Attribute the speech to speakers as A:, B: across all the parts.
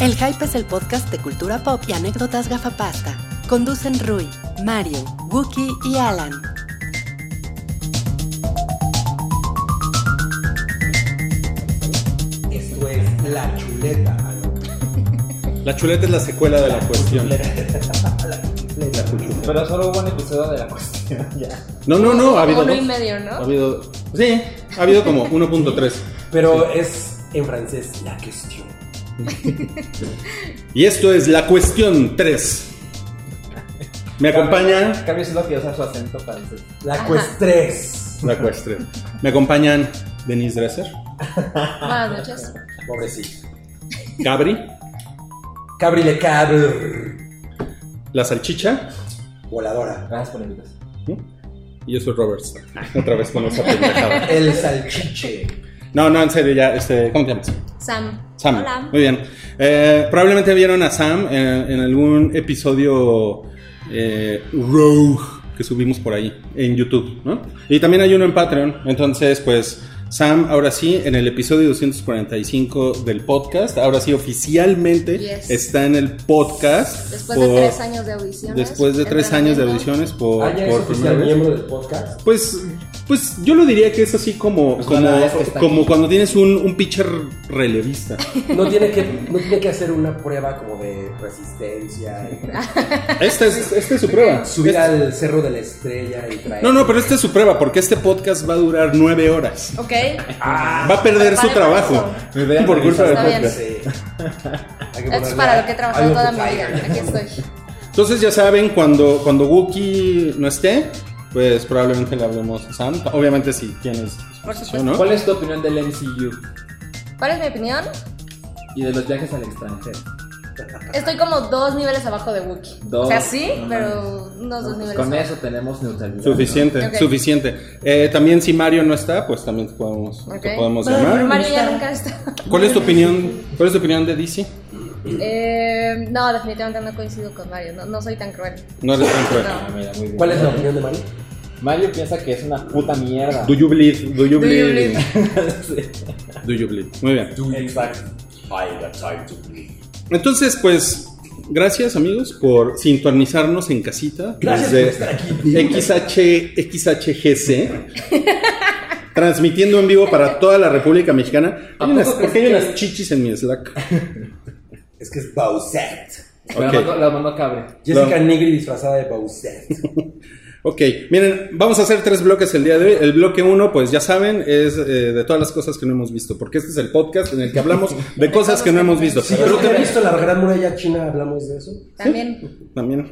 A: El Hype es el podcast de cultura pop y anécdotas gafapasta. Conducen Rui, Mario, Wookie y Alan.
B: Esto es La Chuleta.
C: La chuleta es la secuela de la cuestión. La cuchufleta.
D: Pero solo hubo un episodio de la cuestión, ya.
C: No, no, no, ha habido
E: Uno y
C: dos.
E: medio,
C: Ha
E: ¿no?
C: habido. Sí, ha habido como 1.3.
B: Pero es en francés La Cuestión.
C: Y esto es la cuestión 3. Me acompaña.
D: Cambio solo que usa su acento francés.
B: La Cuestión 3.
C: La cuestión. Me acompañan Denise Dresser,
E: Buenas noches.
B: Pobrecito.
C: Gabri,
B: Cabrile Cabr.
C: La Salchicha
B: Voladora.
D: Gracias por la invitación.
C: y yo soy Robert. Starr. Otra vez con esa pendejada.
B: El salchiche.
C: No, no, en serio, ya. Este, ¿Cómo te llamas?
E: Sam.
C: Sam.
E: Hola.
C: Muy bien. Eh, probablemente vieron a Sam en, en algún episodio eh, Rogue que subimos por ahí en YouTube, ¿no? Y también hay uno en Patreon. Entonces, pues Sam, ahora sí, en el episodio 245 del podcast, ahora sí oficialmente
E: Yes.
C: está en el podcast.
E: Después de
C: por-
E: tres años de audiciones.
C: Después de tres años de
E: entrenamiento.
C: audiciones por,
B: Ah, ya es
C: por primera
B: oficial
C: vez.
B: miembro del podcast.
C: Pues, pues yo lo diría que es así como,
D: Pues
C: como,
D: la verdad es que está
C: como
D: aquí.
C: cuando tienes un, un pitcher relevista.
B: No tiene, que, no tiene que hacer una prueba como de resistencia.
E: Ah.
B: y
C: Esta es, esta es su prueba.
B: subir
C: Esta-
B: al cerro de la estrella y traer.
C: No, no, pero esta es su prueba, porque este podcast va a durar nueve horas.
E: Ok.
C: Va a perder su
E: Vale,
C: trabajo eh,
D: Me vean
C: por culpa del
E: Está bien.
C: podcast.
B: Sí. Hay que
E: Esto es
B: ponerle
E: para
B: a-
E: lo que he
B: a
E: trabajado
B: los
E: toda mi
B: Foo
E: vida.
B: Fighters.
E: Aquí estoy.
C: Entonces ya saben, cuando, cuando Wookiee no esté, pues probablemente le hablemos a Sam. Obviamente si tienes
E: Por
C: posición,
E: supuesto.
C: ¿no?
D: ¿Cuál es tu opinión del MCU
E: ¿Cuál es mi opinión?
D: y de los viajes al extranjero?
E: Estoy como dos niveles abajo de Wookiee.
D: Dos,
E: O sea, sí,
D: no
E: pero unos dos
D: Pues
E: niveles
D: Con
E: abajo.
D: eso tenemos neutralidad.
C: Suficiente,
E: Ok.
C: suficiente. Eh, también si Mario no está, pues también te podemos, te
E: Ok.
C: podemos
E: Pero
C: llamar.
E: Mario ya nunca está.
C: ¿Cuál es tu opinión? ¿Cuál es tu opinión de DC?
E: Eh, no, definitivamente no coincido con Mario. No, no soy tan cruel.
C: No eres tan cruel.
D: ¿no? Ah, mira, muy bien.
B: ¿Cuál es la opinión de Mario?
D: Mario piensa que es una puta mierda.
C: Do you bleed? Do you
E: Do you
C: bleed?
D: Sí.
C: Do you bleed? Muy bien.
B: Exacto.
C: Entonces, pues, gracias amigos por sintonizarnos en casita.
B: Gracias por estar
C: XH, XHGC. transmitiendo en vivo para toda la República Mexicana.
D: ¿A
C: Hay unas,
D: poco
C: ¿Por qué hay
D: crees
C: unas
D: que-
C: chichis en mi Slack?
B: Es que es Bowsette.
D: La
C: Ok.
D: mando- La mandó cabre.
B: Jessica Nigri disfrazada de Bowsette.
C: Ok, miren, vamos a hacer tres bloques el día de hoy. El bloque uno, pues ya saben, es eh, de todas las cosas que no hemos visto, porque este es el podcast en el que hablamos de cosas que no hemos visto.
B: Si yo
C: Pero
B: no he
C: también-
B: visto la Gran Muralla China, hablamos de eso.
E: También.
C: también.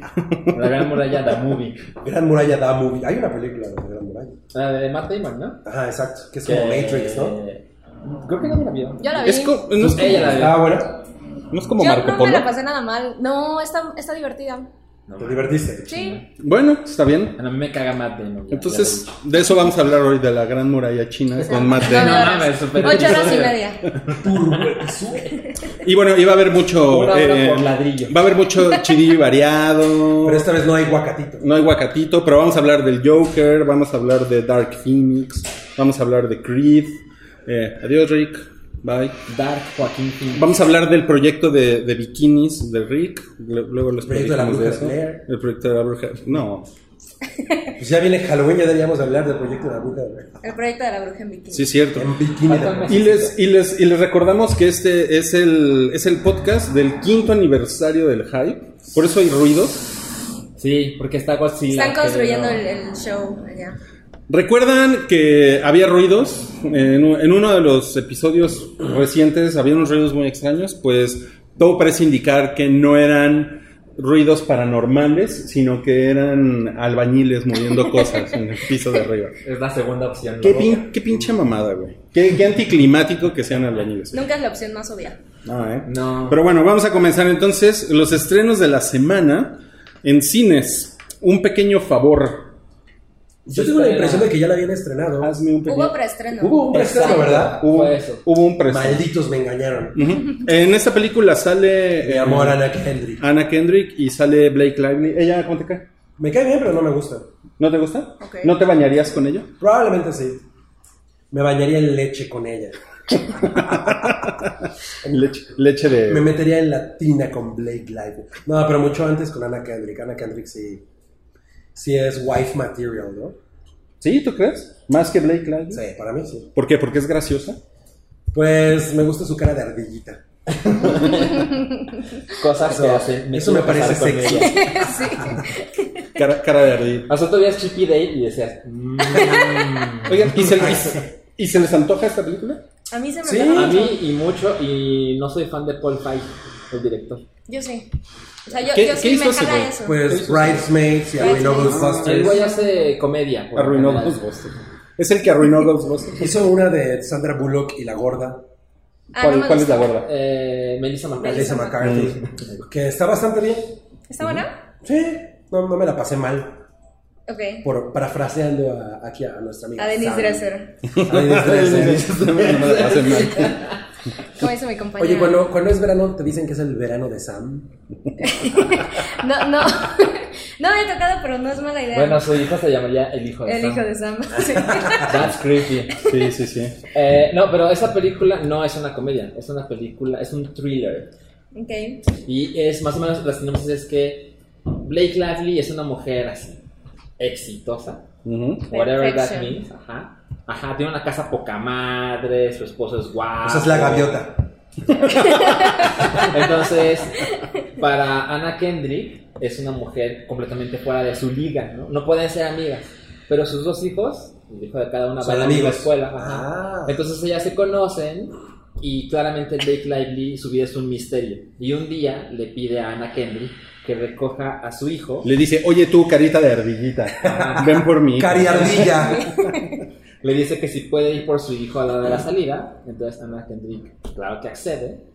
D: La gran muralla de movie.
B: Gran Muralla da movie. Hay una película de la Gran Muralla.
D: La de Matt Damon, ¿no?
B: Ajá, exacto. Que es como
D: Que- eh,
B: Matrix, ¿no?
D: Creo que no la vio.
E: Yo la vi.
C: Es co- no, es como,
D: Ella la vio.
B: Ah, bueno.
C: no es como
E: Yo
C: Marco
E: no me
C: Polo.
E: la pasé nada mal. No, está, está divertida.
D: No,
B: Te divertiste.
E: Sí.
C: Bueno, está bien.
D: A mí me caga Matt Damon. ya-
C: Entonces, de eso vamos a hablar hoy, de la gran muralla china con Matt
E: Nueve
C: Damon.
D: no,
E: horas.
D: mames, super-
E: Ocho horas y media.
C: Y bueno, y va a haber mucho. eh,
D: Una hora por ladrillo.
C: Va a haber mucho chiri variado.
B: Pero esta vez no hay guacatito.
C: No hay guacatito, pero vamos a hablar del Joker, vamos a hablar de Dark Phoenix, vamos a hablar de Creed. Eh, adiós, Rick. Bye.
D: ya la vi. Dark Joaquín Phoenix.
C: Vamos a hablar del proyecto de, de bikinis de Rick. Lu- Luego les
B: El proyecto de la
C: platicamos
B: bruja
C: eso.
B: de Blair.
C: El proyecto de la bruja. No.
B: Pues ya viene Halloween, ya deberíamos hablar del proyecto de la bruja.
E: El proyecto de la bruja en bikini.
C: Sí, es cierto.
B: En bikini.
D: Falta un mes.
C: Y les, y, les, y les recordamos que este es el, es el podcast del quinto aniversario del hype. Por eso hay ruidos.
D: Sí, porque está Godzilla.
E: Están
D: pero-
E: construyendo el, el show allá.
C: Recuerdan que había ruidos. En, u- en uno de los episodios recientes había unos ruidos muy extraños. Pues todo parece indicar que no eran ruidos paranormales, sino que eran albañiles moviendo cosas en el piso de arriba.
D: Es la segunda opción.
C: Qué,
D: ¿no?
C: pin- qué pinche mamada, güey. Qué, qué anticlimático que sean albañiles.
E: Nunca es la opción más obvia.
C: No, ¿eh?
D: No.
C: Pero bueno, vamos a comenzar entonces los estrenos de la semana en cines. Un pequeño favor.
B: Yo tengo la impresión de que ya la habían estrenado.
C: Hazme un pequeño...
E: Hubo preestreno.
B: Hubo un preestreno,
D: Exacto.
B: ¿verdad?
C: Hubo,
D: Fue eso.
C: hubo un preso.
B: Malditos me engañaron.
C: Ujú. En esta película sale...
B: Mi
C: eh,
B: amor, Ana Kendrick.
C: Anna Kendrick y sale Blake Lively. ¿Ella cómo te cae?
B: Me cae bien, pero no me gusta.
C: ¿No te gusta?
E: Ok.
C: ¿No te bañarías con ella?
B: Probablemente sí. Me bañaría en leche con ella.
C: Leche, leche de.
B: Me metería en la tina con Blake Lively. No, pero mucho antes con Ana Kendrick. Ana Kendrick sí, sí es wife material, ¿no?
C: ¿Sí? ¿Tú crees? ¿Más que Blake Lively?
B: Sí, para mí sí.
C: ¿Por qué? ¿Porque es graciosa?
B: Pues me gusta su cara de ardillita.
D: Cosas
B: Eso-
D: que hacen.
B: eso me
D: quiero
B: parece
D: casar con
B: sexy.
D: ella.
E: sí.
C: Cara, cara de ardilla.
D: O sea, tú veías Chippy Dale y decías, mmm,
C: Oigan, ¿y se, y se- y se les antoja esta película?
E: A mí se me
B: Sí.
E: antoja
D: a
E: mucho.
D: mí y mucho, y no soy fan de Paul Feig, el director.
E: Yo sí. O sea, yo,
C: ¿Qué-
E: yo
C: qué
E: sí
C: hizo
E: me
C: ese
E: jala
C: güey?
E: eso.
B: Pues Bridesmaids y Arruinó
D: El güey
B: Ghostbusters.
D: hace comedia. por lo
C: Arruinó
D: general.
C: Ghostbusters. ¿Es el que arruinó Ghostbusters?
B: Hizo una de Sandra Bullock y la gorda,
E: Ah,
C: ¿Cuál,
E: no me
C: cuál es la
E: gustó.
C: gorda?
D: Eh, Melissa McCarthy. Mm.
B: Lisa McCarthy, que está bastante bien.
E: ¿Está buena?
B: Sí, no, no me la pasé mal.
E: Ok.
B: Por, parafraseando a- aquí a nuestra amiga.
E: A Denise
B: Sam.
E: Dresser.
B: A Denise Dresser.
C: No me la pasen mal.
E: Como dice mi compañera.
B: Oye, cuando, cuando es verano, te dicen que es el verano de Sam.
E: No, no. No me he tocado, pero no es mala idea.
D: Bueno, su hija se llamaría El Hijo de
E: El
D: Sam.
E: hijo de Sam. Sí.
D: That's creepy.
C: Sí, sí, sí.
D: Eh, no, pero esa película no es una comedia, es una película, es un thriller.
E: Ok.
D: Y es más o menos, la sinopsis es que Blake Lively es una mujer así, exitosa,
C: Ujú.
D: whatever that
E: Perfection.
D: means, ajá. Ajá, tiene una casa poca madre, su esposo es guapo.
B: O sea, es la gaviota.
D: Entonces, para Anna Kendrick es una mujer completamente fuera de su liga, ¿no? No pueden ser amigas, pero sus dos hijos, el hijo de cada una,
B: Son
D: va a la misma
B: amigos.
D: escuela. Ajá.
B: Ah,
D: Entonces ellas se conocen y claramente Blake Lively su vida es un misterio. Y un día le pide a Anna Kendrick que recoja a su hijo.
C: Le dice, oye tú, carita de ardillita, ven por mí.
B: Cari Ardilla.
D: Le dice que si puede ir por su hijo a la hora de la salida. Entonces Anna Kendrick, claro que accede.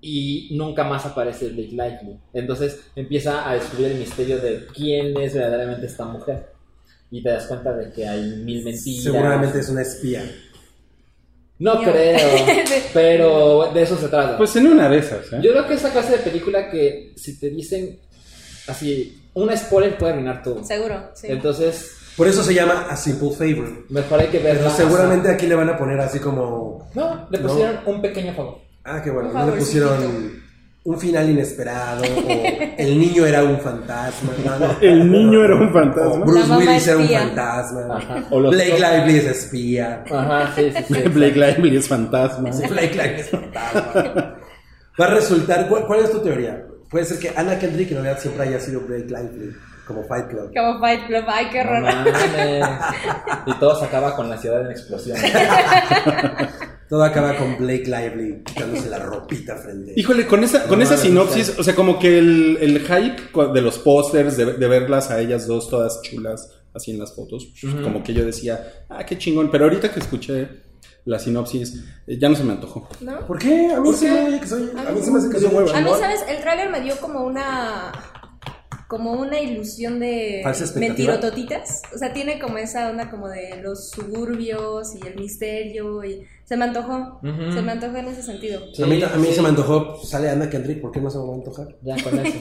D: Y nunca más aparece Blake Lively. Entonces empieza a descubrir el misterio de quién es verdaderamente esta mujer. Y te das cuenta de que hay mil mentiras.
B: Seguramente es una espía.
D: No creo. Pero de eso se trata.
C: Pues en una de esas, ¿eh?
D: Yo creo que esa clase de película que si te dicen así, un spoiler puede arruinar todo.
E: Seguro, sí.
D: Entonces,
B: Por eso se llama A Simple Favor.
D: mejor hay que verla.
B: Pero
D: o sea,
B: seguramente aquí le van a poner así como.
D: No, le pusieron un pequeño favor.
B: Ah, qué bueno.
E: Un
B: No le
E: favorcito.
B: pusieron un final inesperado. O el niño era un fantasma. no, no.
C: El niño era un fantasma.
B: O Bruce
E: La mamá
B: Willis era un
E: espía.
B: fantasma.
D: Ajá, o los-
B: Blake Lively es espía.
D: Ajá, sí, sí, sí.
C: Blake Lively es fantasma.
B: Blake Lively es fantasma. Va a resultar. ¿cuál, cuál es tu teoría? Puede ser que Anna Kendrick en realidad siempre haya sido Blake Lively, como Fight Club.
E: Como Fight Club. Ay, qué
D: No
E: horror.
D: mames. Y todo se acaba con la ciudad en explosión.
B: Todo acaba con Blake Lively quitándose la ropita frente.
C: Híjole, con esa, con
D: No,
C: esa
D: no,
C: sinopsis, o sea, como que el, el hype cu- de los pósters, de, de verlas a ellas dos todas chulas, así en las fotos, como que yo decía, ah, qué chingón, pero ahorita que escuché la sinopsis, eh, ya no se me antojó.
E: ¿No?
B: ¿Por qué? A mí
E: ¿Por
B: se
E: qué?
B: me oye que soy. A mí se me hace que soy huevo.
E: A mí, ¿sabes? El tráiler me dio como una... Como una ilusión de
B: Falsa expectativa.
E: mentirototitas. O sea, tiene como esa onda como de los suburbios y el misterio y... Se me antojó.
D: Ujú.
E: Se me antojó en ese sentido.
D: Sí,
B: a mí, a mí
D: sí,
B: se me antojó. Sale Anna Kendrick, ¿por qué no se me va a antojar?
D: Ya con eso.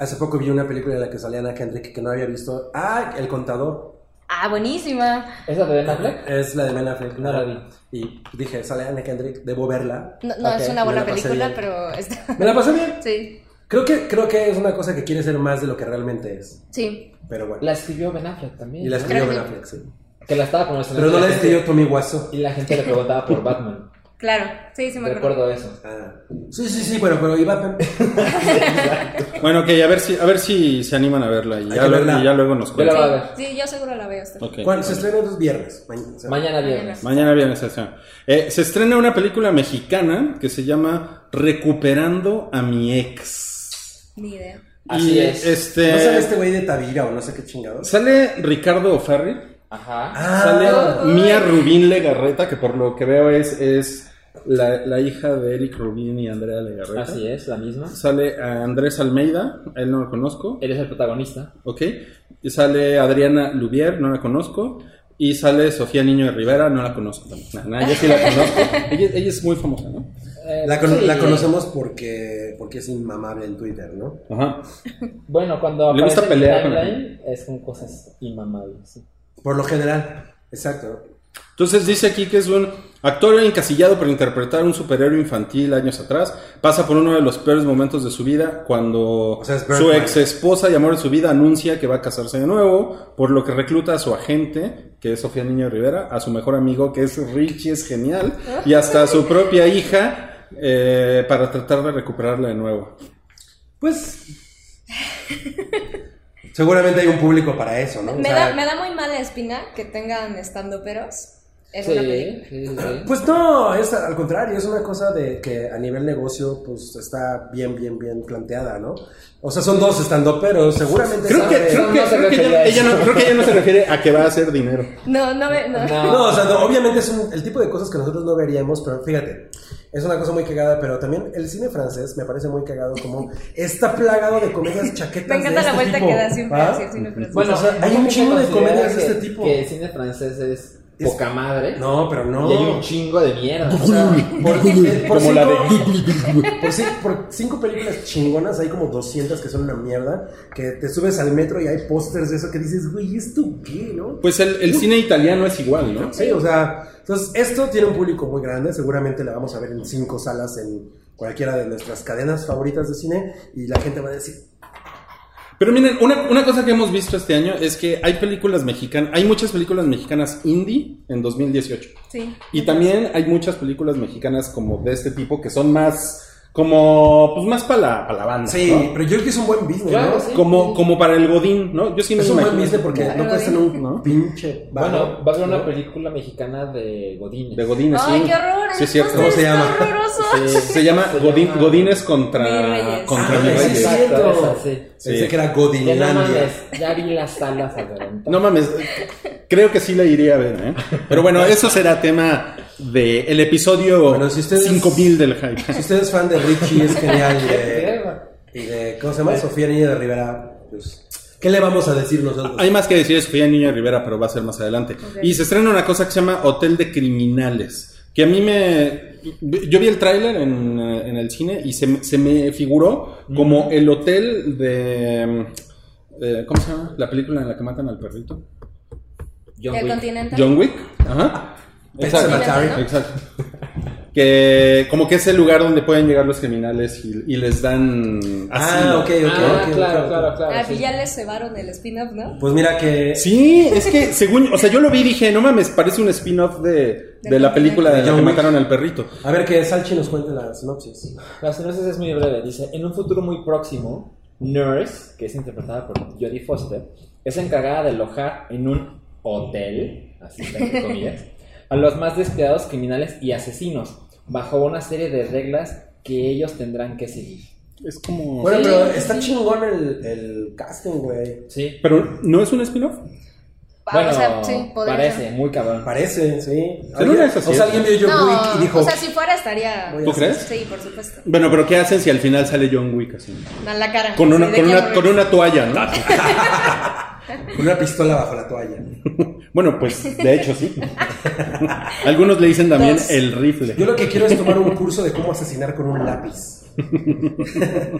B: Hace poco vi una película en la que salía Anna Kendrick que no había visto. Ah, El Contador.
E: Ah, buenísima.
D: ¿Esa de Ben Affleck? Ah.
B: Es la de Ben Affleck.
D: No la vi.
B: Y dije, sale Anna Kendrick, debo verla.
E: No, no,
B: Ok,
E: es una
B: me
E: buena
B: la pasé
E: película,
B: bien.
E: pero está...
B: Me la pasé bien.
E: Sí,
B: Creo que, creo que es una cosa que quiere ser más de lo que realmente es.
E: sí.
B: Pero bueno.
D: La escribió Ben Affleck también.
B: y la
D: ¿no?
B: escribió
E: Creo
B: Ben
E: que-
B: Affleck, sí.
D: Que la estaba conociendo.
B: Pero no la
D: gente-
B: escribió Tommy Wiseau.
D: Y la gente le preguntaba por Batman.
E: Claro. Sí, sí me acuerdo.
D: Recuerdo eso.
B: Ah. Sí, sí, sí, bueno, pero iba a...
C: Bueno, ok, a ver si, a ver si se animan a verla y,
B: Hay
C: ya,
B: que
C: lo-
B: verla.
C: y ya luego nos
D: Yo la
C: cuentan.
D: voy a ver.
E: Sí, sí, yo seguro la veo. Steph.
C: Ok.
B: ¿Cuándo? Se estrena los viernes. Mañana. o sea,
D: Mañana viernes.
C: Mañana viene esa escena. Eh, se estrena una película mexicana que se llama Recuperando a mi ex.
E: Ni idea.
D: Así
C: Y,
D: es.
C: Este,
B: ¿No sale este güey de Tavira o no sé qué chingados?
C: sale Ricardo O'Farrill.
D: Ajá.
C: Sale
E: Ah.
C: Mía Rubín Legarreta, que por lo que veo es, es la, la hija de Eric Rubín y Andrea Legarreta.
D: Así es, la misma.
C: Sale a Andrés Almeida, a él no lo conozco.
D: Eres el protagonista.
C: Ok. Y sale Adriana Lubier, no la conozco. Y sale Sofía Niño de Rivera, no la conozco también. Nah, nah, yo sí la conozco. ella, ella es muy famosa, ¿no?
D: Eh,
B: La, cono-
D: sí.
B: la conocemos porque, porque es inmamable en Twitter, ¿no?
C: Ajá.
D: Bueno, cuando
C: Le gusta
D: aparece en
C: pelear con la
D: timeline, es con cosas inmamables. sí.
B: Por lo general. Exacto.
C: Entonces dice aquí que es un Actor encasillado por interpretar a un superhéroe infantil años atrás, pasa por uno de los peores momentos de su vida cuando
B: O sea, es
C: su
B: Birdman.
C: ex esposa y amor de su vida anuncia que va a casarse de nuevo, por lo que recluta a su agente, que es Sofía Niño de Rivera, a su mejor amigo, que es Richie, es genial, y hasta a su propia hija, eh, para tratar de recuperarla de nuevo.
B: Pues. Seguramente hay un público para eso, ¿no? O
E: Me,
B: sea,
E: da, me da muy mala espina que tengan estando peros. Es
D: Sí,
E: una película.
D: sí, sí.
B: Pues no, es al contrario, es una cosa de que a nivel negocio, pues está bien, bien, bien planteada, ¿no? O sea, son dos estando, pero seguramente.
C: Creo que,
B: sabe-
C: creo que,
D: No
C: creo
D: se
C: que
D: refería
C: ella,
D: a eso.
C: ella no, creo que ella no se refiere a que va a hacer dinero.
E: No, no me. No.
D: No.
B: No, o sea,
E: Ah.
B: no, obviamente es un- el tipo de cosas que nosotros no veríamos, pero fíjate, es una cosa muy cagada, pero también el cine francés me parece muy cagado, como está plagado de comedias chaquetas.
E: Me encanta
B: de
E: la
B: este
E: vuelta
B: tipo,
E: que da siempre
B: ¿ah?
E: hacia el cine francés.
B: Bueno, o sea, hay un
D: mucha
B: chingo de
D: gente considera
B: comedias de
D: que-
B: este tipo.
D: Que el cine francés es,
B: Es-
D: poca madre.
B: No, pero no.
D: Y hay un chingo de mierda. o sea,
B: Por, eh, por
C: Como la de...
B: cinco- Por, ci- por cinco películas chingonas, hay como 200 que son una mierda, que te subes al metro y hay pósters de eso que dices, güey, ¿esto qué, no?
C: Pues el, el cine italiano es igual, ¿no?
B: Sí, o sea, entonces esto tiene un público muy grande, seguramente la vamos a ver en cinco salas en cualquiera de nuestras cadenas favoritas de cine y la gente va a decir,
C: Pero miren, una, una cosa que hemos visto este año es que hay películas mexicanas, hay muchas películas mexicanas indie en 2018.
E: Sí.
C: Y también hay muchas películas mexicanas como de este tipo que son más, como, pues más para la, para la banda.
B: sí,
C: ¿no?
B: pero yo creo que es un buen business,
D: Claro,
B: ¿no?
D: sí.
C: Como, como para el Godín, ¿no? Yo sí me
B: Es un buen
C: imagino-
B: business porque no
E: Claro,
B: cuestan
E: ¿eh?
B: un
C: ¿No?
B: pinche
D: Bueno,
B: barro, Ah,
D: va a haber una
B: ¿no?
D: película mexicana de Godín.
C: De Godín, sí.
E: Ay, qué horror.
C: Sí,
E: el
C: es cierto.
E: póster
B: ¿Cómo se
E: está
B: llama?
E: horroroso.
D: Sí.
C: Se llama
D: Se
C: Godín,
D: llama-
C: Godínez
E: Mis
C: contra,
E: Reyes.
C: contra
B: Ah,
C: mis
B: sí,
C: Reyes.
B: sí.
D: Exacto,
B: cierto.
D: esa, sí.
B: Pensé
C: Sí.
B: que era
D: Ya no
B: Godinlandia.
D: mames, ya vi las salas adelantadas.
C: No mames, creo que sí la iría a ver, ¿eh? Pero bueno, eso será tema del el episodio
B: Bueno, si ustedes-
C: 5000 del hype.
B: Si usted es fan de Richie, es genial. y de-
D: Mierda.
B: Y de, ¿cómo se llama? Sofía Niña de Rivera. Pues, ¿Qué le vamos a decir nosotros?
C: Hay más que decir de Sofía Niña Rivera, pero va a ser más adelante.
E: Ok.
C: Y se estrena una cosa que se llama Hotel de Criminales. Que a mí me. Yo vi el tráiler en, eh, en el cine y se, me- se me figuró como el hotel de. eh, ¿Cómo se llama? La película en la que matan al perrito.
D: John
E: El
D: Wick.
E: continental.
C: John Wick. Ajá.
B: Pet Sematary.
E: ¿no?
C: Exacto. Que como que es el lugar donde pueden llegar los criminales y, y les dan
B: ah,
C: asilo.
B: ok, ok.
D: ah,
B: ok, ok,
D: claro,
B: ok.
D: claro, claro.
E: Ah,
D: sí.
E: pues ya les cebaron el spin-off, ¿no? Ah,
B: Pues mira que.
C: Sí, es que según, o sea, yo lo vi y dije, no mames, parece un spin-off de, de la película de
B: De
C: la
B: John
C: que
B: Wick.
C: mataron al perrito.
B: A ver, que Salchi nos cuente la sinopsis.
D: La sinopsis es muy breve. Dice, en un futuro muy próximo, Nurse, que es interpretada por Jodie Foster, es encargada de alojar en un hotel, así está entre comillas, a los más despiadados criminales y asesinos, bajo una serie de reglas que ellos tendrán que seguir.
C: Es como...
B: Bueno,
E: Sí,
B: pero
E: sí,
B: está
E: sí.
B: chingón el, el casting, güey.
D: Sí.
C: Pero no es un spin-off.
E: Ah,
D: Bueno,
E: o sea, sí, podría
D: parece,
E: ser.
D: muy cabrón.
B: Parece, sí.
C: Pero no es
B: o
C: así,
B: sea,
C: ¿no?
B: alguien vio John
E: No,
B: Wick y dijo.
E: o sea, si fuera estaría.
B: Voy a
C: ¿Tú crees?
E: Sí, por supuesto.
C: Bueno, pero ¿qué hacen si al final sale John Wick así?
E: Mal la cara.
C: Con una,
E: Ah, Sí, de
C: con una,
E: Keanu
C: con
E: Reeves.
C: una toalla, ¿no?
B: Con una pistola bajo la toalla.
C: Bueno, pues de hecho sí. Algunos le dicen también
E: Dos.
C: el rifle.
B: Yo lo que quiero es tomar un curso de cómo asesinar con un lápiz.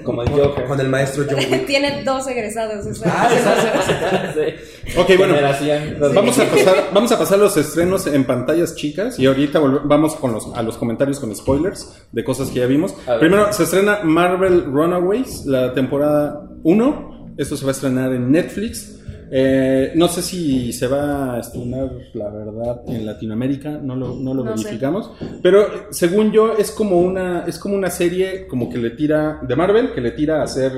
D: Como el Joker.
B: Con el maestro John Wick.
E: Tiene dos egresados. o sea.
B: Ah, exacto.
D: Sí.
C: Ok, bueno.
D: Generación dos mil.
C: Vamos a, pasar, vamos a pasar los estrenos en pantallas chicas y ahorita volve- vamos con los, a los comentarios con spoilers de cosas que ya vimos.
D: A ver.
C: Primero se estrena Marvel Runaways, la temporada 1. Esto se va a estrenar en Netflix. Eh, no sé si se va a estrenar, la verdad, en Latinoamérica, no lo, no lo
E: No sé.
C: verificamos. Pero eh, según yo, es como una, es como una serie como que le tira, de Marvel, que le tira a ser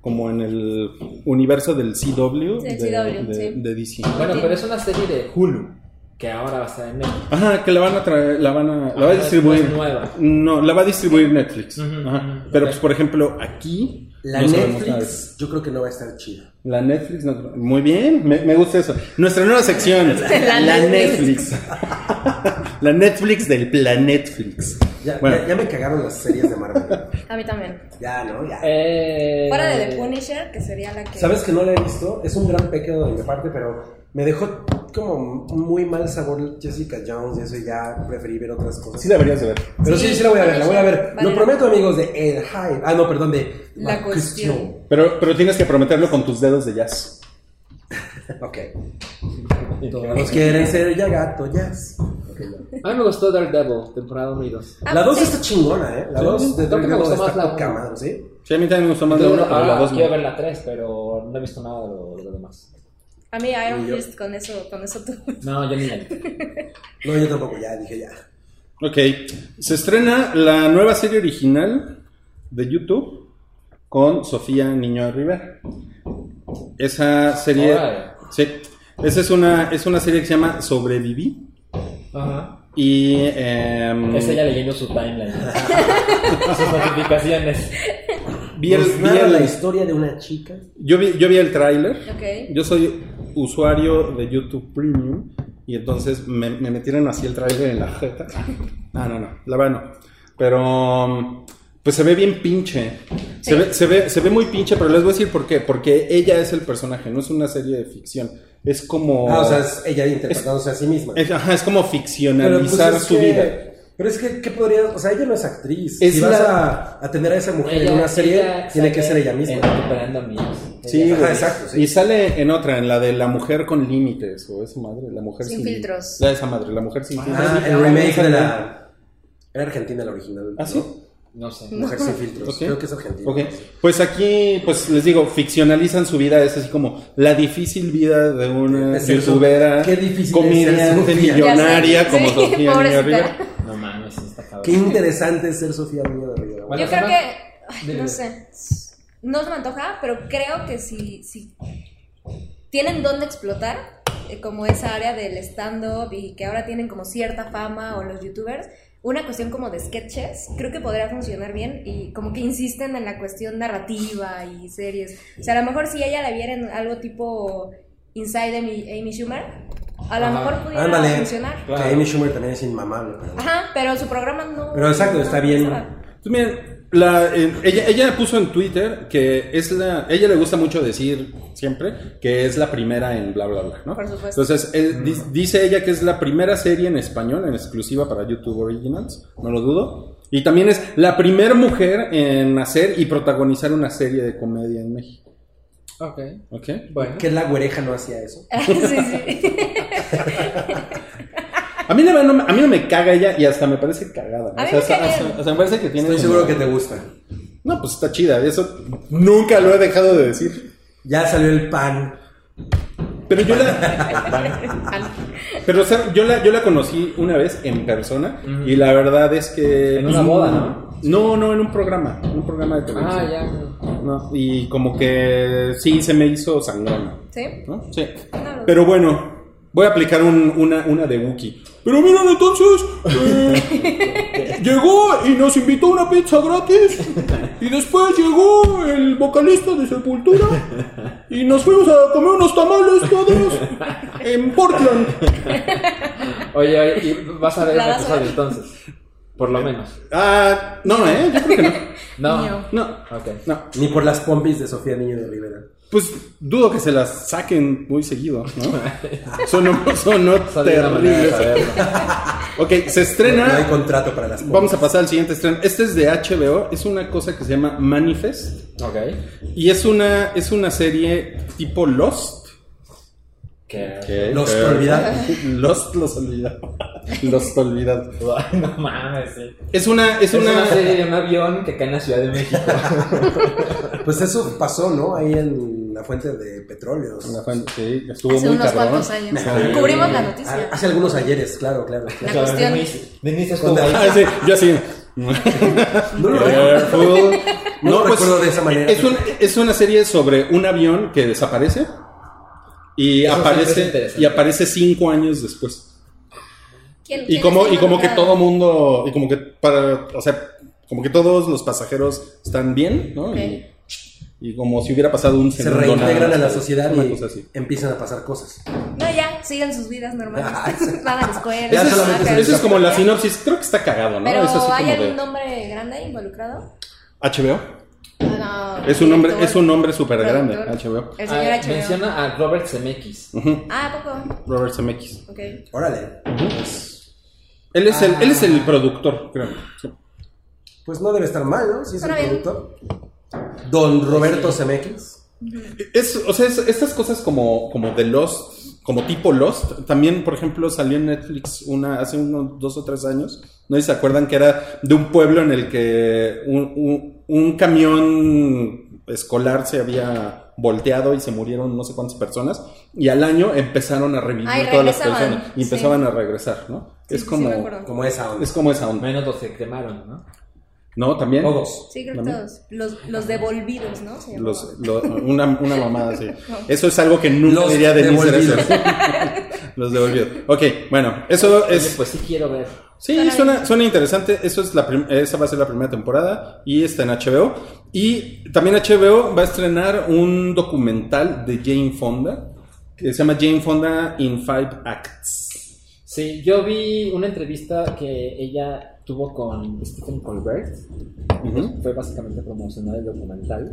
C: como en el universo del CW,
E: Sí,
C: de,
E: CW,
C: de-
E: sí.
C: de DC.
D: Bueno, pero es una serie de Hulu, que ahora va a estar en Netflix.
C: Ajá, que la van a traer, la van a, la va
D: Ah,
C: a
D: es-
C: distribuir.
D: no es nueva.
C: No, la va a distribuir Netflix.
D: Ujú,
C: Ajá.
D: ujú,
C: Pero
D: ok.
C: pues por ejemplo aquí
B: La
C: no sabemos nada.
B: Netflix, yo creo que no va a estar chida.
C: La Netflix, no- muy bien, me, me gusta eso. Nuestra nueva sección, la,
E: La
C: Netflix.
E: Netflix.
C: la Netflix del planetflix.
B: Ya,
C: Bueno.
B: ya, ya me cagaron las series de Marvel.
E: A mí también.
B: Ya, ¿no? Ya.
D: Eh,
E: Fuera de The Punisher, que sería la que.
B: ¿Sabes que no la he visto? Es un gran pecado de mi parte, pero me dejó como muy mal sabor Jessica Jones y eso y ya preferí ver otras cosas.
C: Sí deberías de ver.
B: Pero sí, sí, la voy a ver, la voy a ver.
E: Vale.
B: Lo prometo, amigos, de El Hype. Ah, no, perdón, de
E: La cuestión.
C: Pero, pero tienes que prometerlo con tus dedos de jazz.
B: Ok. Todos quieren ser ya gato, jazz. porque no.
D: A mí me gustó Daredevil, temporada 1 y 2.
E: Ah,
B: La 2
E: sí.
B: está chingona, ¿eh? La
D: Sí.
B: 2 de
D: Creo que me
B: Daredevil
D: gustó más
B: está
D: la
B: poca
D: uno.
B: madre, ¿sí?
C: Sí, a mí también me gustó más de uno, pero la
D: Ahora
C: dos
D: quiero
C: no.
D: ah, ver la 3, pero no he visto nada de lo, de lo demás.
E: A mí Iron
B: Y yo.
E: Fist con eso, con eso tú.
D: No, yo ni la vi.
B: No, yo tampoco, ya dije ya.
C: Ok. Se estrena la nueva serie original de YouTube con Sofía Niño Rivera. Esa serie.
D: Órale.
C: Sí. Esa es una, es una serie que se llama Sobreviví.
D: Ajá.
C: Y. em,
D: Es ella Mm. leyendo su timeline. Sus notificaciones.
C: vi el-
B: Nos
C: vi
B: narra
C: el-
B: la historia de una chica.
C: yo, vi, yo vi el tráiler.
E: Ok.
C: Yo soy usuario de YouTube Premium y entonces me, me metieron así el trailer en la jeta. Ah, No, no, no, la verdad no. Pero um, pues se ve bien pinche. Se ve, se, ve, se ve muy pinche, pero les voy a decir por qué. Porque ella es el personaje, no es una serie de ficción. Es como...
B: Ah, o sea, es ella interpretándose a sí misma.
C: Oh. es, ajá, es como
B: Pero, pues,
C: ficcionalizar
B: es
C: su
B: que-
C: vida.
B: Pero es que, ¿qué podría...? O sea, ella no es actriz.
C: Es
B: si vas
C: la-
B: a, a tener a esa mujer en una serie,
D: ella
B: tiene que
D: sale
B: ser ella misma.
D: en Recuperando amigos.
C: Sí,
D: Ella
B: Ajá,
C: güey.
D: sale-
B: exacto, sí.
C: Y sale en otra, en la de la mujer con límites, o esa madre, la mujer
E: Sin
C: sin,
E: filtros.
C: La esa madre, la mujer sin filtros.
B: Ah, el remake de la... Era argentina la original.
C: ¿Ah, sí?
D: No sé.
B: Mujer sin filtros.
C: Ok.
B: Creo que es argentina.
C: Ok, pues aquí, pues les digo, ficcionalizan su vida, es así como la difícil vida de una
B: Es eso.
C: youtubera,
B: Qué difícil es ser
C: comediante
B: Sofía.
C: millonaria
E: Ya sé,
C: como
E: sí,
C: Sofía Niño
E: pobrecita.
C: Rivera.
D: No mames, sí está cabrón.
B: Qué interesante es ser Sofía Niño de Rivera.
D: Bueno,
E: Yo creo
D: Sandra,
E: que. ay,
D: dime.
E: no sé. No se me antoja, pero creo que si, si tienen dónde explotar, eh, como esa área del stand-up y que ahora tienen como cierta fama o los youtubers, una cuestión como de sketches, creo que podría funcionar bien y como que insisten en la cuestión narrativa y series. O sea, a lo mejor si ella la viera en algo tipo Inside Amy, Amy Schumer, a lo
D: Ajá.
E: mejor pudiera
B: Ándale.
E: funcionar.
D: Claro.
B: Que Amy Schumer también es inmamable. Pero...
E: Ajá, pero su programa no.
B: Pero exacto, está
E: no
B: bien.
E: pasaba.
C: Pues miren, la- eh, ella, ella puso en Twitter que es la, ella le gusta mucho decir siempre que es la primera en bla bla bla, ¿no?
E: Por supuesto.
C: Entonces
B: Mm.
C: él di- dice ella que es la primera serie en español, en exclusiva para YouTube Originals, no lo dudo. Y también es la primera mujer en hacer y protagonizar una serie de comedia en México.
D: Ok,
C: ¿Ok?
D: bueno.
B: Que la güereja no hacía eso.
E: sí, sí.
C: A mí, la verdad, no, me- a mí no me caga ella y hasta me parece cagada.
E: A
C: o
E: mí
C: sea,
E: me
C: hasta-
E: cae bien.
C: hasta- hasta me parece que tiene.
B: Estoy
C: como-
B: seguro que te gusta.
C: No, pues está chida. Eso nunca lo he dejado de decir.
B: Ya salió el pan.
C: Pero yo la, pero, o sea, yo la, yo la conocí una vez en persona
D: Ujú.
C: y la verdad es que.
D: En una boda, ¿no?
C: No, no, en un programa. En un programa de televisión.
D: Ah, ya.
C: No, y como que sí se me hizo sangrona.
E: ¿Sí?
C: ¿no? Sí.
E: No.
C: Pero bueno, voy a aplicar un- una, una de Wookiee. Pero miren, entonces, eh, llegó y nos invitó una pizza gratis. Y después llegó el vocalista de Sepultura. Y nos fuimos a comer unos tamales todos en Portland.
D: Oye, oye, y vas a ver
E: La
D: el
E: vas a
D: episodio
E: ver.
D: entonces. Por lo menos.
C: Ah, no, ¿eh? Yo creo que no.
D: No.
E: No.
C: No,
D: Ok.
C: no.
B: Ni por las pompis de Sofía Niño de Rivera.
C: Pues dudo que se las saquen muy seguido, ¿no? Sonó, sonó
D: Solo hay una manera de
C: terrible.
D: saberlo.
C: Ok, se estrena.
B: No hay contrato para las pompis.
C: Vamos a pasar al siguiente estreno. Este es de HBO, es una cosa que se llama Manifest
D: Ok.
C: y es una es una serie tipo Lost.
D: Que.
B: Los olvidados.
C: Lost los olvidados. Los olvidados.
D: No mames, sí.
C: Es una es,
D: Es una...
C: una,
D: serie de un avión que cae en la Ciudad de México.
B: Pues eso pasó, ¿no? Ahí en la fuente de petróleo.
C: una fan- sí, estuvo
E: Hace
C: muy
E: unos
C: cabrón.
E: cuantos años.
C: Sí.
E: Cubrimos la noticia.
B: Ah, Hace algunos ayeres, claro, claro.
E: La cuestión-
D: Denise, Denise estuvo
B: Con-
D: ahí.
C: Ah, sí, yo así.
B: No lo recuerdo.
C: Careful. pues,
B: No lo recuerdo de esa manera.
C: Es, un- es una serie sobre un avión que desaparece y
D: Eso sí, es
C: aparece
D: interesante.
C: y aparece cinco años después.
E: ¿Quién-
C: y
E: quién
C: como
E: está
C: y como que
E: involucrado?
C: todo mundo y como que para o sea como que todos los pasajeros están bien no Y- y, como si hubiera pasado un
B: Se
C: segundo nada
B: reintegran a
C: más,
B: la sociedad
C: una
B: y
C: cosa así
B: empiezan a pasar cosas.
E: No, ya, siguen sus vidas normales.
B: Ah, sí.
E: Van a la escuela.
B: Ya
C: Esa es-
B: solamente
E: trabajan.
B: se
C: esa es como la sinopsis creo que está cagado no
E: Pero
C: es así
E: ¿hay
C: como
E: algún
C: de
E: nombre grande involucrado?
C: HBO
E: Ah, no,
C: es un nombre
E: director,
C: es un nombre súper grande
E: productor.
C: HBO
E: El señor
D: Ah,
E: HBO.
D: menciona a Robert Zemeckis.
E: Ah, ¿a poco?
C: Robert Zemeckis
E: Ok.
B: Órale.
C: él es
B: Ah.
C: el él es el productor creo Sí.
B: Pues no debe estar mal, ¿no? Si es el
E: Suena bien.
B: productor. Don Roberto Zemeckis.
C: es o sea es- estas cosas como como The Lost como tipo Lost. También, por ejemplo, salió en Netflix una, hace unos dos o tres años. No sé si se acuerdan que era de un pueblo en el que un, un- un camión escolar se había volteado y se murieron no sé cuántas personas. Y al año empezaron a revivir
E: Ay,
C: todas las
E: regresaban,
C: personas. Y
E: sí.
C: empezaban a regresar, ¿no?
E: Sí,
C: es
E: sí, sí,
C: como.
E: me acuerdo.
B: Como esa onda.
C: es como esa onda.
D: Menos los que cremaron, ¿no?
C: No, también.
B: Todos.
E: Sí, creo que
C: También.
E: todos. Los, los devolvidos, ¿no? Se llamaba.
C: Los- lo- una, una mamada así. Eso es algo que nunca
B: Los
C: diría de
B: devolvidos.
C: Los devolvió. Ok, bueno, eso
D: Oye,
C: es.
D: pues sí quiero ver.
C: Sí, suena, suena interesante. Eso es la prim- esa va a ser la primera temporada y está en HBO. Y también HBO va a estrenar un documental de Jane Fonda que se llama Jane Fonda in Five Acts.
D: Sí, yo vi una entrevista que ella tuvo con Stephen Colbert.
C: Ujú.
D: Fue básicamente promocionar el documental.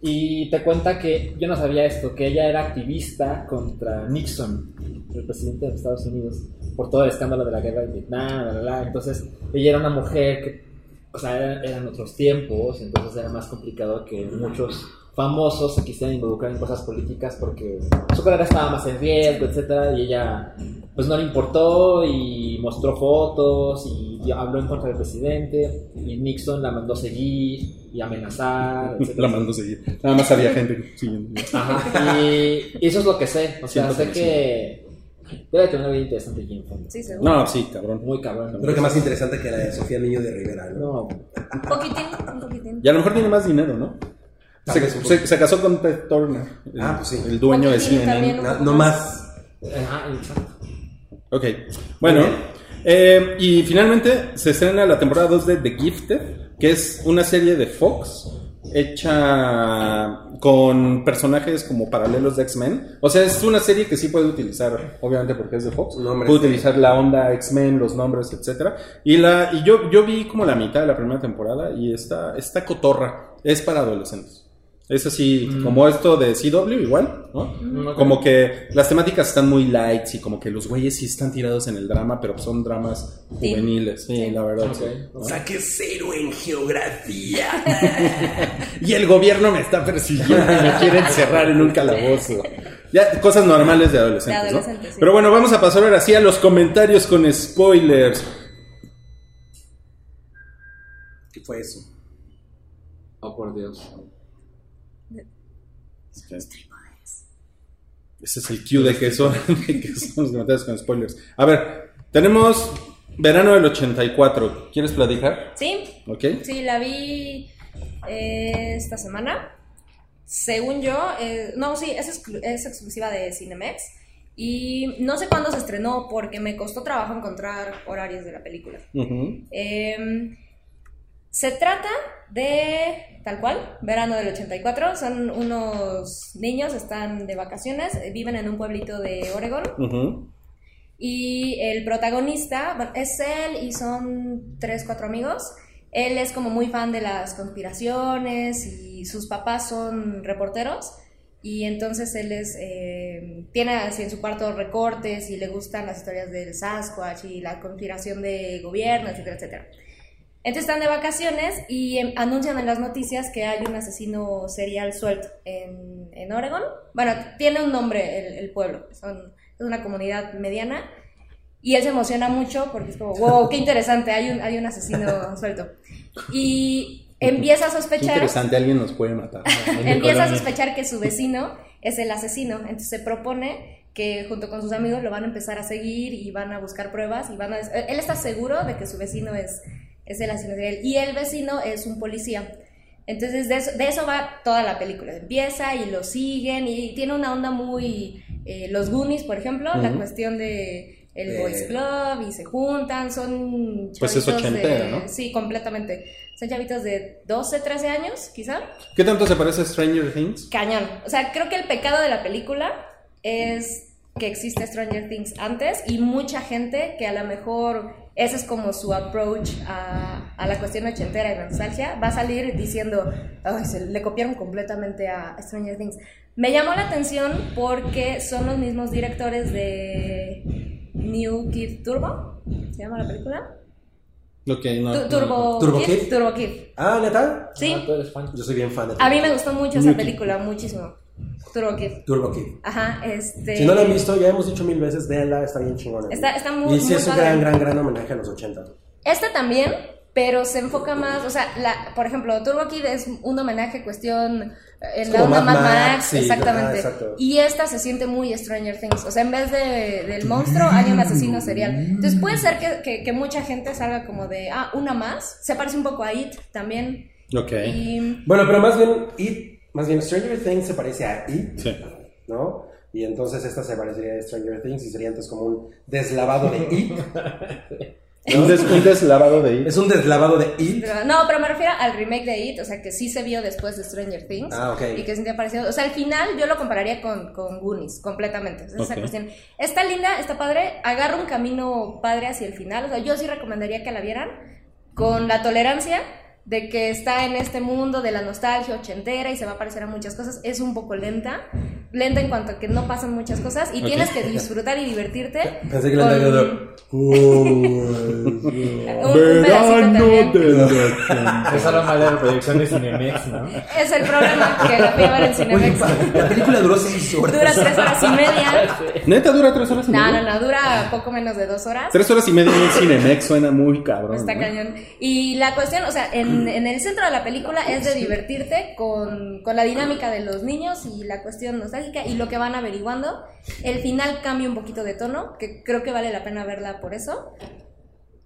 D: Y te cuenta que yo no sabía esto, que ella era activista contra Nixon, el presidente de Estados Unidos, por todo el escándalo de la guerra de Vietnam, bla, bla, bla. Entonces, ella era una mujer que, o sea, eran, eran otros tiempos, entonces era más complicado que muchos famosos se quisieran involucrar en cosas políticas porque su carrera estaba más en riesgo, etcétera, y ella pues no le importó y mostró fotos y dio- habló en contra del presidente y Nixon la mandó seguir y amenazar, etcétera.
C: La mando a seguir. Nada más había gente siguiendo.
D: Ajá, y eso es lo que sé. O sea,
C: Siento
D: sé
C: que
D: que debe tener una vida interesante Jim Fonda.
E: Sí, seguro.
C: No, sí, cabrón.
D: Muy cabrón.
B: Creo que más interesante que la de Sofía Niño de Rivera, ¿no?
D: No,
E: Un poquitín, un poquitín.
C: Y a lo mejor tiene más dinero, ¿no?
B: Tal
C: Se,
B: vez un
C: se-
B: poco.
C: se casó con Ted Turner, el,
B: Ah, pues sí.
C: el dueño de
E: Porque tiene
C: CNN.
E: también
B: No, no más.
D: ajá, exacto.
C: Ok, bueno. eh, y finalmente se estrena la temporada 2 de The Gifted, que es una serie de Fox hecha con personajes como paralelos de X-Men. O sea, es una serie que sí puede utilizar, obviamente porque es de Fox.
B: Nombres.
C: Puede utilizar la onda X-Men, los nombres, etcétera. Y la y yo yo vi como la mitad de la primera temporada y esta esta cotorra es para adolescentes. Es así, como esto de CW igual, ¿no?
D: Mm, ok.
C: Como que las temáticas están muy lights y como que los güeyes sí están tirados en el drama, pero son dramas
E: Sí.
C: juveniles, sí, la verdad.
D: Ok.
C: sí, ¿no?
B: Saqué cero en geografía.
C: Y el gobierno me está persiguiendo y me quiere encerrar en un calabozo. Ya, cosas normales de adolescentes,
E: De
C: ¿no?
E: adolescentes, sí.
C: Pero bueno, vamos a pasar ahora sí a los comentarios con spoilers.
B: ¿Qué fue eso?
D: Oh, por Dios.
C: Ese es el cue de que son, de que son los comentarios con spoilers. A ver, tenemos verano del 84. ¿Quieres platicar?
E: Sí,
C: ¿Ok?
E: sí, la vi eh, esta semana. Según yo, eh, no, sí, es, exclu- es exclusiva de Cinemex. Y no sé cuándo se estrenó porque me costó trabajo encontrar horarios de la película.
C: Ujú.
E: Eh, se trata de, tal cual, verano del 84. Son unos niños, están de vacaciones, eh, viven en un pueblito de Oregón.
C: Ujú.
E: Y el protagonista, bueno, es él y son tres, cuatro amigos. Él es como muy fan de las conspiraciones y sus papás son reporteros. Y entonces él es, eh, tiene así en su cuarto recortes y le gustan las historias del Sasquatch y la conspiración de gobierno, etcétera, etcétera. Entonces están de vacaciones y em, anuncian en las noticias que hay un asesino serial suelto en, en Oregon. Bueno, tiene un nombre el, el pueblo, son- es una comunidad mediana. Y él se emociona mucho porque es como, wow, qué interesante, hay un, hay un asesino suelto. Y empieza a
C: Qué
E: sospechar
C: interesante, alguien nos puede matar.
E: empieza a sospechar que su vecino es el asesino. Entonces se propone que junto con sus amigos lo van a empezar a seguir y van a buscar pruebas y van a... Él está seguro de que su vecino es, es el asesino de él. Y el vecino es un policía. Entonces de eso, de eso va toda la película. Empieza y lo siguen y tiene una onda muy... eh, los Goonies, por ejemplo, la
C: Ujú.
E: cuestión de el
B: Eh.
E: Boys Club y se juntan, son...
C: Pues es
E: chavitos de-
C: ochentera, ¿no?
E: Sí, completamente. Son chavitos de 12, 13 años, quizá.
C: ¿Qué tanto se parece a Stranger Things?
E: Cañón. O sea, creo que el pecado de la película es que existe Stranger Things antes y mucha gente que a lo mejor ese es como su approach a, a la cuestión ochentera y la nostalgia, va a salir diciendo, "Ay, se le copiaron completamente a Stranger Things. Me llamó la atención porque son los mismos directores de New Kid Turbo, ¿se llama la película?
C: Ok, no.
E: Tu- Turbo,
B: ¿Turbo
E: Kid,
B: Kid?
E: Turbo Kid.
B: Ah, neta.
E: Sí,
D: Ah, tú eres fan.
B: Yo soy bien fan de
E: a mí me gustó mucho esa
C: New Kid.
E: película, muchísimo. Turbo Kid.
B: Turbo Kid.
E: Ajá, este.
B: Si no la han visto, ya hemos dicho mil veces, véanla, está bien chingona.
E: Está- está muy-
B: Y sí
E: muy
B: es un
E: padre.
B: gran, gran, gran homenaje a los 80.
E: Esta también, pero se enfoca más, o sea, la, por ejemplo, Turbo Kid es un homenaje cuestión eh, en la
B: como
E: onda
B: Mad
E: Mad
B: Max,
E: Max,
B: sí, ajá,
E: exactamente.
B: exacto.
E: Y esta se siente muy Stranger Things, o sea, en vez de, del monstruo hay un asesino serial. Entonces puede ser que, que- que mucha gente salga como de, ah, una más, se parece un poco a It también.
C: Ok.
E: Y
B: Bueno, pero más bien, It, más bien Stranger Things se parece a It,
C: Sí.
B: ¿no? Y entonces esta se parecería a Stranger Things y sería entonces como un deslavado de It.
C: Un, des- un deslavado de ahí.
B: es un deslavado de It.
E: pero- no, pero me refiero al remake de It, o sea, que sí se vio después de Stranger Things.
B: Ah, ok.
E: Y que sentía parecido. O sea, al final yo lo compararía con, con Goonies, completamente. Es esa
C: Ok.
E: cuestión. Está linda, está padre, agarra un camino padre hacia el final. O sea, yo sí recomendaría que la vieran con la tolerancia de que está en este mundo de la nostalgia ochentera y se va a parecer a muchas cosas. Es un poco lenta, lenta en cuanto a que no pasan muchas cosas y
C: Ok.
E: tienes que disfrutar y divertirte.
B: Pensé que le
E: con-
B: andaba dando.
E: un-
B: Cool.
E: un pedacito también.
D: Es algo malo de la proyección de Cinemex, ¿no?
E: Es el problema que la fui a ver en
B: Oye,
E: Cinemex.
B: pa, la película duró 6 horas.
E: Dura tres horas y media.
C: Neta dura tres horas y
E: No,
C: media.
E: no, no, dura poco menos de dos horas.
C: Tres horas y media en un Cinemex suena muy cabrón.
E: Está
C: ¿no?
E: cañón. Y la cuestión, o sea, en, en el centro de la película es de divertirte con, con la dinámica de los niños y la cuestión nostálgica y lo que van averiguando. El final cambia un poquito de tono, que creo que vale la pena verla por eso.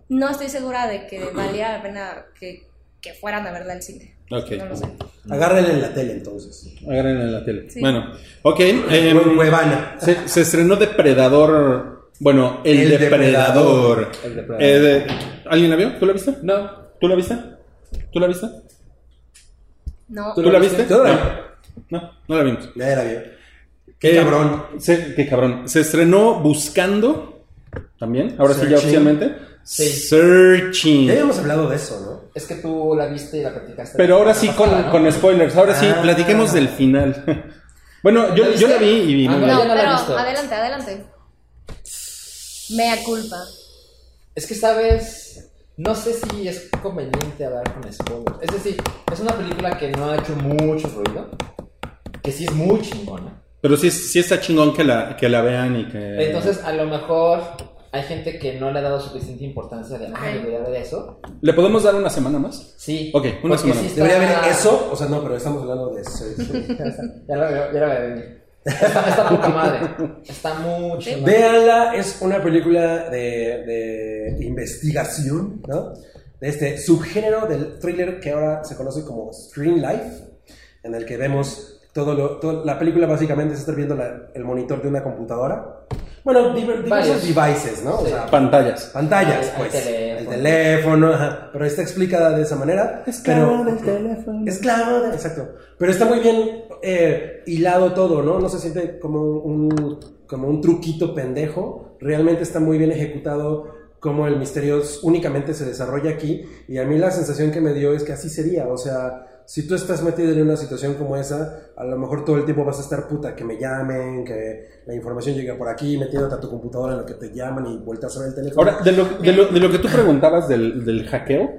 E: No estoy segura de que valía la pena que, que fueran a verla al cine.
C: Ok.
E: No lo sé.
B: Agárrenla en la tele entonces.
C: Agárrenla en la tele.
E: Sí.
C: Bueno, ok. em,
B: Hue- Huevana.
C: se, se estrenó Depredador. Bueno, El,
B: El
C: Depredador.
D: Depredador. El Depredador.
C: Eh, de- ¿Alguien la vio? ¿Tú la viste?
D: No.
C: ¿Tú la viste? ¿Tú la viste?
E: No.
C: ¿Tú la viste?
B: Yo no la
C: No, no, no la vimos.
B: Ya era bien. Qué
C: Eh,
B: cabrón.
C: se- qué cabrón. Se estrenó Buscando también, ahora sí ya
B: Searching.
C: oficialmente.
D: Sí.
C: Searching.
B: Ya habíamos hablado de eso, ¿no?
D: Es que tú la viste y la practicaste.
C: Pero ahora sí con, con spoilers, ahora sí,
B: Ah.
C: platiquemos del final. bueno, yo,
D: ¿La
C: yo la vi
D: viste?
C: y
D: Ah,
C: no
D: no,
C: la-
E: No,
D: yo no la he
E: pero
D: visto.
E: adelante, adelante. Mea culpa.
D: Es que sabes, no sé si es conveniente hablar con spoilers. Es decir, es una película que no ha hecho mucho ruido, que sí es muy chingona.
C: Pero sí, sí está chingón que la, que la vean y que...
D: Entonces, a lo mejor hay gente que no le ha dado suficiente importancia de, ay,
E: Ok.
D: debería ver eso.
C: ¿Le podemos dar una semana más?
D: Sí.
C: Ok, una
D: porque
C: semana.
D: sí está-
B: Debería haber eso. O sea, no, pero estamos hablando de eso.
D: Ya lo veo, ya lo veo venir. Está, está poca madre. Está muy chingona.
B: Véanla, es una película de, de investigación, ¿no? De este subgénero del thriller que ahora se conoce como Screen Life, en el que vemos todo lo. todo- la película básicamente es estar viendo la- el monitor de una computadora. Bueno, diver- diversos devices, ¿no? O sea,
C: Pantallas.
B: pantallas,
D: Al- al
B: pues.
D: teléfono.
B: El teléfono, ajá, pero está explicada de esa manera. pero,
C: teléfono.
B: Esclavo, de- exacto. Pero está muy bien eh, hilado todo, ¿no? No se siente como un, como un truquito pendejo. Realmente está muy bien ejecutado como el misterio s- únicamente se desarrolla aquí. Y a mí la sensación que me dio es que así sería. O sea, si tú estás metido en una situación como esa, a lo mejor todo el tiempo vas a estar puta, que me llamen, que la información llegue por aquí, metiéndote a tu computadora en lo que te llaman y vueltas a ver el teléfono.
C: Ahora, de lo, de, lo, de lo que tú preguntabas del, del hackeo,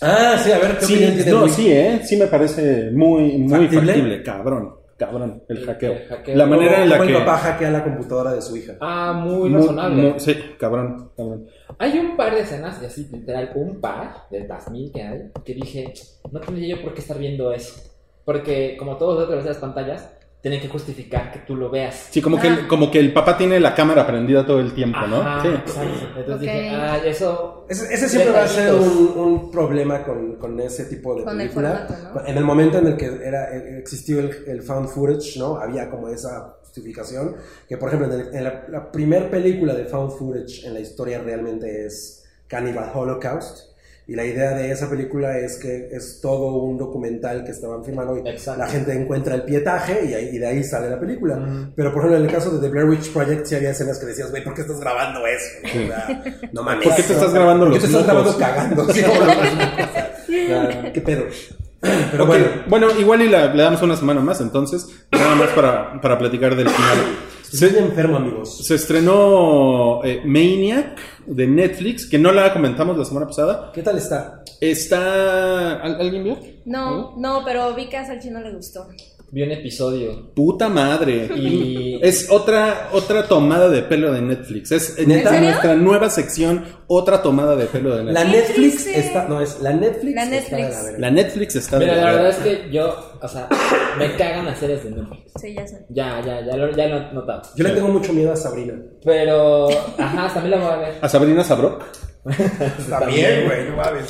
B: ah, sí, a ver, ¿qué opinión
C: sí,
B: tienes,
C: no,
B: Luis?
C: sí, ¿eh? Sí me parece muy, muy
B: ¿Factible?
C: factible. cabrón, cabrón, el
D: El-
C: hackeo.
D: el hackeo.
C: La manera en la
B: Como
C: que...
B: el papá hackea la computadora de su hija.
D: Ah, muy
C: Muy-
D: razonable.
C: muy- sí, cabrón, cabrón.
D: Hay un par de escenas, y así literal, un par de las mil que hay, que dije, no tendría yo por qué estar viendo eso. Porque, como todos los de las pantallas, tienen que justificar que tú lo veas.
C: Sí, como que, el,
E: Ah.
C: como que el papá tiene la cámara prendida todo el tiempo, ¿no?
D: Ajá,
C: Sí.
D: exacto. Entonces
E: Ok.
D: dije, ah, eso.
B: Ese, ese siempre va a ser
D: Detallitos.
B: un, un problema con, con ese tipo de
E: Con el
B: película.
E: formato, ¿no?
B: En el momento en el que era, eh, existió el, el found footage, ¿no? Había como esa justificación. Que, por ejemplo, en, el- en la, la primer película de found footage en la historia realmente es Cannibal Holocaust. Y la idea de esa película es que es todo un documental que estaban filmando y
D: Exacto.
B: la gente encuentra el pietaje y, ahí- y de ahí sale la película. Pero, por ejemplo, en el caso de The Blair Witch Project sí había escenas que decías, güey, ¿por qué estás grabando eso? O sea, no mames.
C: ¿Por qué te estás grabando
B: ¿Por qué
C: los
B: te estás
C: mocos?
B: grabando cagando? Sí, como los mocos. Claro, ¿Qué pedo? Pero
C: Ok,
B: bueno,
C: bueno, igual y la- le damos una semana más, entonces, nada más para, para platicar del final.
B: estoy
C: Se,
B: enfermo, amigos.
C: se estrenó eh, Maniac de Netflix, que no la comentamos la semana pasada.
B: ¿Qué tal está?
C: Está... ¿al- ¿Alguien vio?
E: No, no, pero vi que a Salchi no le gustó.
D: vi un episodio
C: Puta madre.
D: y
C: Es otra, otra tomada de pelo de Netflix. Es
B: ¿Neta?
C: neta
B: ¿En serio?
C: nuestra nueva sección, otra tomada de pelo de
B: La
C: Netflix.
E: ¿Qué
B: Netflix
E: dice?
B: está. No, es la Netflix.
E: La
B: está de
E: Netflix.
B: verga.
C: La Netflix está de
D: Mira, la
C: verdad.
D: verdad es que yo, o sea, me cagan las series de Netflix.
E: Sí, ya sé.
D: Ya, ya, ya lo, ya lo he notado.
B: Yo le tengo mucho miedo a Sabrina.
D: Pero, ajá, también la voy a ver.
C: A Sabrina Sabrok.
D: También.
F: güey, no mames.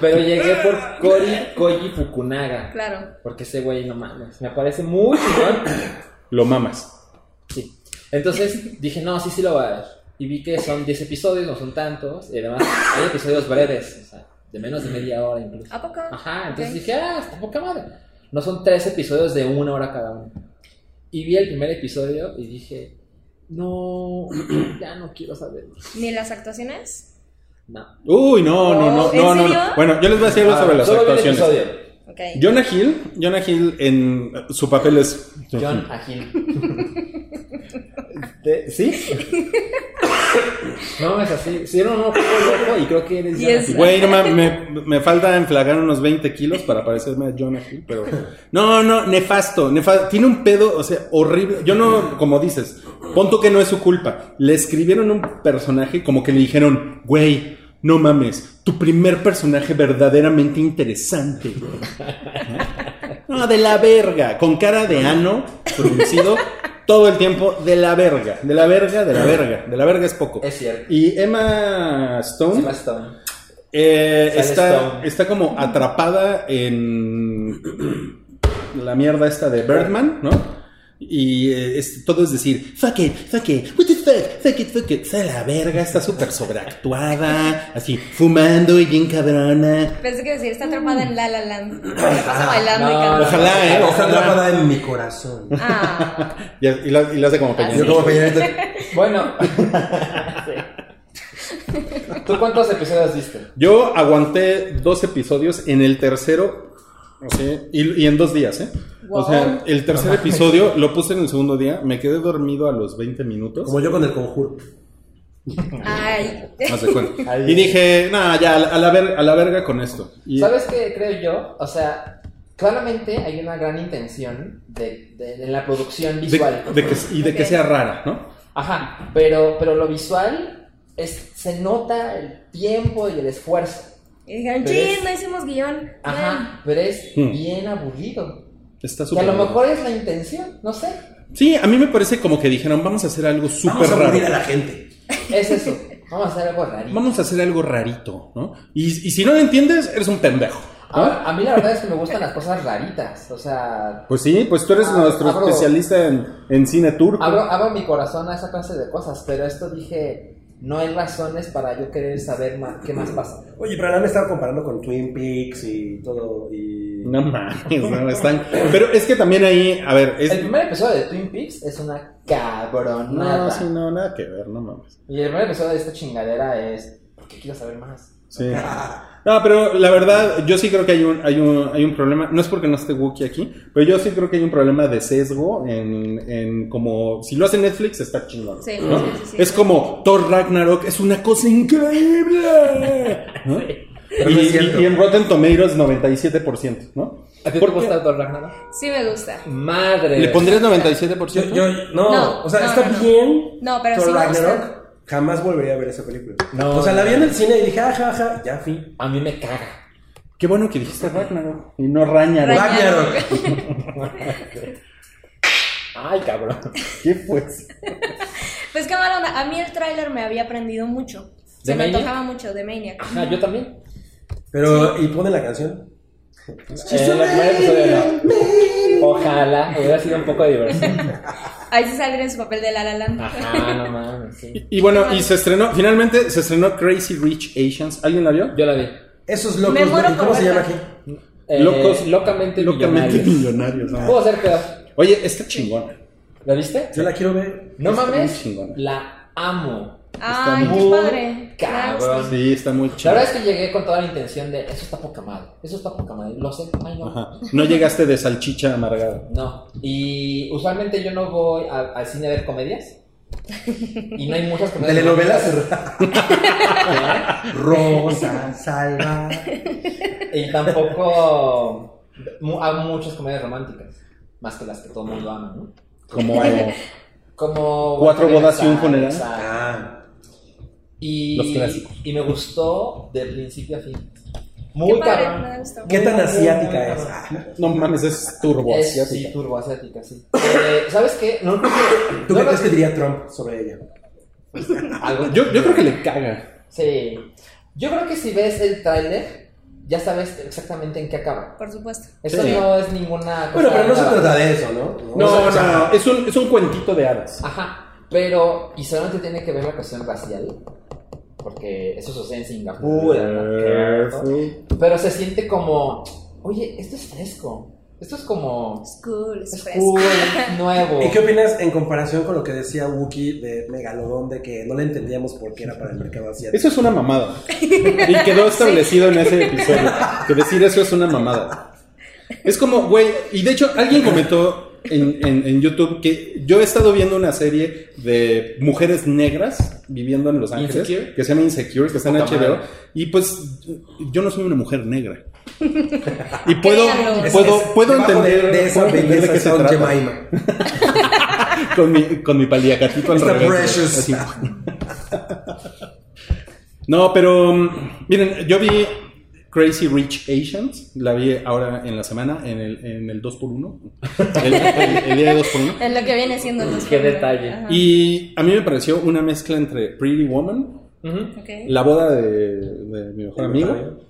D: Pero llegué por Cory Koji Fukunaga.
E: Claro.
D: Porque ese güey, no mames, me parece muy chingón.
C: Lo mamas.
D: Sí. Entonces dije, no, sí, sí lo voy a ver. Y vi que son 10 episodios, no son tantos. Y además hay episodios breves, o sea, de menos de media hora incluso.
E: ¿A poco?
D: Ajá, entonces
E: Ok.
D: dije, ah, está poca madre. No son tres episodios de una hora cada uno. Y vi el primer episodio y dije, no, ya no quiero saberlo.
E: ¿Ni las actuaciones?
D: No. Ah,
C: Uy, no, no, no,
E: Oh, ¿En
C: no, no, no.
E: serio?
C: Bueno, yo les voy a decir algo sobre las
D: Solo vi el
C: actuaciones.
D: episodio.
E: Ok.
C: Jonah Hill, Jonah Hill en su papel es
D: John Agil. ¿Sí? no, es así. Si yo no, no, poco loco y creo que eres
E: Y
D: John
E: es-
D: Agil.
C: Güey, no mames, me, me falta enflagar unos 20 kilos para parecerme a Jonah Hill, pero. No, no, nefasto, nefasto. Tiene un pedo, o sea, horrible. Yo no, como dices, pon tú que no es su culpa. Le escribieron un personaje como que le dijeron, güey, no mames, tu primer personaje verdaderamente interesante. No, de la verga, con cara de ano producido todo el tiempo, de la verga, de la verga, de la verga, de la verga es poco.
D: Es cierto.
C: Y Emma Stone.
D: Emma Stone.
C: Eh,
D: Sale
C: está,
D: Stone.
C: está como atrapada en la mierda esta de Birdman, ¿no? Y eh, es- todo es decir, fuck it, fuck it, what the fuck, fuck it, fuck it. Está de la verga, está súper sobreactuada, así, fumando y bien cabrona.
E: Pensé que iba a decir, está atrapada en La La Land. Se la pasa bailando y
D: Ah, no,
E: cantando.
C: Ojalá, ¿eh?
F: Está
C: Ojalá.
F: atrapada en mi corazón.
E: Ah,
C: Y, y la, y la hace como Peña.
F: Yo
C: Nieto.
F: como Peña Nieto,
D: Bueno. ¿Tú cuántos episodios viste?
C: Yo aguanté dos episodios en el tercero, o sea, y, y en dos días, ¿eh? O
E: Wow.
C: sea, el tercer episodio lo puse en el segundo día, me quedé dormido a los 20 minutos.
B: Como yo con el conjuro.
E: ay.
C: Haz de cuenta.
D: Ahí.
C: Y dije, no, ya, a la, a la ver- a la verga con esto. Y
D: ¿Sabes qué creo yo? O sea, claramente hay una gran intención de, de- de la producción
C: de,
D: visual.
C: de que, y de que
E: Ok.
C: sea rara, ¿no?
D: Ajá, pero, pero lo visual es, se nota el tiempo y el esfuerzo.
E: Y dijeron,
D: Pero es-
E: chin, no hicimos guión.
D: Ajá, pero es
C: Hmm.
D: bien aburrido.
C: Está
D: Que a
C: súper
D: lo
C: rara.
D: mejor es la intención, no sé.
C: Sí, a mí me parece como que dijeron, vamos a hacer algo súper
B: Vamos a aburrir a
C: raro.
B: la gente.
D: Es eso. Vamos a hacer algo rarito.
C: Vamos a hacer algo rarito, ¿no? Y, y si no lo entiendes, eres un pendejo.
D: A, a mí la verdad es que me gustan las cosas raritas. O sea,
C: Pues sí, pues tú eres
D: Ah,
C: nuestro
D: abro-
C: especialista en, en cine turco.
D: abro, abro mi corazón a esa clase de cosas, pero esto dije, no hay razones para yo querer saber ma- qué más pasa.
B: Oye, pero ahora me estaba comparando con Twin Peaks y todo. Y...
C: No mames, no están. Pero es que también ahí, a ver, es.
D: El primer episodio de Twin Peaks es una cabronada.
C: No, sí, no, nada que ver, no mames.
D: Y el primer episodio de esta chingadera es, ¿por qué quiero saber más?
C: Sí. No, pero la verdad, yo sí creo que hay un, hay un, hay un problema. No es porque no esté Wookiee aquí, pero yo sí creo que hay un problema de sesgo en, en como. Si lo hace Netflix, está chingón.
E: Sí,
C: ¿no?
E: sí, sí, sí.
C: Es como Thor Ragnarok, es una cosa increíble. ¿no?
B: Pero
C: Y,
B: no es
C: y-
B: cierto.
C: y en Rotten Tomatoes, 97%, ¿no?
D: ¿A ti te
C: ¿Por qué?
D: gusta Thor Ragnarok?
E: Sí me gusta.
D: Madre.
C: ¿Le pondrías
B: Yo,
C: 97%?
B: yo, no,
E: No,
B: o sea,
E: no,
B: está
E: no, no.
B: bien.
E: No, pero
B: Thor
E: sí me
B: Ragnarok,
E: gusta.
B: Jamás volvería a ver esa película.
D: No,
B: o sea, la
D: no,
B: vi en
D: no.
B: el cine y dije, ajá, ajá, ya fin.
D: A mí me caga.
C: Qué bueno que dijiste Ragnarok y no Ragnarok.
E: Ra- Ragnarok.
B: Ragnarok.
D: Ay, cabrón.
C: ¿Qué fue? eso?
E: Pues qué mala onda. A mí el tráiler me había aprendido mucho.
D: ¿De
E: Se me
D: Maniac?
E: antojaba mucho de Maniac.
D: Ajá, yo también.
B: Pero, ¿y pone la canción?
D: Eh, el primer episodio no. Ojalá hubiera sido un poco de diversión.
E: Ahí sí salió en su papel de La La Land.
D: Ajá, no mames, sí.
C: Y bueno, y se estrenó, finalmente se estrenó Crazy Rich Asians. ¿Alguien la vio?
D: Yo la vi.
B: Esos locos.
E: Me muero
B: ¿no? ¿Y ¿Cómo
E: por
B: se llama
E: verla.
B: aquí?
D: Eh,
C: Locos-
D: locamente,
C: Locamente
D: millonarios.
C: millonarios. ¿no?
D: Puedo ser peor.
C: Oye, está chingona.
D: ¿La viste?
B: Yo la quiero ver.
D: No
C: Está muy
D: mames,
C: chingona.
D: la amo.
E: Ay,
D: Ah, Está
E: qué
D: muy
E: padre.
D: Cabrón.
C: Sí, está muy
D: La
C: chingona.
D: verdad es que llegué con toda la intención de eso está poca madre, eso está poca madre, lo sé, ay no.
C: Ajá. No llegaste de salchicha amargada.
D: No, y usualmente yo no voy a- al cine a ver comedias. Y no hay muchas comedias.
B: Telenovelas. Rosa, salva.
D: Y tampoco mu- a muchas comedias románticas. más que las que todo el mundo ama, ¿no?
C: Como eh,
D: Como...
C: Cuatro bodas y un
D: Exacto,
C: funeral.
D: exacto.
B: Ah,
D: Y,
C: Los clásicos.
D: y me gustó de principio a fin.
E: Qué
D: Muy
E: padre,
D: cabrón.
E: me gustó.
B: ¿Qué tan asiática es? Ah,
C: no mames, es turbo
D: Es-
C: asiática.
D: Sí, turboasiática, sí. Eh, ¿Sabes qué? No, creo que-
B: ¿Tú
D: no
B: qué
D: lo-
B: crees que diría Trump sobre ella?
D: algo-
C: Yo, yo creo que le caga.
D: Sí. Yo creo que si ves el tráiler, ya sabes exactamente en qué acaba.
E: Por supuesto.
D: Eso
C: Sí.
D: no es ninguna cosa
B: Bueno, pero no se
D: nueva.
B: trata de eso, ¿no?
C: No,
B: O sea,
C: no, es un, es un cuentito de hadas.
D: Ajá. Pero, y solamente tiene que ver la cuestión racial. Porque eso sucede en Singapur. en Macao, ¿no?
C: Careful.
D: Pero se siente como, oye, esto es fresco. Esto es como.
E: Es cool, es
D: Es
E: fresco.
D: cool, es nuevo.
B: ¿Y qué opinas en comparación con lo que decía Wookie de Megalodón, de que no le entendíamos por qué era para el mercado asiático?
C: Eso es una mamada. Y quedó establecido en ese episodio. Que decir eso es una mamada. Es como, güey, y de hecho alguien comentó en, en- en YouTube que yo he estado viendo una serie de mujeres negras viviendo en Los Ángeles,
D: Insecure.
C: que se llama Insecure, que está en
D: Puta
C: HBO,
D: madre.
C: y pues yo no soy una mujer negra. Y puedo,
E: Créanlo.
B: Es-
C: puedo,
B: es-
C: puedo
B: debajo
C: entender,
B: de, de esa
C: puedo entender
B: belleza
C: de qué se
B: Son
C: trata
B: Jemima.
C: con mi, con mi paliacatito al
B: Está
C: revés.
B: precious.
C: así. No, pero mm, miren, yo vi Crazy Rich Asians, la vi ahora en la semana, en el, en el 2x1, el, el- el día de 2x1.
E: Es lo que viene siendo los
D: Qué detalle.
E: Ajá.
C: Y a mí me pareció una mezcla entre Pretty Woman,
D: Ujú.
E: Ok.
C: la boda de, de mi mejor amigo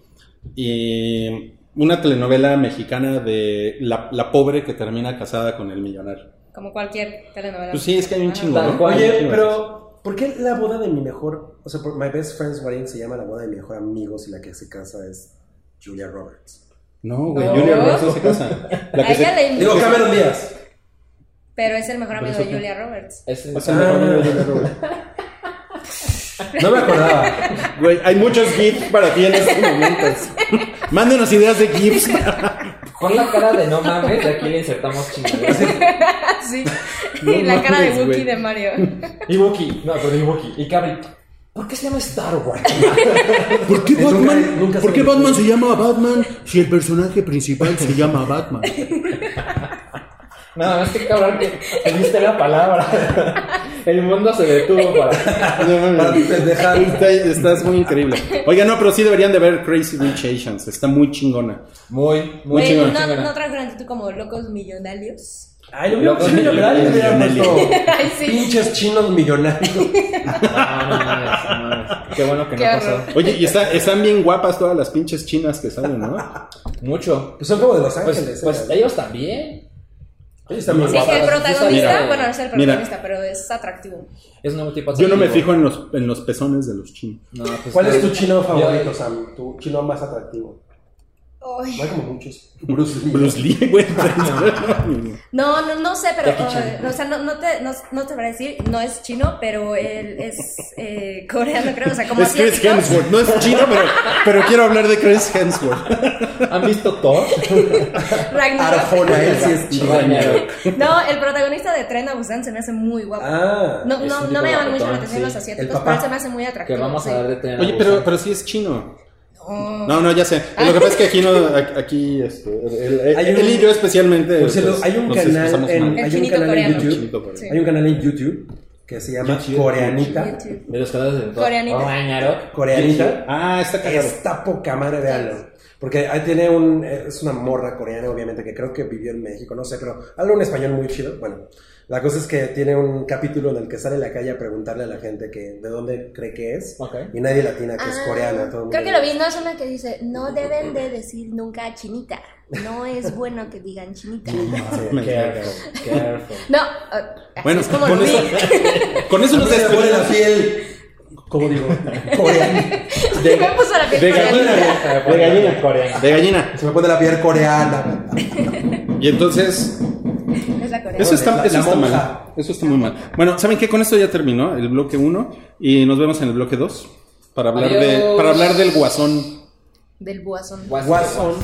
C: y una telenovela mexicana de la, la pobre que termina casada con el millonario.
E: Como cualquier telenovela.
C: Pues sí, es que hay un
E: Ah,
C: chingo,
D: Tal
C: ¿no?
D: cual.
C: Hay un
B: Oye,
C: chingo.
B: pero ¿por qué la boda de mi mejor, o sea, por My Best Friend's Wedding se llama la boda de mi mejor amigo si la que se casa es Julia Roberts?
C: No, güey,
E: No.
C: Julia Roberts no se casa. La
E: A
C: que se-
E: ella le
B: Digo,
E: invitó,
B: Cameron Díaz.
E: Pero es el mejor amigo de
C: eso-
E: Julia Roberts.
D: Es el-
C: O sea, mejor amigo de Julia Roberts.
B: No me acordaba.
C: Güey, hay muchos gifs para ti en estos momentos. Mándenos ideas de gifs.
D: Con la cara de no mames, aquí le insertamos chingaderas.
E: sí.
C: Ah, No
E: y la cara de
C: mames,
E: Wookiee
C: güey.
E: de Mario.
D: Y Wookie, no, pero y Wookie, y Cabri, ¿por qué se llama Star Wars?
C: ¿Por qué
B: Nunca-
C: Batman,
B: nunca
C: ¿por qué
B: se me
C: Batman se llama Batman si el personaje principal se llama Batman?
D: Nada más que cabrón que te diste la palabra. El mundo se detuvo para.
B: Para tu pendejada.
C: Está- estás muy increíble. Oiga, no, pero sí deberían de ver Crazy Rich Asians. Está muy chingona.
D: Muy, muy
E: Güey,
C: chingón,
E: ¿No,
D: chingón.
E: ¿No trajeron a tú como locos millonarios?
B: Ay, lo hubiera puesto millonario, le hubiera
E: Ay,
B: puesto
E: sí.
B: pues, pinches chinos millonarios.
D: No, no mames, no mames. Qué bueno que
E: Qué
D: no pasó.
E: horror.
C: Oye, y está- están bien guapas todas las pinches chinas que salen, ¿no?
D: Mucho.
B: Pues son como de Los Ángeles.
D: Pues, pues
B: ¿eh?
D: ellos también.
B: Ellos están muy
E: Sí, es
B: guapos.
E: que el
D: Guapas,
E: protagonista,
D: mira,
E: bueno, no es el
C: mira.
E: protagonista, pero es atractivo.
D: Es un tipo
C: Yo no me
D: atractivo.
C: fijo en los, en los pezones de los chinos.
D: No, pues,
B: ¿Cuál
D: no.
B: es tu chino
D: Yo-
B: favorito, Sam? Tu chino más atractivo.
E: Ay.
B: No hay como muchos. Bruce Lee.
C: Bruce Lee, güey.
E: No, no, no sé, pero
D: Jackie Chan.
E: eh, no, o sea, no, no te, no, no te voy a decir, no es chino, pero él es eh, coreano, creo, o sea, como
C: Es Chris
E: asiático.
C: Hemsworth. No es chino, pero, pero quiero hablar de Chris Hemsworth.
D: ¿Han visto Thor?
E: Ragnarok.
B: Arjona, él sí es chino.
D: Ragnarok.
E: No, el protagonista de Tren a Busan se me hace muy guapo.
B: Ah.
E: no,
D: es
E: no,
D: un
E: no me
D: tipo
E: llaman mucho la
D: guapetón,
E: atención
D: sí.
E: los asiáticos,
B: papá.
E: pero él se me hace muy
D: Que
E: atractivo.
D: vamos
E: sí.
D: a dar de tener.
C: Oye, pero, pero sí es chino.
E: No.
C: No, no, ya sé. Lo que pasa es que aquí, no, a- aquí este, él, él-
B: Hay un-
C: él y yo especialmente.
B: Por cierto,
C: pues,
B: hay un
C: nos
B: canal
C: expresamos
B: en,
C: mal.
E: El
B: hay un
E: chinito
B: canal en
E: coreano.
B: YouTube.
C: Chinito, por ahí.
B: Hay un canal en YouTube que se llama
C: YouTube.
B: Coreanita.
E: YouTube.
D: De los canales de Thor.
E: Coreanita.
D: Ragnarok.
B: Coreanita.
C: Ah, está cagado.
B: Está poca madre, véanlo. Porque ahí tiene un. Es una morra coreana, obviamente, que creo que vivió en México, no sé, pero habla un español muy chido. Bueno, la cosa es que tiene un capítulo en el que sale a la calle a preguntarle a la gente que de dónde cree que es.
D: Ok.
B: Y nadie latina que es
E: Ah,
B: coreana. Todo el
E: creo
B: mundo-
E: que lo vi, no es una que dice, no deben de decir nunca chinita. No es bueno que digan chinita.
B: Sí.
C: Me caga.
D: Careful, careful.
E: No, ah,
C: Bueno,
E: es como lo
C: con
E: vi.
C: eso, con eso
B: A
C: nos
B: mí se me pone la
C: despedimos.
B: piel. ¿Cómo digo? Coreana.
E: Se me puso la piel
C: de
E: coreanita.
C: gallina. De gallina. De gallina.
B: Se me pone la piel coreana.
C: Y entonces,
E: Es la coreana.
C: Eso está,
B: La-
C: eso
B: la
C: está
B: monja.
C: mal. Eso está muy mal. Bueno, ¿saben qué? Con esto ya terminó el bloque 1 y nos vemos en el bloque 2 para hablar de
D: Adiós.
C: para hablar del guasón.
E: Del buazón.
B: Guasón.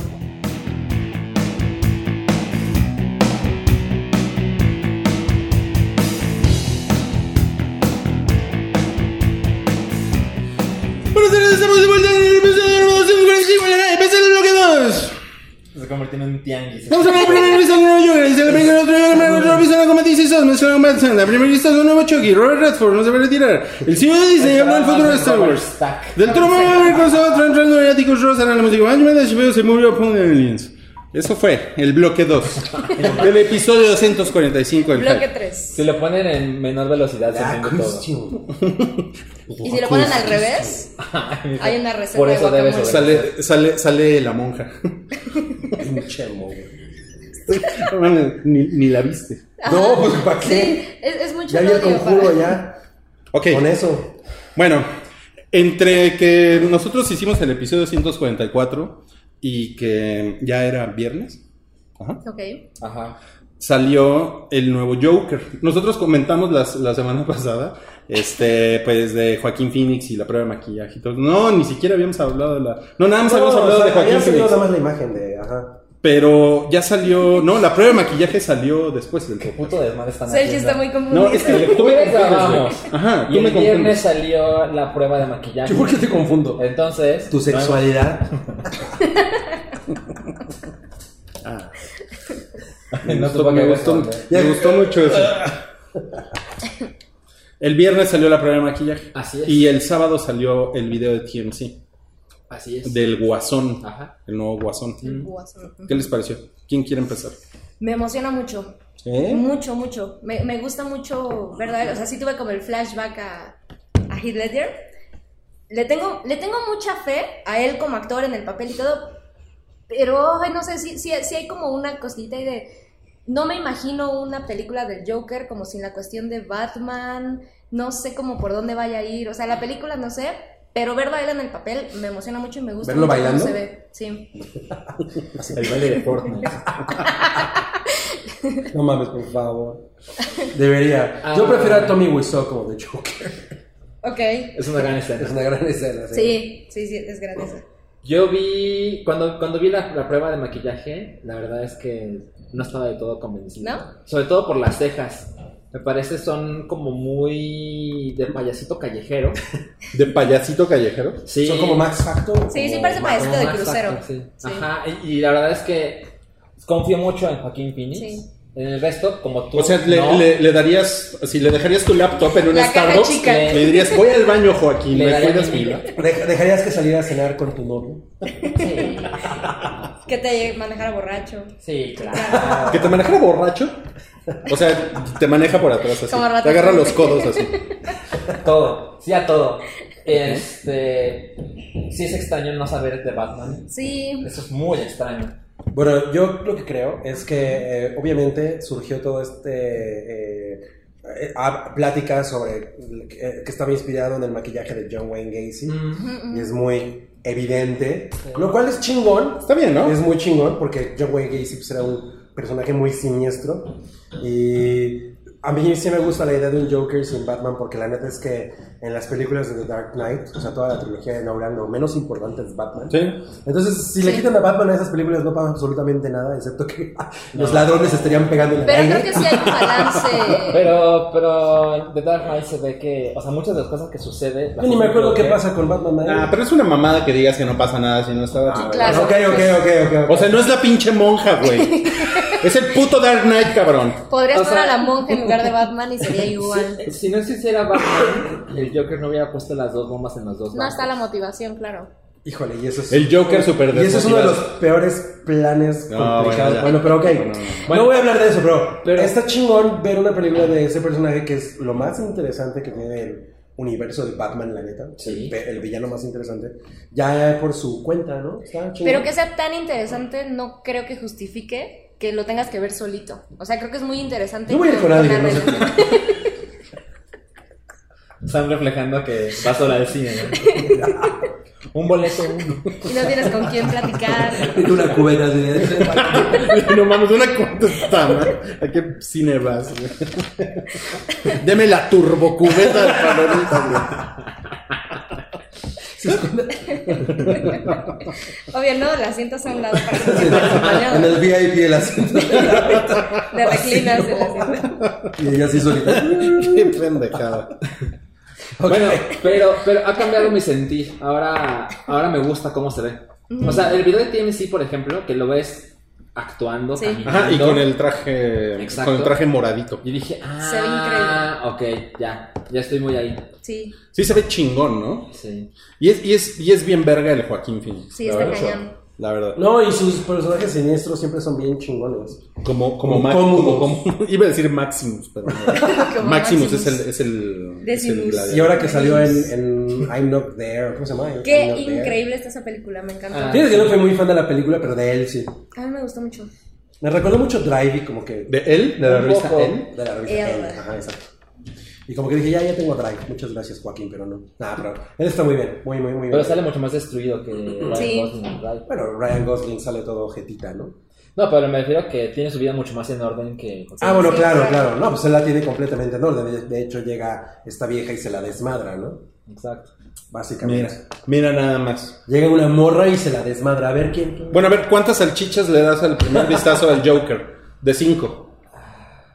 C: Buenas tardes, estamos de vuelta en el episodio número 245, empezar el bloque 2.
D: Se convirtió en un tianguis.
C: Vamos a hablar primero de Luis Alonso Yoga y se le venga los Sam Batson, la primera lista de un nuevo Chucky, Robert Redford, no se va a retirar. El señor Disney habló del futuro de Star Wars. Del trono de haber cruzado tras los mediáticos rosas en la música. Benjamin de Shapiro se murió por un aliens. Eso fue el bloque 2 del episodio 245 del
E: Bloque
C: Hype.
E: 3.
D: Si lo ponen en menor velocidad, se
B: Ah,
D: prende
B: ¿cómo
D: todo.
B: es chingón?
E: Y si lo ponen al revés, hay una receta
D: Por
E: de
D: eso debes
E: guacamole.
C: Sale, sale, sale la monja.
B: Pinche emo, güey.
C: No mames, ni, ni la viste.
E: Ajá.
B: No, pues ¿para qué?
E: Sí, es, es mucho
B: Ya vi el
E: odio
B: conjuro,
E: para-
B: ya.
C: Ok.
B: Con eso.
C: Bueno, entre que nosotros hicimos el episodio 144 y que ya era viernes, ajá,
E: Ok.
D: Ajá.
C: salió el nuevo Joker. Nosotros comentamos las- la semana pasada, este, pues de Joaquín Phoenix y la prueba de maquillaje. y todo. No, ni siquiera habíamos hablado de la. No, nada más habíamos
B: No, o
C: hablado
B: sea,
C: de Joaquín
B: había salido
C: Phoenix.
B: nada más la imagen de. Ajá.
C: Pero ya salió. No, la prueba de maquillaje salió después del
D: Qué
C: podcast.
D: puto desmadre están
E: Sergio
D: haciendo.
E: está muy confundido.
C: No, es que tú me
D: Jueves
C: confundes, güey.
D: grabamos.
C: Ajá,
D: Y
C: tú me
D: el viernes
C: confundes.
D: salió la prueba de maquillaje.
B: ¿Yo por qué te confundo?
D: Entonces.
B: Tu
D: no hemos-
B: sexualidad.
C: Me
D: No
C: gustó,
D: supongo
C: me
D: que
C: gustó-
D: responde.
C: me gustó mucho eso. El viernes salió la prueba de maquillaje.
D: Así es.
C: Y el sábado salió el video de TMC.
D: Así es.
C: Del Guasón.
D: Ajá.
C: El nuevo Guasón.
E: El
D: Mm.
E: guasón.
C: ¿Qué les pareció? ¿Quién quiere empezar?
E: Me emociona mucho.
C: ¿Eh?
E: Mucho, mucho. Me, me gusta mucho, ¿verdad? O sea, sí tuve como el flashback a, a Heath Ledger. Le tengo, le tengo mucha fe a él como actor en el papel y todo, pero ay, no sé, sí, sí, sí hay como una cosita ahí de... No me imagino una película del Joker como sin la cuestión de Batman, no sé cómo por dónde vaya a ir, o sea, la película no sé, pero verlo a él en el papel me emociona mucho y me gusta
B: ¿Verlo
E: mucho cómo
B: bailando?
E: se ve. Sí.
D: El baile de Fortnite.
B: No mames, por favor. Debería.
D: Ah.
B: Yo prefiero a Tommy Wiseau como de Joker.
E: Ok.
D: Es una gran escena.
B: Es una gran escena.
E: Sí, sí, sí, es grandiosa.
D: Yo vi, cuando, cuando vi la, la prueba de maquillaje, la verdad es que no estaba de todo convencido.
E: ¿No?
D: Sobre todo por las cejas. Me parece son como muy de payasito callejero.
C: ¿De payasito callejero?
D: Sí.
B: Son como Max Factor.
E: Sí, sí,
B: como
E: parece
B: Max-
E: payasito de
D: Max
E: crucero.
D: Factor, sí.
E: Sí.
D: Ajá, y, y la verdad es que confío mucho en Joaquín Phoenix.
E: Sí.
D: En el resto, como tú.
C: O sea, le,
D: no,
C: le- le darías, si le dejarías tu laptop en un
E: La caja
C: Starbucks,
E: chica.
C: le dirías, voy al baño, Joaquín,
D: Le
C: ¿me
D: daría
C: cuidas
D: mi
C: mi
D: vida?
C: laptop?"
B: Dej- ¿Dejarías que saliera a cenar con tu novio?
D: Sí,
E: Que te manejara borracho.
D: sí, claro.
C: ¿Que te manejara borracho? O sea, te maneja por atrás así.
E: Como ratón.
C: Te agarra los codos así.
D: todo, sí a todo. Este. Sí es extraño no saber de Batman.
E: Sí,
D: Eso es muy extraño.
B: Bueno, yo lo que creo es que eh, obviamente surgió todo este eh, eh, ah, plática sobre eh, que estaba inspirado en el maquillaje de John Wayne Gacy y es muy evidente, lo cual es chingón,
C: Está bien, ¿no?
B: es muy chingón porque John Wayne Gacy pues, era un personaje muy siniestro y a mí sí me gusta la idea de un Joker sin Batman porque la neta es que en las películas de The Dark Knight, o sea, toda la trilogía de Nolan, lo menos importante es Batman.
C: Sí.
B: Entonces, si le quitan a Batman a esas películas, no pasa absolutamente nada, excepto que los ladrones estarían pegando en el
E: pero creo
B: aire.
E: que sí hay un balance.
D: Pero, pero The Dark Knight se ve que, o sea, muchas de las cosas que sucede.
B: Yo
D: la
B: ni me
D: gente
B: acuerdo
D: lo
B: qué
D: ve.
B: pasa con Batman. ¿eh?
C: Ah, pero es una mamada que digas que no pasa nada si no está Batman.
E: Ah, claro.
B: Ok, ok, ok, ok. ok.
C: O sea, no es la pinche monja, güey. es el puto Dark Knight, cabrón.
E: Podrías
D: o sea-
E: poner a la monja en lugar de Batman y sería igual.
D: eh, Si, si no existiera Batman, el Joker no hubiera puesto las dos bombas en los dos.
E: No está la
D: bancos.
E: motivación, claro.
B: Híjole, y eso es...
C: El Joker super
B: Y eso es uno de los
C: desmotivado.
B: peores planes
C: No,
B: complicados. Bueno,
C: bueno, ya.
B: pero ok.
C: No, no, no.
B: No, voy a hablar de eso, pero,
D: Pero-
B: está chingón ver una película de ese personaje que es lo más interesante que tiene el universo de Batman, la neta.
D: Sí.
B: El, pe- el villano más interesante. Ya por su cuenta, ¿no? Está chingón.
E: Pero que sea tan interesante no creo que justifique que lo tengas que ver solito. O sea, creo que es muy interesante.
B: Yo voy a ir con alguien, no sé.
E: Pero
D: Están reflejando que va sola al cine. ¿no? un boleto uno.
E: Y no tienes con quién platicar.
B: Tiene una cubeta de...
C: no mames, una cuenta está mal. ¿A qué cine vas, güey? Deme la turbocubeta de palomita, güey.
E: Obvio, no, las sientas a un lado para que te sientas
B: en
E: acompañado.
B: el VIP el asiento.
E: Te reclinas en la sienta.
B: Y ella así solita.
C: Qué pendejada.
D: Bueno, pero, pero ha cambiado mi sentir. Ahora, ahora me gusta cómo se ve. O sea, el video de TMC, por ejemplo, que lo ves actuando,
E: Sí.
D: caminando.
C: Ajá, y con el traje.
D: Exacto.
C: Con el traje moradito.
D: Y dije, ah,
E: Se ve
D: ok, ya, ya estoy muy ahí.
E: Sí,
C: Sí, se ve chingón, ¿no?
D: Sí.
C: Y es, y es, y es bien verga el Joaquín Phoenix.
E: sí,
C: la
E: está
C: verdad.
E: cañón.
C: La verdad.
B: No, y sus personajes siniestros siempre son bien chingones.
C: Como, como,
B: Como
C: Max-
B: Cómodos.
C: como- como- Iba a decir Maximus, pero no.
E: Como
C: Maximus,
E: Maximus.
C: es el. Es el, es el
E: Decimus.
C: gladiador.
B: Y ahora que salió en, en I'm Not There, ¿cómo se llama? I'm
E: Qué
B: Not There.
E: increíble está esa película, me encanta.
D: Ah.
B: Fíjate que yo no fui muy fan de la película, pero de él sí.
E: A mí me gustó mucho.
B: Me recordó mucho Drivey, como que.
C: ¿De él? ¿De la
D: Un
C: revista
D: poco.
C: él?
B: De la revista
E: Él.
B: él. Ajá, exacto. Y como que dije, ya, ya tengo a Drive. Muchas gracias, Joaquín, pero no. Nada, pero él está muy bien. Muy, muy, muy bien.
D: Pero sale mucho más destruido que Ryan
E: Sí.
D: Gosling, ¿verdad?
B: Bueno, Ryan Gosling sale todo jetita, ¿no?
D: No, pero me refiero que tiene su vida mucho más en orden que.
B: Ah, bueno,
E: Sí,
B: claro,
E: claro.
B: claro. No, pues él la tiene completamente en orden. De- De hecho, llega esta vieja y se la desmadra, ¿no?
D: Exacto.
B: Básicamente.
C: Mira, mira nada más.
B: Llega una morra y se la desmadra. A ver quién.
C: Bueno, a ver, ¿cuántas salchichas le das al primer vistazo al Joker? De cinco.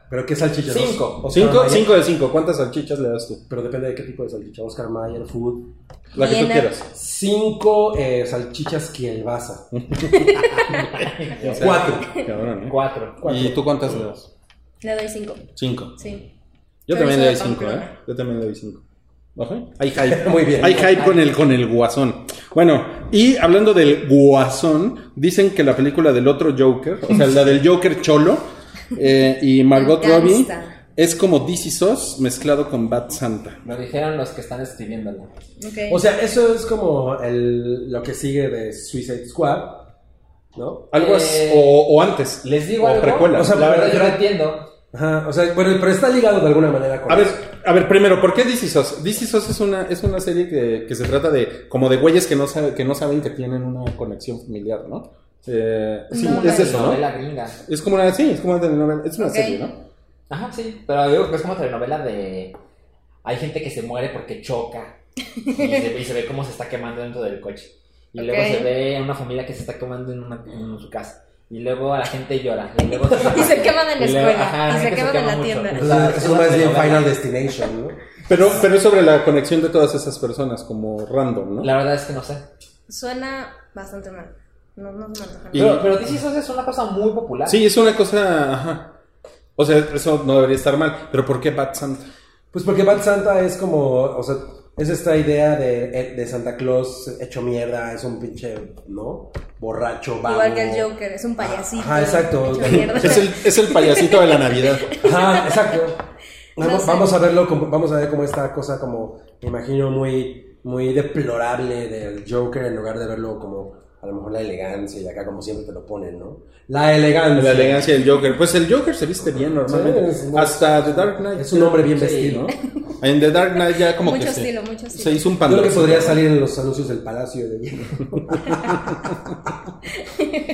B: Pero qué salchicha. ¿no?
D: Cinco.
B: Oscar
C: Cinco,
B: Mayer.
C: cinco de cinco. ¿Cuántas salchichas le das tú?
B: Pero depende de qué tipo de salchicha. Oscar Mayer, Food.
C: La que tú
E: Llena.
C: quieras.
B: Cinco eh, salchichas kielbasa. Cuatro.
C: Cabrón, ¿eh?
D: Cuatro.
C: ¿Y tú cuántas le das?
E: Le doy cinco,
C: Cinco.
E: sí.
C: Yo
E: Chorizo
C: también le
E: de
C: doy cinco,
E: Pamplona.
C: ¿eh? Yo también le doy cinco. Ajá. Hay hype.
B: Muy bien.
C: Hay hype con el, con el guasón. Bueno, y hablando del guasón, dicen que la película del otro Joker, o sea, la del Joker Cholo eh, y Margot
E: El
C: Robbie,
E: gangsta.
C: es como DC Sos mezclado con Bad Santa.
D: Lo dijeron los que están escribiéndolo.
E: Okay.
B: O sea, eso es como el, lo que sigue de Suicide Squad, ¿no?
C: Algo así,
D: Eh,
C: o, o antes.
D: Les digo
C: o
D: algo.
C: precuela.
B: O sea,
D: la verdad,
B: pero-
D: yo no entiendo.
B: Ajá, o sea, bueno, pero está ligado de alguna manera con
C: A ver, a ver, primero, ¿por qué DC SOS? DC SOS es una, es una serie que, que se trata de como de güeyes que no, sabe- que no saben que tienen una conexión familiar, ¿no? Eh, sí,
E: No,
C: es
E: la
C: eso, ¿no?
D: Novela gringa.
C: Es como una, sí, es como una telenovela, es una
E: Ok.
C: serie, ¿no?
D: Ajá, sí. Pero digo que es como telenovela de. Hay gente que se muere porque choca. Y se, y se ve cómo se está quemando dentro del coche. Y
E: Ok.
D: luego se ve a una familia que se está quemando en, una- en su casa. Y luego la gente llora. Y, luego
E: Y se queman en la
D: y luego-
E: escuela,
D: ajá,
E: y
D: la
E: se
D: gente
E: queman en la
D: mucho.
E: tienda.
B: Entonces, eso es más bien Final Destination, ¿no?
C: Pero, pero es sobre la conexión de todas esas personas, como random, ¿no?
D: La verdad es que no sé.
E: Suena bastante mal. No, no se me antoja
C: Y-
E: nada.
D: Pero, pero DC Sos es una cosa muy popular.
C: Sí, es una cosa, ajá. O sea, eso no debería estar mal, pero ¿por qué Bad Santa?
B: Pues porque Bad Santa es como, o sea, es esta idea de, eh, de Santa Claus hecho mierda, es un pinche, ¿no? Borracho, vago.
E: Igual que el Joker, es un payasito.
B: Ajá, exacto.
E: hecho mierda.
C: Es el, es el payasito de la Navidad.
B: Ajá, exacto.
E: No
B: Vamos,
E: sé.
B: vamos a verlo, como- vamos a ver cómo esta cosa como, me imagino, muy, muy deplorable del Joker en lugar de verlo como, a lo mejor la elegancia y acá como siempre te lo ponen, ¿no? La elegancia.
C: La elegancia del Joker. Pues el Joker se viste bien normalmente.
B: Sí, es-
C: Hasta The Dark Knight.
B: Es un hombre bien
D: Sí.
B: vestido.
C: En The Dark Knight ya como
E: Mucho
C: que
E: estilo,
C: se,
E: mucho estilo.
C: se hizo un
B: Yo creo
C: pantalón.
B: que podría salir en los anuncios del Palacio de Hierro.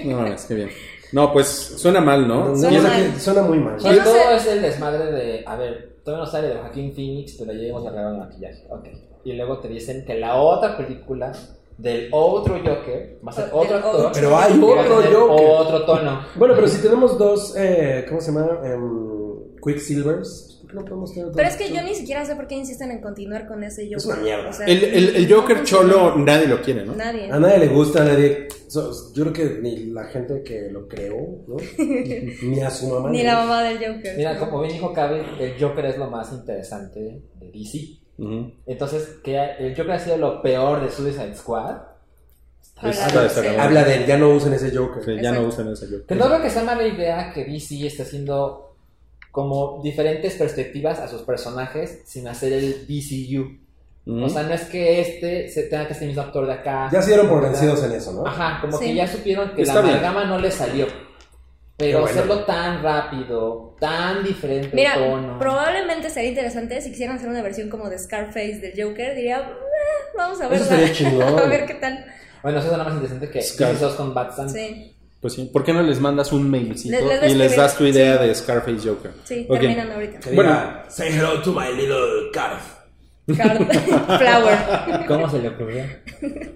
C: No, es que bien. No, pues suena mal, ¿no?
B: No,
E: Suena
B: o sea
E: mal.
B: que suena muy mal.
D: Pues Sobre
E: Yo no
D: todo
E: sé.
D: es el desmadre de, a ver, todavía no sale de Joaquín Phoenix, pero ya hemos hablado de maquillaje. Ok. Y luego te dicen que la otra película del otro Joker va a ser
E: Del
D: otro actor.
E: otro.
B: Pero hay
D: y va a
B: otro
D: tener
B: Joker.
D: Otro tono.
B: Bueno, pero si tenemos dos, eh, ¿cómo se llama? Em, Quicksilvers. ¿Por qué no podemos tener
E: Pero
B: dos?
E: es que yo ni siquiera sé por qué insisten en continuar con ese Joker.
B: Es una mierda.
E: O sea,
C: El, el- el
E: no
C: Joker
E: funciona.
C: cholo nadie lo quiere, ¿no? Ah,
E: Nadie.
B: A nadie le gusta, a nadie. so- yo creo que ni la gente que lo creó, ¿no? ni a su mamá.
E: Ni
B: ¿no?
E: la mamá del Joker.
D: Mira, como bien dijo Cabe, el Joker es lo más interesante de DC.
C: Ujú.
D: Entonces, que el Joker ha sido lo peor de Suicide Squad.
E: Habla
C: Está
E: de-
C: desagradable.
B: Habla de ya no usen ese Joker.
C: Sí, ya
E: Exacto.
C: no usan ese Joker.
D: Que no creo que sea mala idea que DC esté haciendo como diferentes perspectivas a sus personajes sin hacer el DCU.
C: Ujú.
D: O sea, no es que este se tenga que ser el mismo actor de acá.
B: Ya se dieron por
D: ¿verdad?
B: vencidos en eso, ¿no?
D: Ajá, como
E: Sí.
D: que ya supieron que
C: Está
D: la
C: bien.
D: amalgama no le salió. Pero
B: Qué bueno.
D: hacerlo tan rápido, tan diferente el
E: Mira,
D: tono.
E: probablemente sería interesante si quisieran hacer una versión como de Scarface del Joker. Diría, "Ah, vamos a
B: Eso
E: verla.
B: estaría chingón.
E: a ver qué tal.
D: Bueno, eso es nada más interesante que
C: Scar-
D: DC sos con Batman.
E: Sí,
C: Pues sí, ¿por qué no les mandas un mailcito
E: Les- les voy a
C: y les
E: escribir.
C: das tu idea de Scarface Joker?
E: sí,
C: Ok.
E: terminan ahorita.
B: Que diga,
C: Bueno.
B: say hello to my little calf.
E: Card- Flower.
D: ¿Cómo se le ocurrió?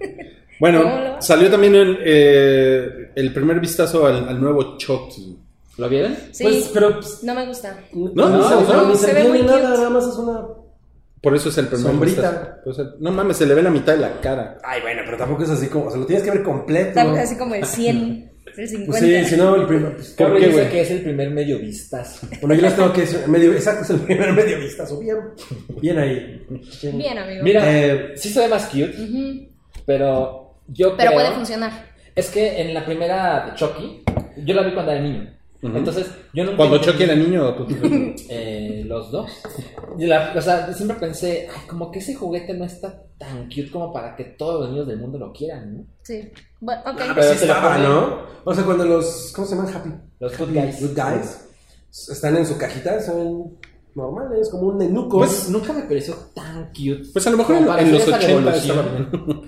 E: ¿Cómo lo
C: Bueno,
E: va?
C: salió también el, eh, el primer vistazo al, al nuevo Chucky.
D: ¿Lo vieron?
E: Sí,
B: Pues, pero. pues,
E: no me gusta.
C: No,
B: ni
C: no,
B: se,
C: no,
B: ni
E: se
B: se
E: ve
B: entiende
E: muy
B: nada,
E: cute.
B: nada más es una.
C: Por eso es el primer
B: Sombrita.
C: vistazo. Por eso- no mames, se le ve la mitad de la cara.
B: Ay, bueno, pero tampoco es así como. O sea, lo tienes que ver completo.
E: Estamos así como el 100. Es el 50.
B: Pues sí, si no, el primer. pues,
C: ¿Por
D: Carlos
C: qué,
D: dice
C: güey?
D: que es el primer medio vistazo.
B: Bueno, yo les tengo que decir, medio, exacto, es el primer medio vistazo. Bien, bien ahí.
E: Bien, amigo.
D: Mira,
B: Eh,
D: sí se ve más cute,
E: Ujú.
D: pero yo
E: Pero
D: creo...
E: puede funcionar.
D: Es que en la primera de Chucky, yo la vi cuando era niño.
C: Ujú.
D: Entonces, yo nunca...
C: Cuando
D: entendí-
C: Chucky era niño, pues, tú-
D: Eh, los dos. Y la- o sea, siempre pensé, "Ay, como que ese juguete no está tan cute como para que todos los niños del mundo lo quieran, ¿no?
E: Sí. Bueno, ok. pues
B: Ah,
D: Pero
B: pero sí
D: te la
B: estaba,
D: ponen.
B: ¿no? O sea, cuando los. ¿Cómo se llaman? Happy.
D: Los good
B: Happy
D: guys.
B: Good guys. Están en su cajita, son normales, como un nenuco.
D: Pues nunca me pareció tan cute.
C: Pues a lo mejor en,
D: Como para
C: en
D: hacer
C: los
D: esa
C: 80
D: revolución.
C: estaba-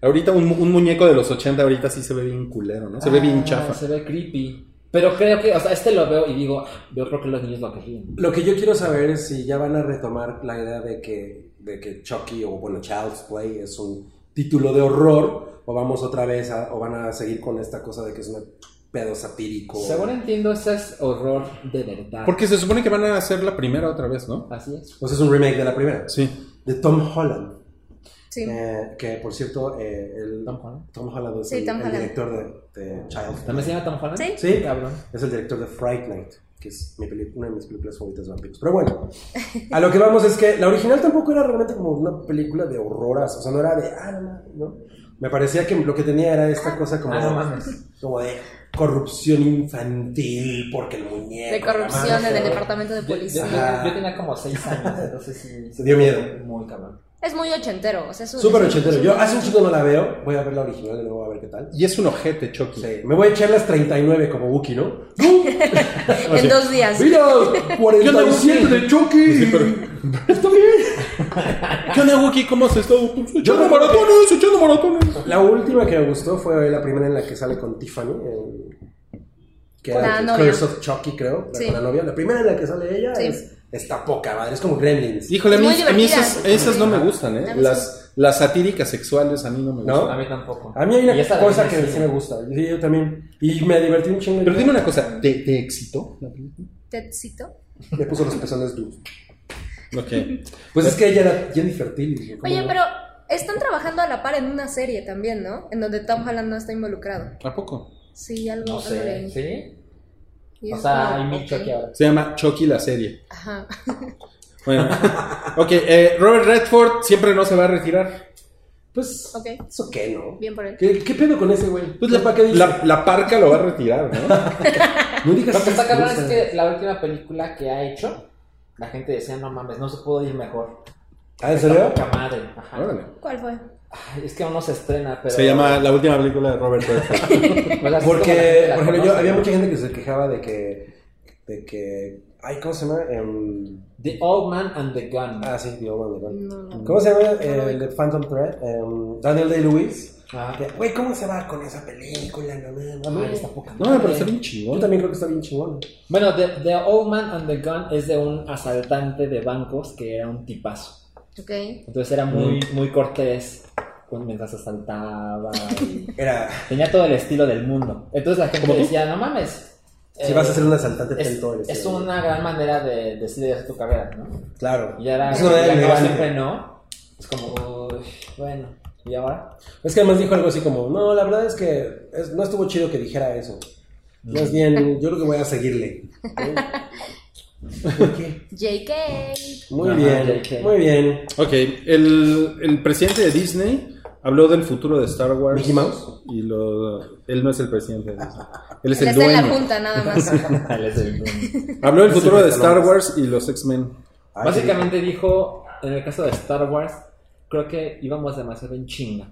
C: Ahorita un, mu- un muñeco de los 80 ahorita sí se ve bien culero, ¿no? Se ve bien
D: Ah,
C: chafa.
D: Se ve creepy. Pero creo que, o sea, este lo veo y digo, "Ah, yo creo que los niños lo querían.
B: Lo que yo quiero saber es si ya van a retomar la idea de que, de que Chucky o bueno, Child's Play es un título de horror o vamos otra vez a- o van a seguir con esta cosa de que es un pedo satírico.
D: Según entiendo, ese es horror de verdad.
C: Porque se supone que van a hacer la primera otra vez, ¿no?
D: Así es.
B: Pues es un remake de la primera.
C: Sí.
B: De Tom Holland.
E: Sí.
B: Eh, que por cierto, eh, el-
D: Tom Holland.
B: Tom Holland es
E: Sí,
B: el,
E: Tom
B: el
E: Holland.
B: director de, de Child's Play.
D: ¿También se llama Tom Holland?
E: Sí.
B: Sí,
D: Cabrón.
B: Es el director de Fright Night, que es mi peli- una de mis películas favoritas de vampiros. Pero bueno, a lo que vamos es que la original tampoco era realmente como una película de horroras, o sea, no era de, ah, no, no, no. Me parecía que lo que tenía era esta cosa como,
D: Ah, no mames.
B: como de corrupción infantil, porque el muñeco.
E: De
B: la mano,
E: corrupción en el
B: pero-
E: departamento de
D: Yo, yo
E: policía.
D: tenía, yo tenía como 6 años, entonces sí.
B: Se dio miedo.
D: Muy cabrón.
E: Es muy ochentero. O sea, es un-
B: Súper
E: es un-
B: ochentero.
E: es un-
B: Yo hace un chico no la veo, voy a ver la original de nuevo a ver qué tal.
C: Y es un ojete, Chucky.
B: Sí, Me voy a echar las 39 como Wookiee, ¿no?
E: En dos días.
B: Mira,
C: onda,
B: 47
C: Wookiee?
B: de Chucky.
C: Sí, pero-
B: Está bien.
C: ¿Qué onda, Wookie? ¿Cómo has estado? Pues,
B: Yo-
C: Echando maratones, echando maratones.
B: La última que me gustó fue la primera en la que sale con Tiffany, en- que
E: La
B: era
E: novia.
B: Curse of Chucky, creo, la,
E: Sí.
B: con la novia. La primera en la que sale ella
E: Sí.
B: es, está poca madre, es como Gremlins.
C: Híjole, a mí,
E: Es muy
C: a mí
E: divertida.
C: esas, esas no me gustan,
E: A
C: ¿eh?
E: mí
C: Las, las satíricas sexuales a mí no me
B: ¿No?
C: gustan.
D: A mí tampoco.
B: A mí hay
D: Y esta
B: una
D: la
B: cosa
D: vi
B: que
D: en el
B: sí
D: cine.
B: me gusta, sí, yo también. Y me divertí un chingo.
C: Pero dime una cosa, ¿te, te excitó la película?
E: Tetsito.
B: Le puso los pezones duros.
C: Ok.
B: Pues es que ella era Jennifer Tilly. ¿cómo
E: Oye,
B: no?
E: pero están trabajando a la par en una serie también, ¿no? En donde Tom Holland no está involucrado.
C: ¿A poco?
E: Sí, algo.
D: No
E: algo de
D: sé.
E: ahí.
D: ¿Sí?
E: Y
D: O
E: es
D: sea, hay
E: como,
D: mil
E: ok.
D: Chucky ahora.
C: Se llama Chucky la serie.
E: Ajá.
C: Bueno. ok, eh, Robert Redford siempre no se va a retirar.
B: Pues,
E: Ok.
B: ¿eso qué, no?
E: Bien por él.
B: ¿Qué, qué pedo con ese güey?
C: Pues la,
B: ¿Para qué dice?
C: la, la parca lo va a retirar,
B: No
C: ¿no?
B: digas
D: Lo que está
B: esas
D: cabrón es
B: cosas.
D: que la última película que ha hecho, la gente decía, no mames, no se pudo ir mejor.
B: ¿Ah, en
D: Está
B: serio?
D: poca madre. Ajá.
C: Órale.
E: ¿Cuál fue?
D: Ay, es que aún no se estrena, pero.
C: Se llama la última película de Robert Redford.
D: Pues así como la gente
B: Porque,
D: la
B: por ejemplo, yo,
D: conoce,
B: había
D: ¿no?
B: mucha gente que se quejaba de que. de que. Ay, ¿cómo se llama? Em,
D: The Old Man and the Gun.
B: ah, sí, tío, bueno, bueno.
E: No, no.
B: ¿Cómo se llama eh, el de Phantom Thread? Em, Daniel Day-Lewis.
D: Ah.
B: Que, Güey, ¿cómo se va con esa película? No, no, no,
D: Ay,
B: no.
D: está poca
C: No,
D: madre.
C: pero está bien
B: Yo
C: chingón.
B: también creo que está bien chingón.
D: Bueno, the, The Old Man and the Gun es de un asaltante de bancos que era un tipazo.
E: Ok.
D: Entonces era muy,
B: Mm.
D: muy cortés pues, mientras asaltaba. y
B: Era,
D: tenía todo el estilo del mundo. Entonces la gente
C: ¿Como tú?
D: decía, no mames.
B: si
D: eh,
B: vas a ser un asaltante, ten
D: es,
B: todo el
D: es
B: estilo".
D: una gran manera de decidir hacer tu carrera, ¿no?
B: Claro.
D: Y ahora
B: es
D: que
B: una manera
D: acabas
B: elegante.
D: siempre no. Es como, uy, bueno. ¿Y ahora?
B: Es que además dijo algo así como: No, la verdad es que es- no estuvo chido que dijera eso. Más
D: Mm.
B: bien, yo creo que voy a seguirle. ¿Eh? ¿Por qué?
E: JK.
B: Muy
D: Ajá,
B: bien,
D: ya, ya.
B: muy bien.
C: Ok, el, el presidente de Disney habló del futuro de Star Wars.
B: Mickey Mouse.
C: Y lo, él no es el presidente de Disney. Él es
E: Él
C: el
E: está en la
C: dueño.
E: junta nada más.
D: Él es el
B: Ah,
D: dueño.
C: Habló del
B: Es el
C: futuro de
B: pantalón.
C: Star Wars y los X-Men.
B: Ah,
D: Básicamente dijo, en el caso de Star Wars, creo que íbamos demasiado en chinga.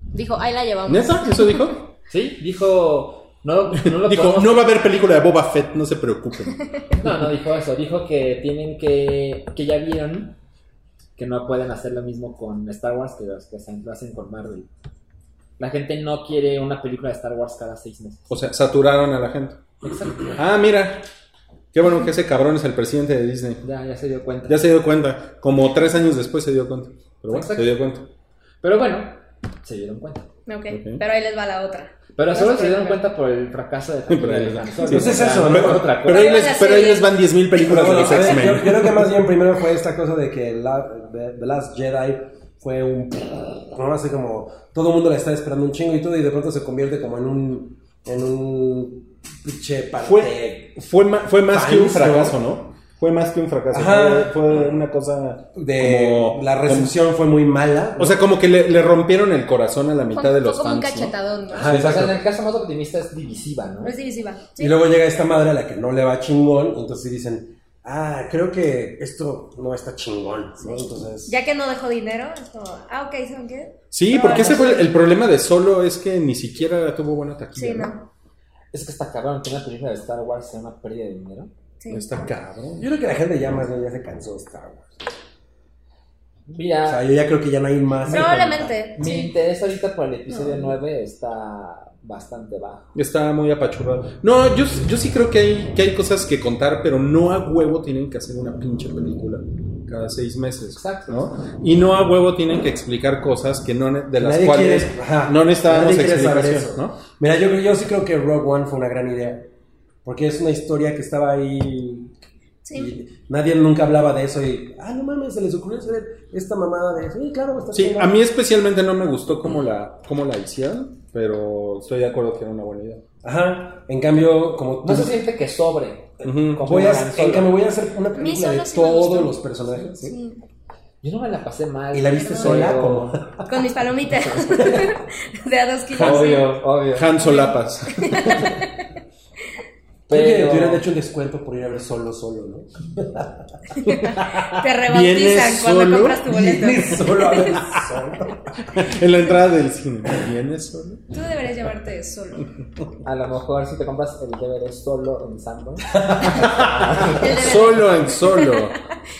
E: Dijo, ahí la llevamos.
C: ¿Neta? ¿Eso dijo?
D: Sí, dijo, no, no lo
C: Dijo,
D: podemos-
C: no va a haber película de Boba Fett, no se preocupen.
D: no, no dijo eso, dijo que tienen que, que ya vieron que no pueden hacer lo mismo con Star Wars que los que hacen- lo hacen con Marvel. La gente no quiere una película de Star Wars cada seis meses.
C: O sea, saturaron a la gente.
D: Exacto.
C: Ah, mira. Qué bueno que ese cabrón es el presidente de Disney.
D: Ya, ya se dio cuenta.
C: Ya se dio cuenta. Como tres años después se dio cuenta. Pero bueno,
D: Exacto.
C: se dio cuenta.
D: Pero bueno, se dieron cuenta.
E: ok. Pero ahí les va la otra.
D: Pero solo se dieron
E: Pero-
D: cuenta por el fracaso de
C: Pero ahí
D: de
C: les va.
D: Han Solo.
C: Sí,
B: pues es
D: O sea,
B: eso,
D: no
B: ¿no?
D: es otra
C: Pero
D: cosa.
C: ahí
E: Pero
C: les,
E: las
C: pero ahí
E: series.
C: les van 10.000 películas
B: No,
C: de
B: no,
C: los
B: a ver, yo, yo
C: X-Men.
B: creo que más bien primero fue esta cosa de que la, de- The Last Jedi fue un. No, así como. Todo el mundo la está esperando un chingo y todo, y de pronto se convierte como en un. en un pinche
C: Fue,
B: parte
C: fue, ma- fue más que un
B: Fans, ¿no?
C: fracaso, ¿no? Fue más que un fracaso.
B: Ajá.
C: Fue, fue una cosa.
B: de
C: como-
B: la recepción fue muy mala.
C: como- o sea, como que le, le rompieron el corazón a la
E: Fue-
C: mitad de los
E: fue como un
C: fans. ¿no?
E: cachetadón, ¿no?
B: Ajá,
D: O sea, en
B: exacto.
D: el caso más optimista es divisiva, ¿no?
E: Pero es divisiva. Sí.
B: Y luego llega esta madre a la que no le va chingón, entonces sí dicen, ah, creo que esto no está chingón, ¿no? Entonces,
E: Ya que no dejó dinero, es como, ah, ok, ¿saben qué?
C: Sí,
E: No,
C: porque ese
E: no
C: fue el,
E: sé.
C: el problema de Solo, es que ni siquiera tuvo buena taquilla.
E: Sí,
C: ¿no?
E: no.
D: Es que está cabrón que una película de Star Wars sea una pérdida de dinero.
E: Sí.
C: Está cabrón.
B: yo creo que la gente ya más bien ya se cansó de Star Wars.
D: Mira,
B: O sea, yo ya creo que ya no hay más. que
E: Probablemente.
D: mi
E: Sí.
D: interés ahorita por el episodio 9 está bastante bajo.
C: Está muy apachurrado. No, yo, yo sí creo que hay, que hay cosas que contar, pero no a huevo tienen que hacer una pinche película cada seis meses.
D: Exacto.
C: ¿no? Y no a huevo tienen que explicar cosas que no, ne- de las
B: Nadie
C: cuales
B: quiere- ajá.
C: no necesitábamos
B: Nadie quiere saber
C: explicación,
B: eso.
C: ¿no?
B: Mira, yo, yo sí creo que Rogue One fue una gran idea. Porque es una historia que estaba ahí.
E: Sí.
B: y nadie nunca hablaba de eso. Y, ah, no mames, se les ocurrió hacer esta mamada de. Sí, claro, está
C: Sí,
B: chingón".
C: a mí especialmente no me gustó cómo la, cómo la hicieron, pero estoy de acuerdo que era una buena idea.
B: Ajá. En cambio, como tú.
D: No se siente que sobre.
C: Ujú.
D: Como
B: voy a,
D: Han Solo.
B: en cambio, voy a hacer una
E: Mi
B: película de
E: solo sí me
B: todos
E: gustó.
B: los personajes. ¿sí?
E: Sí.
D: Yo no me la pasé mal.
B: ¿Y la viste
D: pero-
B: sola? Como...
E: Con mis palomitas. de a dos kilos.
D: Obvio, obvio.
C: Han Solapas.
B: Creo que
D: Pero-
B: te hubieran hecho un descuento por ir a ver solo, solo, ¿no?
E: Te rebautizan
C: ¿Vienes
E: cuando
C: solo?
E: compras tu boleto.
B: solo a ver solo.
C: en la entrada del cine. ¿Vienes solo?
E: Tú deberías llevarte solo.
D: A lo mejor si te compras el DVD solo en Sanborns.
E: El de-
C: Solo en solo.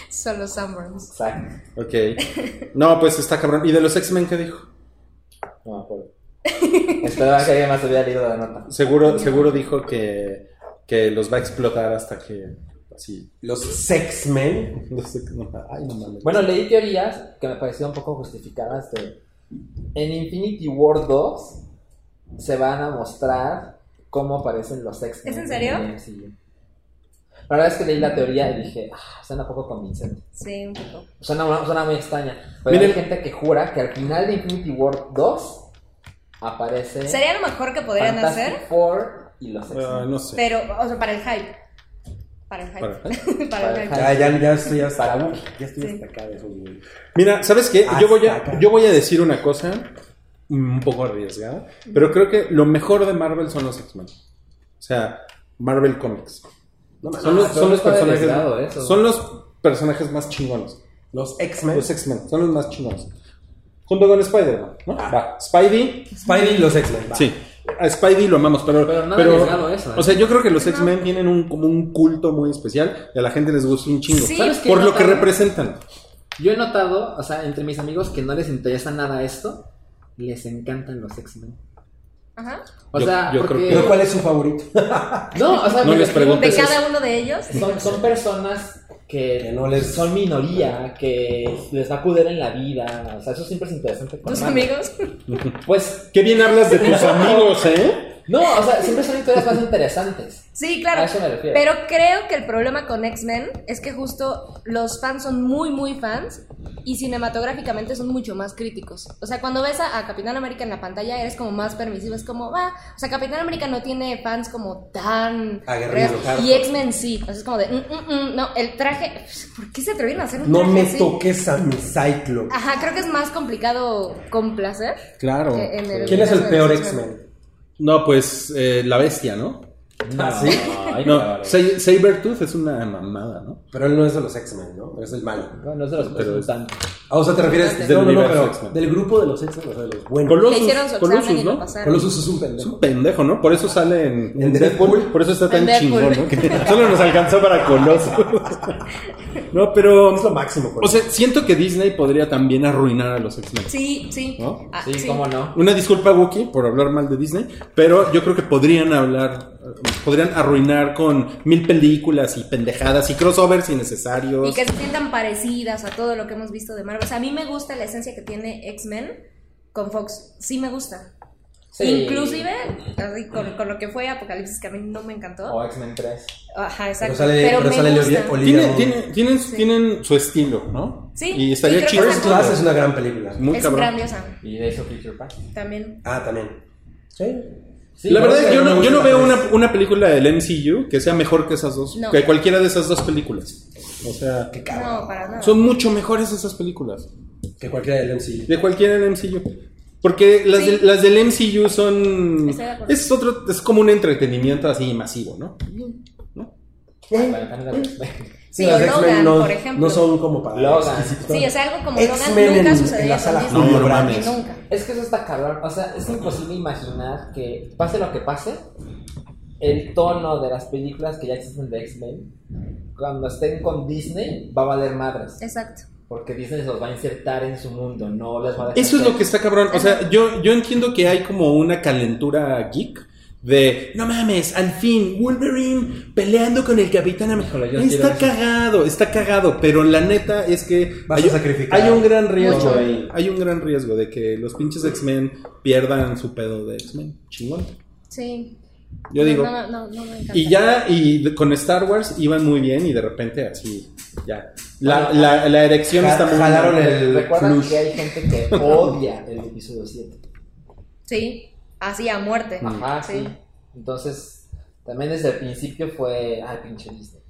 E: Solo Sunburns.
D: Exacto.
C: Ok. No, pues está cabrón. ¿Y de los X-Men qué dijo?
D: No me acuerdo. Esperaba que alguien más hubiera leído la nota.
C: Seguro, seguro dijo que, que los va a explotar hasta que. Así.
B: Los Sex Men.
C: No sé, no, ay, no mames.
D: Bueno, leí teorías que me parecieron un poco justificadas de... En Infinity War 2 se van a mostrar cómo aparecen los x
E: ¿Es en serio?
D: Sí. La verdad es que leí la teoría y dije, ah, suena un poco convincente.
E: Sí, un poco.
D: Suena, suena muy extraña. Pero
C: Miren-
D: hay gente que jura que al final de Infinity War 2 aparece
E: Sería lo mejor que podrían
D: Fantastic
E: hacer,
D: Four y los X-Men.
C: Ah, no sé.
E: pero, o sea, para el hype. Para el hype.
C: Para-
E: Para el
D: Para el
E: hype.
D: hype.
B: Ah, Ya, ya, ya estoy hasta,
D: Para mí.
B: ya estoy
E: Sí.
B: hasta acá de esos güey.
C: Mira, ¿sabes qué? Yo voy, a,
B: Hasta
C: yo voy a decir una cosa un poco arriesgada, pero creo que lo mejor de Marvel son los X-Men. O sea, Marvel Comics.
B: No mames.
C: Son los,
D: Ah,
C: son los
D: está
C: personajes.
D: arriesgado eso.
C: Son los personajes más chingones.
B: Los X-Men.
C: Los X-Men, son los más chingones. Junto con Spider-Man, ¿no? Va. Spidey.
B: Spidey y los X-Men. va.
C: Sí. A Spidey lo amamos, pero.
D: Pero nada arriesgado eso, ¿eh?
C: O sea, yo creo que los X-Men tienen un, como un culto muy especial y a la gente les gusta un chingo.
E: Sí.
D: ¿Sabes qué
C: por
D: he
C: lo que
D: notado?
C: representan.
D: Yo he notado, o sea, entre mis amigos que no les interesa nada esto, les encantan los X-Men.
E: Ajá.
D: O
C: Yo-
D: sea,
C: yo creo
D: porque...
B: Pero ¿cuál es su favorito?
D: No, o sea,
C: No
D: me
C: les
D: refiero-
C: pregunto.
E: De
C: Entonces,
E: cada uno de ellos.
D: Son, son personas que,
B: Que no les-
D: son minoría, que les va a acudir en la vida. O sea, eso siempre es interesante. con
E: Tus
D: Marvel.
E: amigos.
D: Pues,
C: Qué bien hablas de tus amigos, ¿eh?
D: no, o sea, siempre son historias más interesantes.
E: Sí,
D: A
E: claro.
D: eso me refiero.
E: Pero creo que el problema con X-Men es que justo los fans son muy, muy fans y cinematográficamente son mucho más críticos. O sea, cuando ves a, a Capitán América en la pantalla eres como más permisivo, es como, ah, o sea, Capitán América no tiene fans como tan...
B: Aguerrido,
E: reales.
B: hardcore.
E: y X-Men sí, o sea, es como de, "Mm, mm, mm". no, el traje, ¿por qué se atrevieron a hacer un
B: No
E: traje
B: me
E: así?
B: toques a mi Cyclo.
E: Ajá, creo que es más complicado complacer.
C: Claro.
E: que en el
B: ¿Quién es el
E: caso de
B: peor
E: los
B: X-Men?
C: No, pues eh, la bestia, ¿no?
D: No, ay,
C: No,
D: cabrón.
C: Sa- Sabertooth es una mamada, ¿no?
B: Pero él no es de los X-Men, ¿no? Es el malo.
D: No, no se los presentan.
B: Ah, o sea, te refieres
C: Del
B: no, no, no,
C: universo
B: pero
C: X-Men.
B: del grupo de los X-Men, o sea, de los buenos.
E: Que hicieron su examen
C: Colossus,
E: y lo
C: ¿no?
E: pasaron.
B: Colossus es un
C: Es
B: pendejo.
C: un pendejo, ¿no? Por eso sale en,
B: En
C: en
B: Deadpool.
C: Deadpool. Por eso está tan
E: En Deadpool.
C: chingón, ¿no? Que solo nos alcanzó para Colossus. no, pero.
B: Es lo máximo.
C: O sea, siento que Disney podría también arruinar a los X-Men.
E: Sí, sí.
C: ¿No?
E: Ah,
D: Sí, cómo no.
C: Una disculpa, Wookie, por hablar mal de Disney, pero yo creo que podrían hablar, eh, podrían arruinar con mil películas y pendejadas y crossovers innecesarios.
E: Y que se sientan parecidas a todo lo que hemos visto de Marvel. O sea, a mí me gusta la esencia que tiene X-Men con Fox. Sí me gusta.
D: Sí.
E: Inclusive, así, con, con lo que fue Apocalipsis, que a mí no me encantó.
D: O X-Men 3.
E: Ajá,
B: pero
E: exacto. Pero,
B: sale, pero
E: me
B: sale
E: gusta.
B: Olivia- Olivia
C: Tiene-
B: Munn.
C: tiene- tienen, tienen su estilo, ¿no?
E: Sí,
C: Y estaría
E: sí, creo
C: chido.
E: que
B: First Class es una gran película.
C: Muy
E: es
C: cabrón.
E: grandiosa
D: Y de eso Future Past.
E: también.
B: Ah, también. Sí.
D: Sí,
C: la verdad
D: creo
C: es que
D: que
C: yo no,
D: me
C: yo no
D: gusta
C: veo una,
D: tres.
C: una película del MCU que sea mejor que esas dos.
E: No.
C: Que cualquiera de esas dos películas. O sea,
B: Qué cabrón.
E: No, para nada.
C: son mucho mejores esas películas.
B: Que cualquiera del MCU.
C: De cualquiera del MCU. Porque las,
E: Sí.
C: del, las del MCU son.
E: Estoy de acuerdo.
C: Es otro, es como un entretenimiento así masivo, ¿no?
D: Para dejar de responder.
E: Sí,
B: las
E: o
B: de X-Men
E: Logan,
B: no,
E: por ejemplo.
B: no son como para
D: Logan.
B: exquisitos.
E: Sí, o sea, algo como
B: X-Men
E: Logan nunca
B: en-
E: sucedió.
B: en la sala
E: con
C: No,
E: Disney.
C: no mames.
E: Nunca.
D: Es que eso está cabrón. O sea, es imposible imaginar que, pase lo que pase, el tono de las películas que ya existen de X-Men, cuando estén con Disney, va a valer madres.
E: Exacto.
D: Porque Disney los va a insertar en su mundo, no les va a dejar
C: Eso es
D: ser.
C: lo que está cabrón. O sea, yo, yo entiendo que hay como una calentura geek de no mames, al fin, Wolverine peleando con el Capitán América.
D: Híjole, yo quiero
C: Está
D: eso.
C: cagado, está cagado, pero la neta es que
B: Vas a
C: hay,
B: sacrificar
C: hay un gran riesgo
E: mucho.
C: ahí. Hay un gran riesgo de que los pinches X-Men pierdan su pedo de X-Men. Chingón.
E: Sí.
C: Yo
E: No,
C: digo.
E: No, no, no me encanta.
C: Y ya, y de- con Star Wars iban muy bien y de repente así, ya. La,
D: Bueno,
C: la, la erección
B: ja-
C: está muy
B: jalaron
C: mal.
B: el
D: Recuerda
B: flush.
D: que hay gente que odia el episodio 7.
E: Sí. Así a muerte.
D: Ajá, Ah, sí.
E: sí.
D: Entonces, también desde el principio fue, ay, pinche Disney.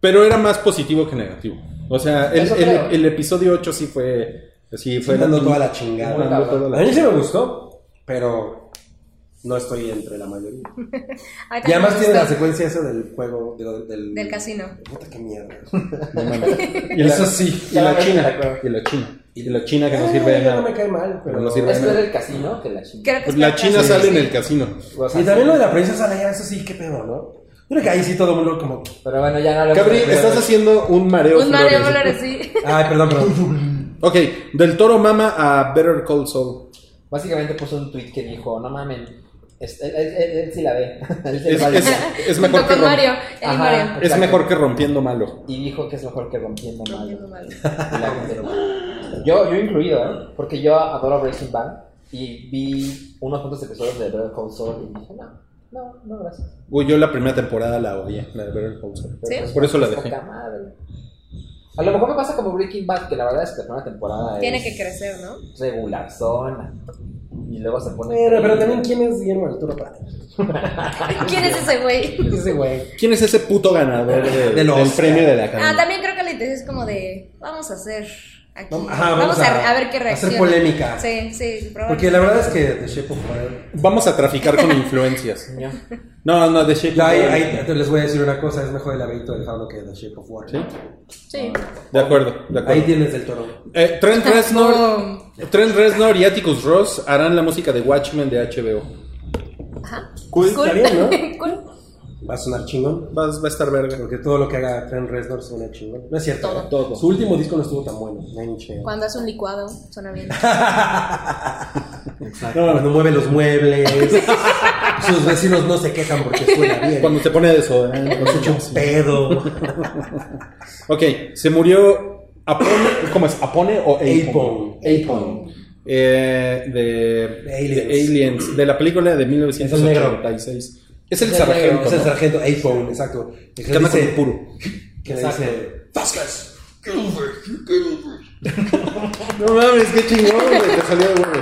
C: Pero era más positivo que negativo. O sea, el,
D: Eso
C: el-
D: creo.
C: el episodio 8 sí fue. Sí, fue
B: dando toda la
C: Dando
B: chingada.
C: toda la-
B: A mí sí me gustó, pero no estoy entre la mayoría.
E: Ay,
B: Y además
E: también
B: tiene
E: me
B: la
E: gustó.
B: secuencia esa del juego, digo, del...
E: Del casino.
B: Puta, qué mierda.
C: No mames. Y la-
B: Eso sí.
C: Y la
D: Ya,
C: china.
D: de acuerdo. Ah,
C: Y la china. Y la china que no sirve de
B: Ay,
C: nada.
B: No me cae mal, pero...
C: No sirve.
D: Es peor el casino que la China.
E: Creo que
C: Pues
E: es
C: la
E: para
C: china
E: casino,
C: sale en
E: sí.
C: el casino.
D: O sea,
B: Y también
D: sí.
B: lo de la princesa Leia, eso sí, qué pedo, ¿no? Yo creo que ahí sí todo el mundo como...
D: Pero bueno, ya no hablemos
C: Cabri,
D: de-
C: estás haciendo un mareo.
E: Un Mario
C: Flores.
E: Flores, sí.
B: Ay, perdón, perdón.
C: Ok, del toro mama a Better Call Saul.
D: Básicamente puso un tweet que dijo, no mamen, es- él, él- él- él sí la ve. Él sí
C: Es,
D: la ve.
C: es- es
E: Junto
C: mejor que
E: con
C: rom-
E: Mario. Él y
D: Ajá.
E: Mario.
C: es mejor que rompiendo malo.
D: Y dijo que es mejor que rompiendo
E: Rompiendo
D: mal.
E: mal.
D: Yo, yo incluido, ¿eh? Porque yo adoro Breaking Bad y vi unos cuantos episodios de Better Call Saul y dije, no, no, no, gracias.
C: Uy, yo la primera temporada la odié, la de Better Call Saul.
E: ¿Sí?
C: Por eso la
D: Es
C: dejé.
D: poca madre. A lo mejor me pasa como Breaking Bad, que la verdad es que la primera temporada
E: Tiene
D: es
E: que crecer, ¿no?
D: regular zona. Y luego se pone.
B: Bueno, pero también, ¿quién es Guillermo del Toro para
E: ¿Quién es ese güey?
D: ¿Quién es ese güey?
C: ¿Quién es ese puto ganador de-
B: Del
C: del
B: Oscar.
C: premio de la
E: Ah,
C: academia?
E: también creo que la intención es como de, vamos a hacer aquí,
B: Vamos-
E: vamos,
B: ajá, vamos
E: a,
B: a-
E: a ver qué
B: hacer
E: reacciona.
B: polémica.
E: Sí, sí,
B: Porque
E: probablemente.
B: la verdad es que The Shape of Water...
C: Vamos a traficar con influencias.
D: Ño.
C: No, no, de Shape
B: Ya,
C: of
B: ahí,
C: Water.
B: ahí te- les voy a decir una cosa, es mejor el laberinto del fauno que The Shape of Water.
C: Sí,
E: Sí.
C: De acuerdo, de
B: Ahí
C: acuerdo.
B: tienes del toro.
C: Eh, Trent Reznor, Trent Reznor y Atticus Ross harán la música de Watchmen de HBO.
E: Ajá.
B: Cool, está bien, ¿no?
E: cool.
B: Va a sonar chingón.
C: Va, va a estar verga.
B: Porque todo lo que haga Trent Reznor suena chingón. No es cierto.
E: Todo.
B: ¿no? Su último disco no estuvo tan bueno. Nine Inch Nails.
E: Cuando hace un licuado, suena bien.
B: No, cuando mueve los muebles. sus vecinos no se quejan porque suena bien.
C: Cuando se pone ¿eh? desodorante.
B: Cuando se echa un pedo.
C: Ok, se murió Apone, ¿cómo es? ¿Apone o
B: Apon.
C: Apon? Apon. Eh, de,
B: De Aliens.
C: de Aliens, de la película de 1986. Es el
D: Es el negro,
C: sargento.
B: es el
C: ¿no?
B: sargento Apon, exacto. Que
C: Que anda con
B: dice-
C: un puro.
B: Que le
D: Exacto.
B: dice. "Vasquez".
C: No mames, qué chingón, güey, te salió de huevos.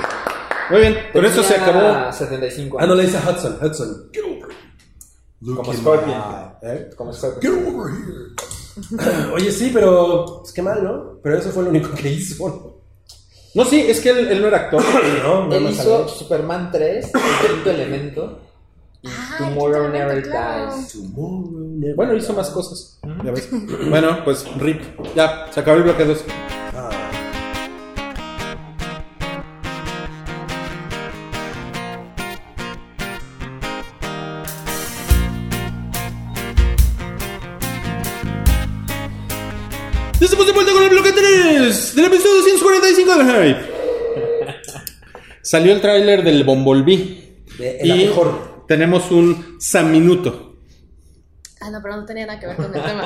C: Muy bien, con esto se
D: Tenía
C: acabó.
D: 75
B: Ah, no,
D: años.
B: le dice Hudson. Hudson. "Get over it". Look
D: Como
B: in my
D: Scorpion.
B: eye.
D: Como Scorpion.
B: ¿Eh? Get over here. Oye, sí, pero. Pues qué mal, ¿no? Pero eso fue lo único que hizo. ¿no?
C: No, sí, es que él, él no era actor.
B: No, no
D: Él
B: no
D: hizo
B: sabía.
D: Superman 3, el quinto elemento. Y
E: Ah, el
D: Tomorrow
E: quinto
D: Never
E: elemento, claro.
D: Dies.
B: Tomorrow never
C: Bueno, hizo más cosas. Ya ves. Bueno, pues rip. Ya, se acabó el bloque 2.
B: Ah.
C: Ya estamos de vuelta con el bloque 3 del episodio 145 de Hype. Salió el tráiler del Bombolví.
B: De- la mejor.
C: tenemos un San Minuto.
E: Ah, no, pero no tenía nada que ver con el tema.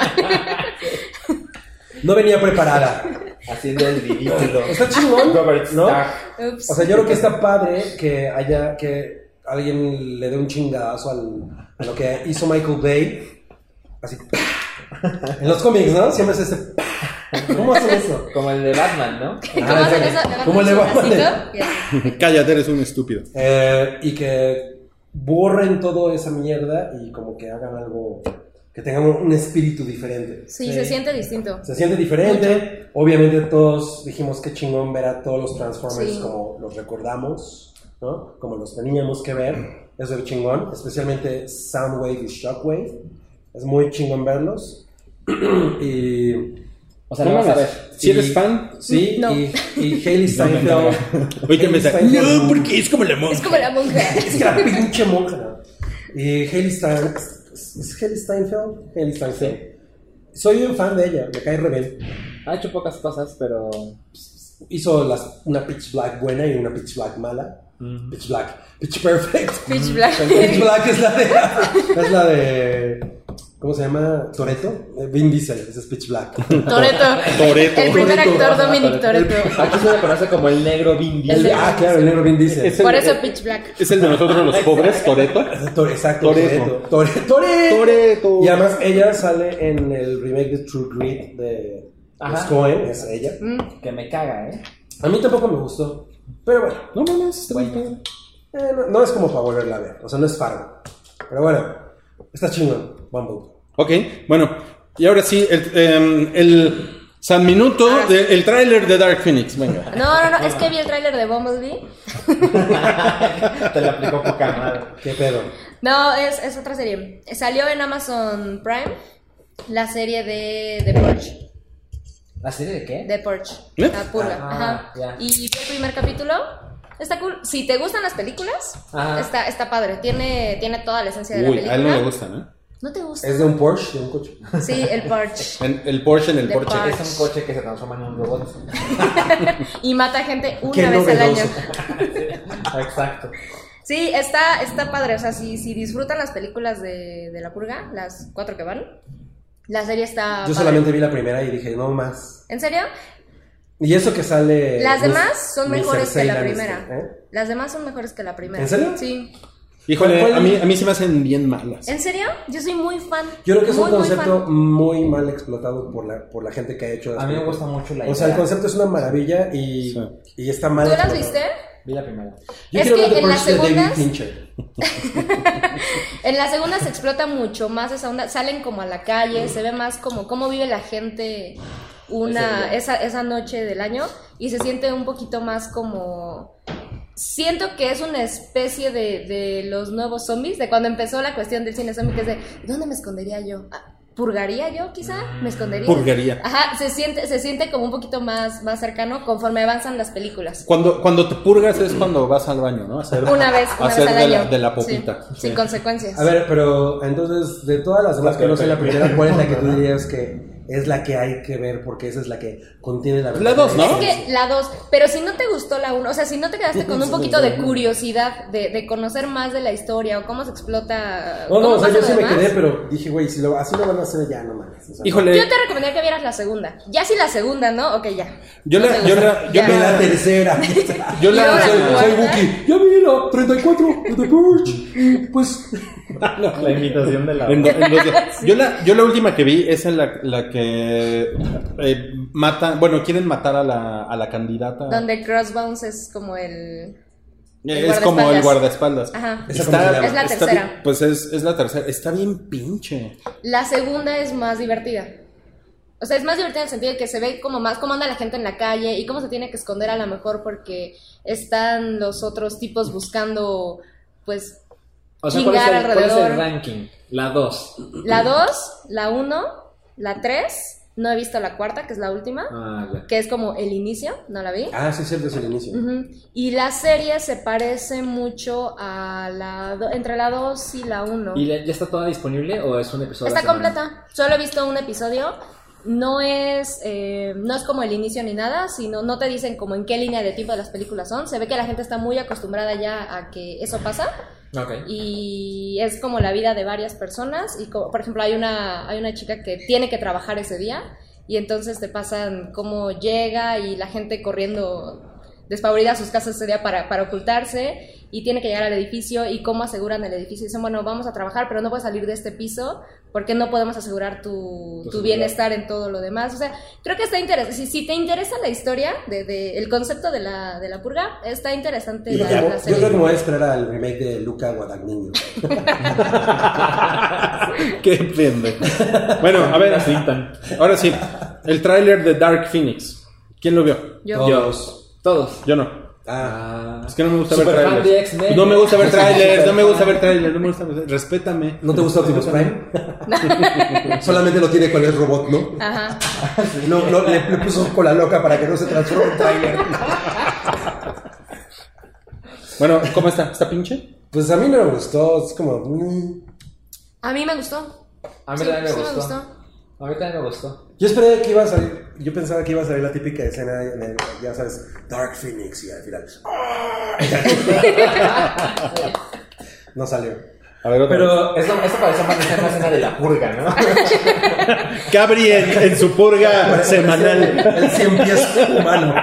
B: No venía preparada.
D: Haciendo el Ah, ridículo.
B: Está chingón,
D: Robert
B: ¿no?
D: Stack.
E: Ups.
B: O sea, yo creo que está padre que haya que alguien le dé un chingadazo al, a lo que hizo Michael Bay. Así. ¡pah! En los cómics, ¿no? Siempre es ese. ¡pah! ¿Cómo hacen eso?
D: Como el de Batman, ¿no?
E: ¿Cómo hacen eso? Levantan
B: ¿Cómo le
E: su
B: va a poner?
E: bracito y así.
C: Cállate, eres un estúpido.
B: Eh, y que borren toda esa mierda y como que hagan algo que tengan un, un espíritu diferente.
E: Sí, se siente distinto.
B: Se siente diferente. Obviamente todos dijimos que chingón ver a todos los Transformers
E: Sí.
B: como los recordamos, ¿no? Como los teníamos que ver. Eso es chingón. Especialmente Soundwave y Shockwave. Es muy chingón verlos. y...
D: O sea,
C: No
D: lo vas a ver.
C: mames. Si eres fan,
B: Sí,
E: Mm, No.
B: y, y Hailey Steinfeld.
C: oye, que
B: Hailey
C: me está.
B: Steinfeld-
C: No, porque es como la monja.
E: Es como la monja.
B: Es que la pinche monja. Y Haley Steinfeld. ¿Es Haley Steinfeld? Haley Steinfeld. Soy un fan de ella, me cae re bien.
D: Ha hecho pocas cosas, pero.
B: Hizo las- una Pitch Black buena y una Pitch Black mala. Pitch Black. Pitch Perfect.
E: Pitch Black.
B: Pitch Black es la de. Es la de. ¿Cómo se llama? ¿Toreto? Vin Diesel, ese es Pitch Black.
E: Toreto.
C: Toreto.
E: El primer
B: Toretto.
E: actor Dominic Toreto.
D: Aquí se le conoce como el negro Vin
B: El de-
D: Diesel.
B: ah, claro, el negro Vin Diesel.
C: Es el-
E: Por eso Pitch Black.
C: Es el de nosotros los pobres, Toreto.
B: Es Ah, Tore- Exacto,
C: Toretto.
B: Toreto. Toreto.
C: Toreto.
B: Y además ella sale en el remake de True Grit de
D: Ajá.
B: los Coen, es ella.
E: Mm.
D: Que me caga, ¿eh?
B: A mí tampoco me gustó, pero bueno,
C: No mames, está
D: Bueno.
C: bien.
B: eh, no, no es como para volverla a ver, o sea, no es Fargo. Pero bueno, está chingón, Bumble.
C: Ok, bueno, y ahora sí, el, em, el San Minuto, de- el tráiler de Dark Phoenix, venga.
E: No, no, no, es que vi el tráiler de Bumblebee.
D: Te la aplicó poca madre.
B: ¿Qué pedo?
E: No, es, es otra serie. Salió en Amazon Prime la serie de The Purge.
D: ¿La serie de qué?
E: The Purge.
C: ¿Eh?
E: La purga.
D: Ah,
E: Ajá.
D: ya.
E: Y vi el primer capítulo. Está cool. Si te gustan las películas,
D: Ajá.
E: está, está padre. Tiene, tiene toda la esencia de la
C: Uy,
E: película.
C: a él no le gustan, ¿eh?
E: ¿No te gusta?
B: ¿Es de un Porsche, de un coche?
E: Sí, el Purge.
C: En- el Porsche en el
E: De
C: Porsche.
E: par-
D: Es un coche que se transforma en un robot.
E: Y mata gente
B: Qué
E: una vez al
B: novedoso.
E: año.
D: Exacto.
E: Sí, está, está padre. O sea, si, si disfrutan las películas de, de La Purga, las cuatro que van, la serie está.
B: Yo
E: padre.
B: solamente vi la primera y dije, no más.
E: ¿En serio?
B: Y eso que sale...
E: Las
B: Miss-
E: demás son
B: Miss
E: mejores que
B: Cersei
E: la
B: Lannister,
E: primera.
B: ¿eh?
E: Las demás son mejores que la primera.
B: ¿En serio?
E: Sí.
C: Híjole,
B: ¿Cuál- cuál-
C: a, mí, a mí se me hacen bien malas.
E: ¿En serio? Yo soy muy fan.
B: Yo creo que es
E: muy,
B: un
E: muy
B: concepto
E: fan.
B: muy mal explotado por la, por la gente que ha hecho las
D: A mí me
B: películas.
D: gusta mucho la idea.
B: O sea, el concepto es una maravilla y,
C: Sí.
B: y está mal
E: ¿Tú las
B: explotado.
E: viste?
D: Vi la primera.
B: Yo
E: Es
B: quiero
E: que
B: ver The
E: en las
B: Purge de David
E: segundas-
B: Fincher.
E: En la segunda se explota mucho más esa onda. Salen como a la
C: Mm.
E: calle, se ve más como cómo vive la gente una esa, esa noche del año y se siente un poquito más como... Siento que es una especie de, de los nuevos zombies, de cuando empezó la cuestión del cine zombie, que es de, ¿dónde me escondería yo? Ah, ¿Purgaría yo quizá? ¿Me escondería?
C: Purgaría.
E: Ajá, se siente, se siente como un poquito más, más cercano conforme avanzan las películas.
C: Cuando, cuando te purgas es cuando vas al baño, ¿no? A hacer,
E: Una vez,
C: a
E: una
C: hacer
E: vez al
C: de,
E: año.
C: la, de la popita.
E: Sí,
C: Sí.
E: Sin consecuencias.
B: A ver, pero entonces, de todas las demás que no sé la primera, ¿cuál es la que tú dirías que es la que hay que ver? Porque esa es la que contiene la verdad.
C: dos, ¿no?
E: Es que la 2, pero si no te gustó la 1, o sea, si no te quedaste con un poquito de curiosidad de, de conocer más de la historia o cómo se explota.
C: Oh,
B: No, no,
E: cómo
B: o sea, yo
E: pasa lo
B: sí me
E: demás,
B: quedé, pero dije, güey, si lo, así lo van a hacer ya, no mames. O sea,
C: Híjole,
E: Yo te recomendaría que vieras la segunda. Ya si la segunda, ¿no? Ok, ya.
C: Yo
E: No
C: la-
E: te
C: yo
E: gusta.
C: la- yo
E: Ya.
B: Ve la tercera.
C: yo la-
E: yo la
C: soy-
E: cuarta.
C: soy Wookiee.
B: ya vi la 34 de The Purge. y, Pues.
D: La invitación de la.
C: En do- en dos días. yo, la, yo la última que vi es en la, la que eh, mata, bueno, quieren matar a la, a la candidata.
E: Donde Crossbones es como el.
C: Eh,
E: El
C: es como el
E: guardaespaldas.
C: guardaespaldas.
E: Ajá.
B: ¿Esa cómo se llama?
E: Es la
C: está
E: tercera.
C: bien- pues es, es la tercera. Está bien pinche.
E: La segunda es más divertida. O sea, es más divertida en el sentido de que se ve como más cómo anda la gente en la calle y cómo se tiene que esconder a lo mejor porque están los otros tipos buscando, pues,
D: O sea, ¿cuál es, el,
E: Chingar
D: cuál es el
E: alrededor.
D: ranking? La 2.
E: la 2, la 1, la 3, no he visto la cuarta, que es la última,
D: Ah, ya.
E: que es como el inicio, no la vi.
B: Ah, sí, cierto, es el inicio.
E: Ujú. Y la serie se parece mucho a la... do- entre la 2 y la 1.
D: ¿Y la- ya está toda disponible o es un episodio? a la
E: Está
D: semana?
E: completa. Solo he visto un episodio. No es, eh, no es como el inicio ni nada, sino no te dicen como en qué línea de tiempo de las películas son. Se ve que la gente está muy acostumbrada ya a que eso pasa
D: Ok.
E: y es como la vida de varias personas. Y co- por ejemplo hay una, hay una chica que tiene que trabajar ese día y entonces te pasan cómo llega y la gente corriendo despavorida a sus casas ese día para, para ocultarse y tiene que llegar al edificio y cómo aseguran el edificio. Dicen, bueno, vamos a trabajar, pero no puedes salir de este piso porque no podemos asegurar
D: Tu
E: tu, tu
D: seguridad.
E: bienestar en todo lo demás. O sea, creo que está interesante. Si, si te interesa la historia, de, de- el concepto de la, de la purga, está interesante
B: Yo
E: la,
B: creo,
E: la
B: que, yo creo que me
E: serie.
B: voy a esperar al remake de Luca Guadagnino.
C: Qué pendejo. Bueno, a ver, así. Ahora sí. El tráiler de Dark Phoenix. ¿Quién lo vio?
E: Yo.
B: Todos.
D: Todos.
C: Yo no.
B: Ah,
C: Es que no me gusta ver
D: Superfan de
C: trailers.
D: X-Men.
C: No me gusta ver trailers, no me gusta ver
D: Superfan.
C: trailers, no me gusta ver trailers. Respétame.
B: ¿no te gusta Optimus Prime? Solamente lo tiene con el robot, ¿no?
E: Ajá.
B: No, no, le, le puso cola loca para que no se transforme en Tiger.
C: Bueno, ¿cómo está? ¿Está pinche?
B: Pues a mí no me gustó, es como... mm.
E: A mí me gustó.
D: A mí
E: Sí,
D: también me
E: sí me
D: gustó.
E: gustó.
D: A mí también me gustó.
B: Yo esperé que iba a salir, yo pensaba que iba a salir la típica escena, en el- ya sabes, Dark Phoenix y al final... ¡ah! no salió.
C: A ver, otra.
D: Pero eso, eso pareció más una escena de la purga, ¿no?
C: Cabri en, en su purga semanal.
B: El cien pies humano.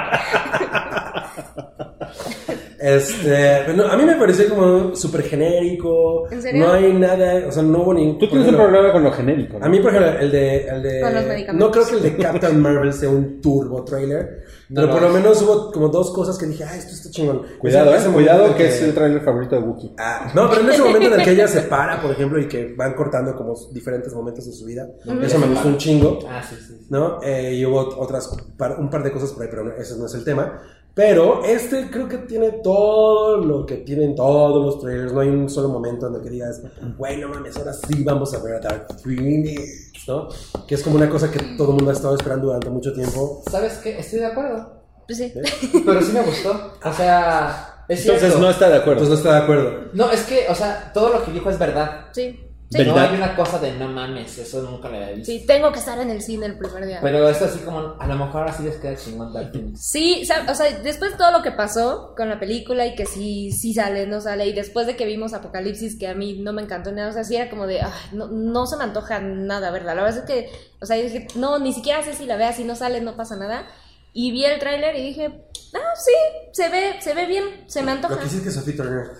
B: Este, bueno, a mí me pareció como súper genérico.
E: ¿En serio?
B: No hay nada, o sea, no hubo ningún.
C: Tú tienes un
B: problema
C: programa con lo genérico. ¿no?
B: A mí, por ejemplo, el de. El de
E: Con los
B: no
E: medicamentos.
B: creo que el de Captain Marvel sea un turbo trailer.
D: No
B: pero
D: lo
B: por lo
D: es.
B: menos hubo como dos cosas que dije, ah, esto está chingón.
C: Cuidado,
B: Ese-
C: eh.
B: ese
C: Cuidado
B: momento
C: que
B: de
C: es el trailer favorito de Wookiee.
B: Ah, no, pero en ese momento en el que ella se para, por ejemplo, y que van cortando como diferentes momentos de su vida, eso me gustó un chingo.
D: Ah, sí, sí. sí.
B: ¿no? Eh, y hubo otras, par- un par de cosas por ahí, pero no- ese no es el tema. Pero este creo que tiene todo lo que tienen todos los trailers. No hay un solo momento en el que digas, bueno, mames, ahora sí vamos a ver a Dark Phoenix, ¿no? Que es como una cosa que todo el mundo ha estado esperando durante mucho tiempo.
D: ¿Sabes qué? Estoy de acuerdo.
E: Pues sí.
D: Pero sí me gustó. O sea, es cierto.
C: Entonces no está de acuerdo.
B: Entonces no está de acuerdo.
D: No, es que, o sea, todo lo que dijo es verdad.
E: Sí. Sí.
C: Del-
D: No
C: ¿Verdad?
D: hay una cosa de no mames, eso nunca lo había visto.
E: Sí, tengo que estar en el cine el primer día.
D: Pero esto así como, a lo mejor ahora sí les queda chingón Dark Phoenix.
E: Sí, sa- o sea, después de todo lo que pasó con la película y que sí, sí sale, no sale, y después de que vimos Apocalipsis, que a mí no me encantó nada, o sea, sí era como de, "Ay, no, no se me antoja nada, ¿verdad? La verdad es que, o sea, yo dije, no, ni siquiera sé si la veas, si no sale, no pasa nada. Y vi el tráiler y dije, ah, sí, se ve, se ve bien, se
B: Lo
E: me antoja.
B: que sí es que Sophie Turner. Pues,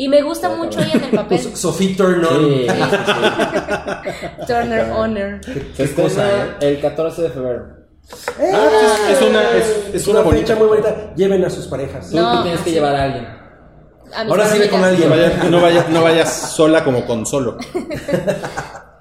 E: Y me gusta mucho ella en el papel,
B: Sophie Turner.
E: Turner Honor.
D: Se
B: Qué cosa,
D: estrena
B: ¿eh?
D: Este el 14 de febrero.
C: Ah, es- es una- es- es una
B: fecha
C: bonita.
B: muy bonita. Lleven a sus parejas.
D: Tú,
E: No,
D: tú tienes que
E: sí.
D: llevar a alguien.
E: A mis
B: Ahora sí ve con
E: amigas.
C: No
B: alguien.
C: vayas, no vayas- no vayas sola como con solo.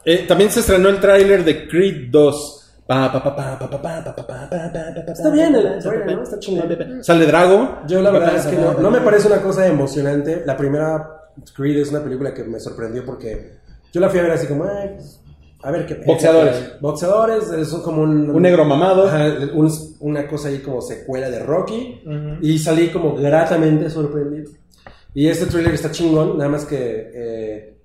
C: Eh, también se estrenó el tráiler de Creed 2. Pa, pa, pa, pa, pa, pa, pa, pa, pa, pa, pa, pa, pa, pa,
B: Está bien el trailer, ¿no? Está chingón.
C: Sale Drago.
B: Yo la verdad es que no, no me parece una cosa emocionante. La primera Creed es una película que me sorprendió porque yo la fui a ver así como, "Ay, pues, a ver qué pedo".
C: Boxeadores.
B: Boxeadores, es como un...
C: Un negro mamado.
B: Ajá, un- una cosa ahí como secuela de Rocky. Y salí como gratamente sorprendido. Y este thriller está chingón, nada más que eh,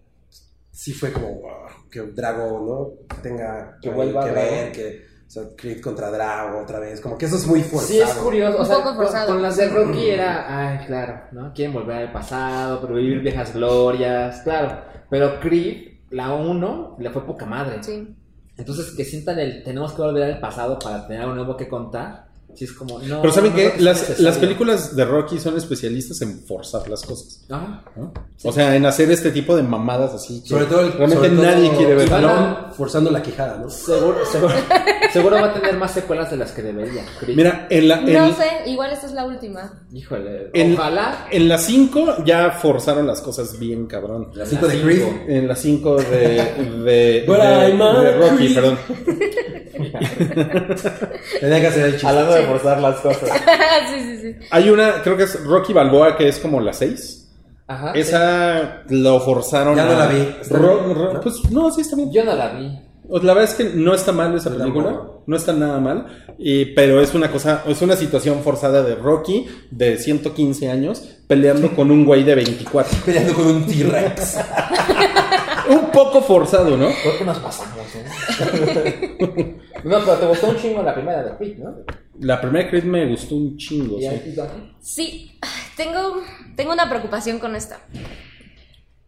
B: sí fue como "Wow", que Drago, ¿no? Tenga
D: Que
B: ahí
D: vuelva
B: que
D: Drago.
B: ver, que o sea, Creed contra Drago otra vez, como que eso es muy fuerte.
D: Sí, es curioso. O
E: Un
D: sea,
E: poco
D: con-
E: forzado.
D: Con, las de
C: Mm.
D: Rocky era, ay, claro, ¿no? Quieren volver al pasado, pero vivir viejas glorias, claro. Pero Creed, la 1, le fue poca madre.
E: Sí.
D: Entonces, que sientan el, tenemos que volver al pasado para tener algo nuevo que contar. Sí, es como, no.
C: Pero ¿saben
D: no
C: qué?
D: creo que sea
C: Las, las
D: necesario.
C: películas de Rocky son especialistas en forzar las cosas.
D: Ajá.
C: ¿no? O sea, en hacer este tipo de mamadas así. que
B: Sobre todo, el-
C: realmente
B: sobre todo
C: nadie quiere ver.
D: Iván-
C: ¿no?
B: Stallone forzando la quijada, ¿no?
D: Seguro, seguro, seguro va a tener más secuelas de las que debería. Creed.
C: Mira, en la, en,
E: No sé, igual esta es la última.
D: Híjole,
C: en-
D: ojalá.
C: en la 5 ya forzaron las cosas bien cabrón.
B: La cinco de Creed.
C: En la 5 de, de,
B: But
C: de-
B: I'm a
C: de Rocky,
B: creep.
C: perdón.
B: Tenía que hacer el chiste.
D: Hablando de forzar las cosas.
E: sí, sí, sí.
C: Hay una, creo que es Rocky Balboa, que es como la 6.
D: Ajá.
C: Esa lo forzaron.
B: Ah, Ya no
C: a-
B: la vi. ¿Está
C: Ro-
B: bien?
C: ro-
B: ¿No?
C: Pues no, sí está bien.
D: Yo no la vi.
C: O- La verdad es que no está mal esa
B: Yo
C: película,
B: tampoco.
C: no está nada mal, y- pero es una cosa, es una situación forzada de Rocky de 115 años peleando con un güey de 24.
B: Peleando con un T-Rex.
C: Un poco forzado, ¿no?
D: Creo que nos pasamos, ¿eh? no, pero te gustó un chingo la primera de Creed, ¿no?
C: La primera Creed me gustó un chingo,
D: Y
C: sí.
D: aquí, aquí.
E: Sí, tengo, tengo una preocupación con esta.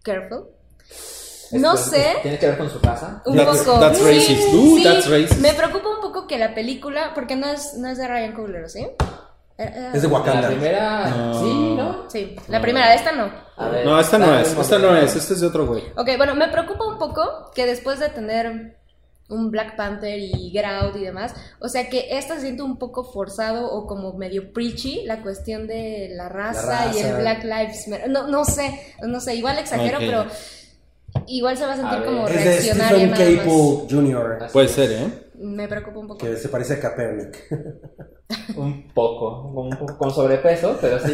E: Careful. No
D: Esto-
E: sé.
D: Este, Tiene que ver con su casa.
E: Un
C: este That's-
E: poco.
C: that's
E: Sí,
C: racist. Ooh,
E: sí,
C: that's racist.
E: Me preocupa un poco que la película, porque no es, no es de Ryan Coogler, ¿sí? Eh, Era-
B: Es de
D: La
B: Wakanda.
D: primera.
C: No.
D: Sí, ¿no?
E: Sí, la primera, esta no.
D: A ver,
C: No, esta no
D: dale
C: es,
D: un
C: esta no
D: momento.
C: es, este es de otro güey.
E: Ok, bueno, me preocupa un poco que después de tener un Black Panther y Grout y demás, o sea que esta se siente un poco forzado o como medio preachy la cuestión de la raza, y el
B: raza.
E: Black Lives Matter. No, no sé, no sé, igual exagero,
C: Ok.
E: pero igual se va a sentir
D: A ver.
E: como
D: Es
B: Es de
E: reaccionaria
B: Stephen
E: nada más.
B: Caple Jr.,
C: Puede ser, ¿eh?
E: Me preocupa un poco.
B: que se parece a Kaepernick.
D: Un poco, con un poco con sobrepeso, pero sí.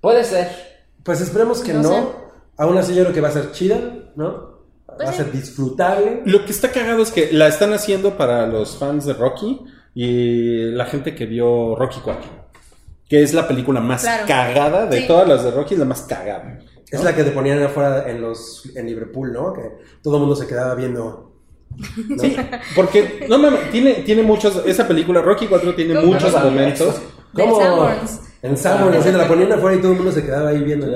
D: Puede ser.
B: Pues esperemos que
E: No
B: no.
E: sé.
B: Aún así yo creo que va a ser chida, ¿no?
E: Pues
B: va a
E: sí.
B: ser disfrutable.
C: Lo que está cagado es que la están haciendo para los fans de Rocky y la gente que vio Rocky 4. Que es la película más
E: Claro.
C: cagada de
E: Sí.
C: todas las de Rocky, es la más cagada.
B: Es la que te ponían afuera en los en Liverpool, ¿no? Que todo el mundo se quedaba viendo. ¿no?
C: Sí, porque no mames, tiene, tiene muchos, esa película Rocky 4 tiene
E: ¿Cómo?
C: muchos momentos.
E: Del Sanborns.
B: En Sanborns,
D: Ah.
B: sí, te la ponían afuera y todo el mundo se quedaba ahí viendo.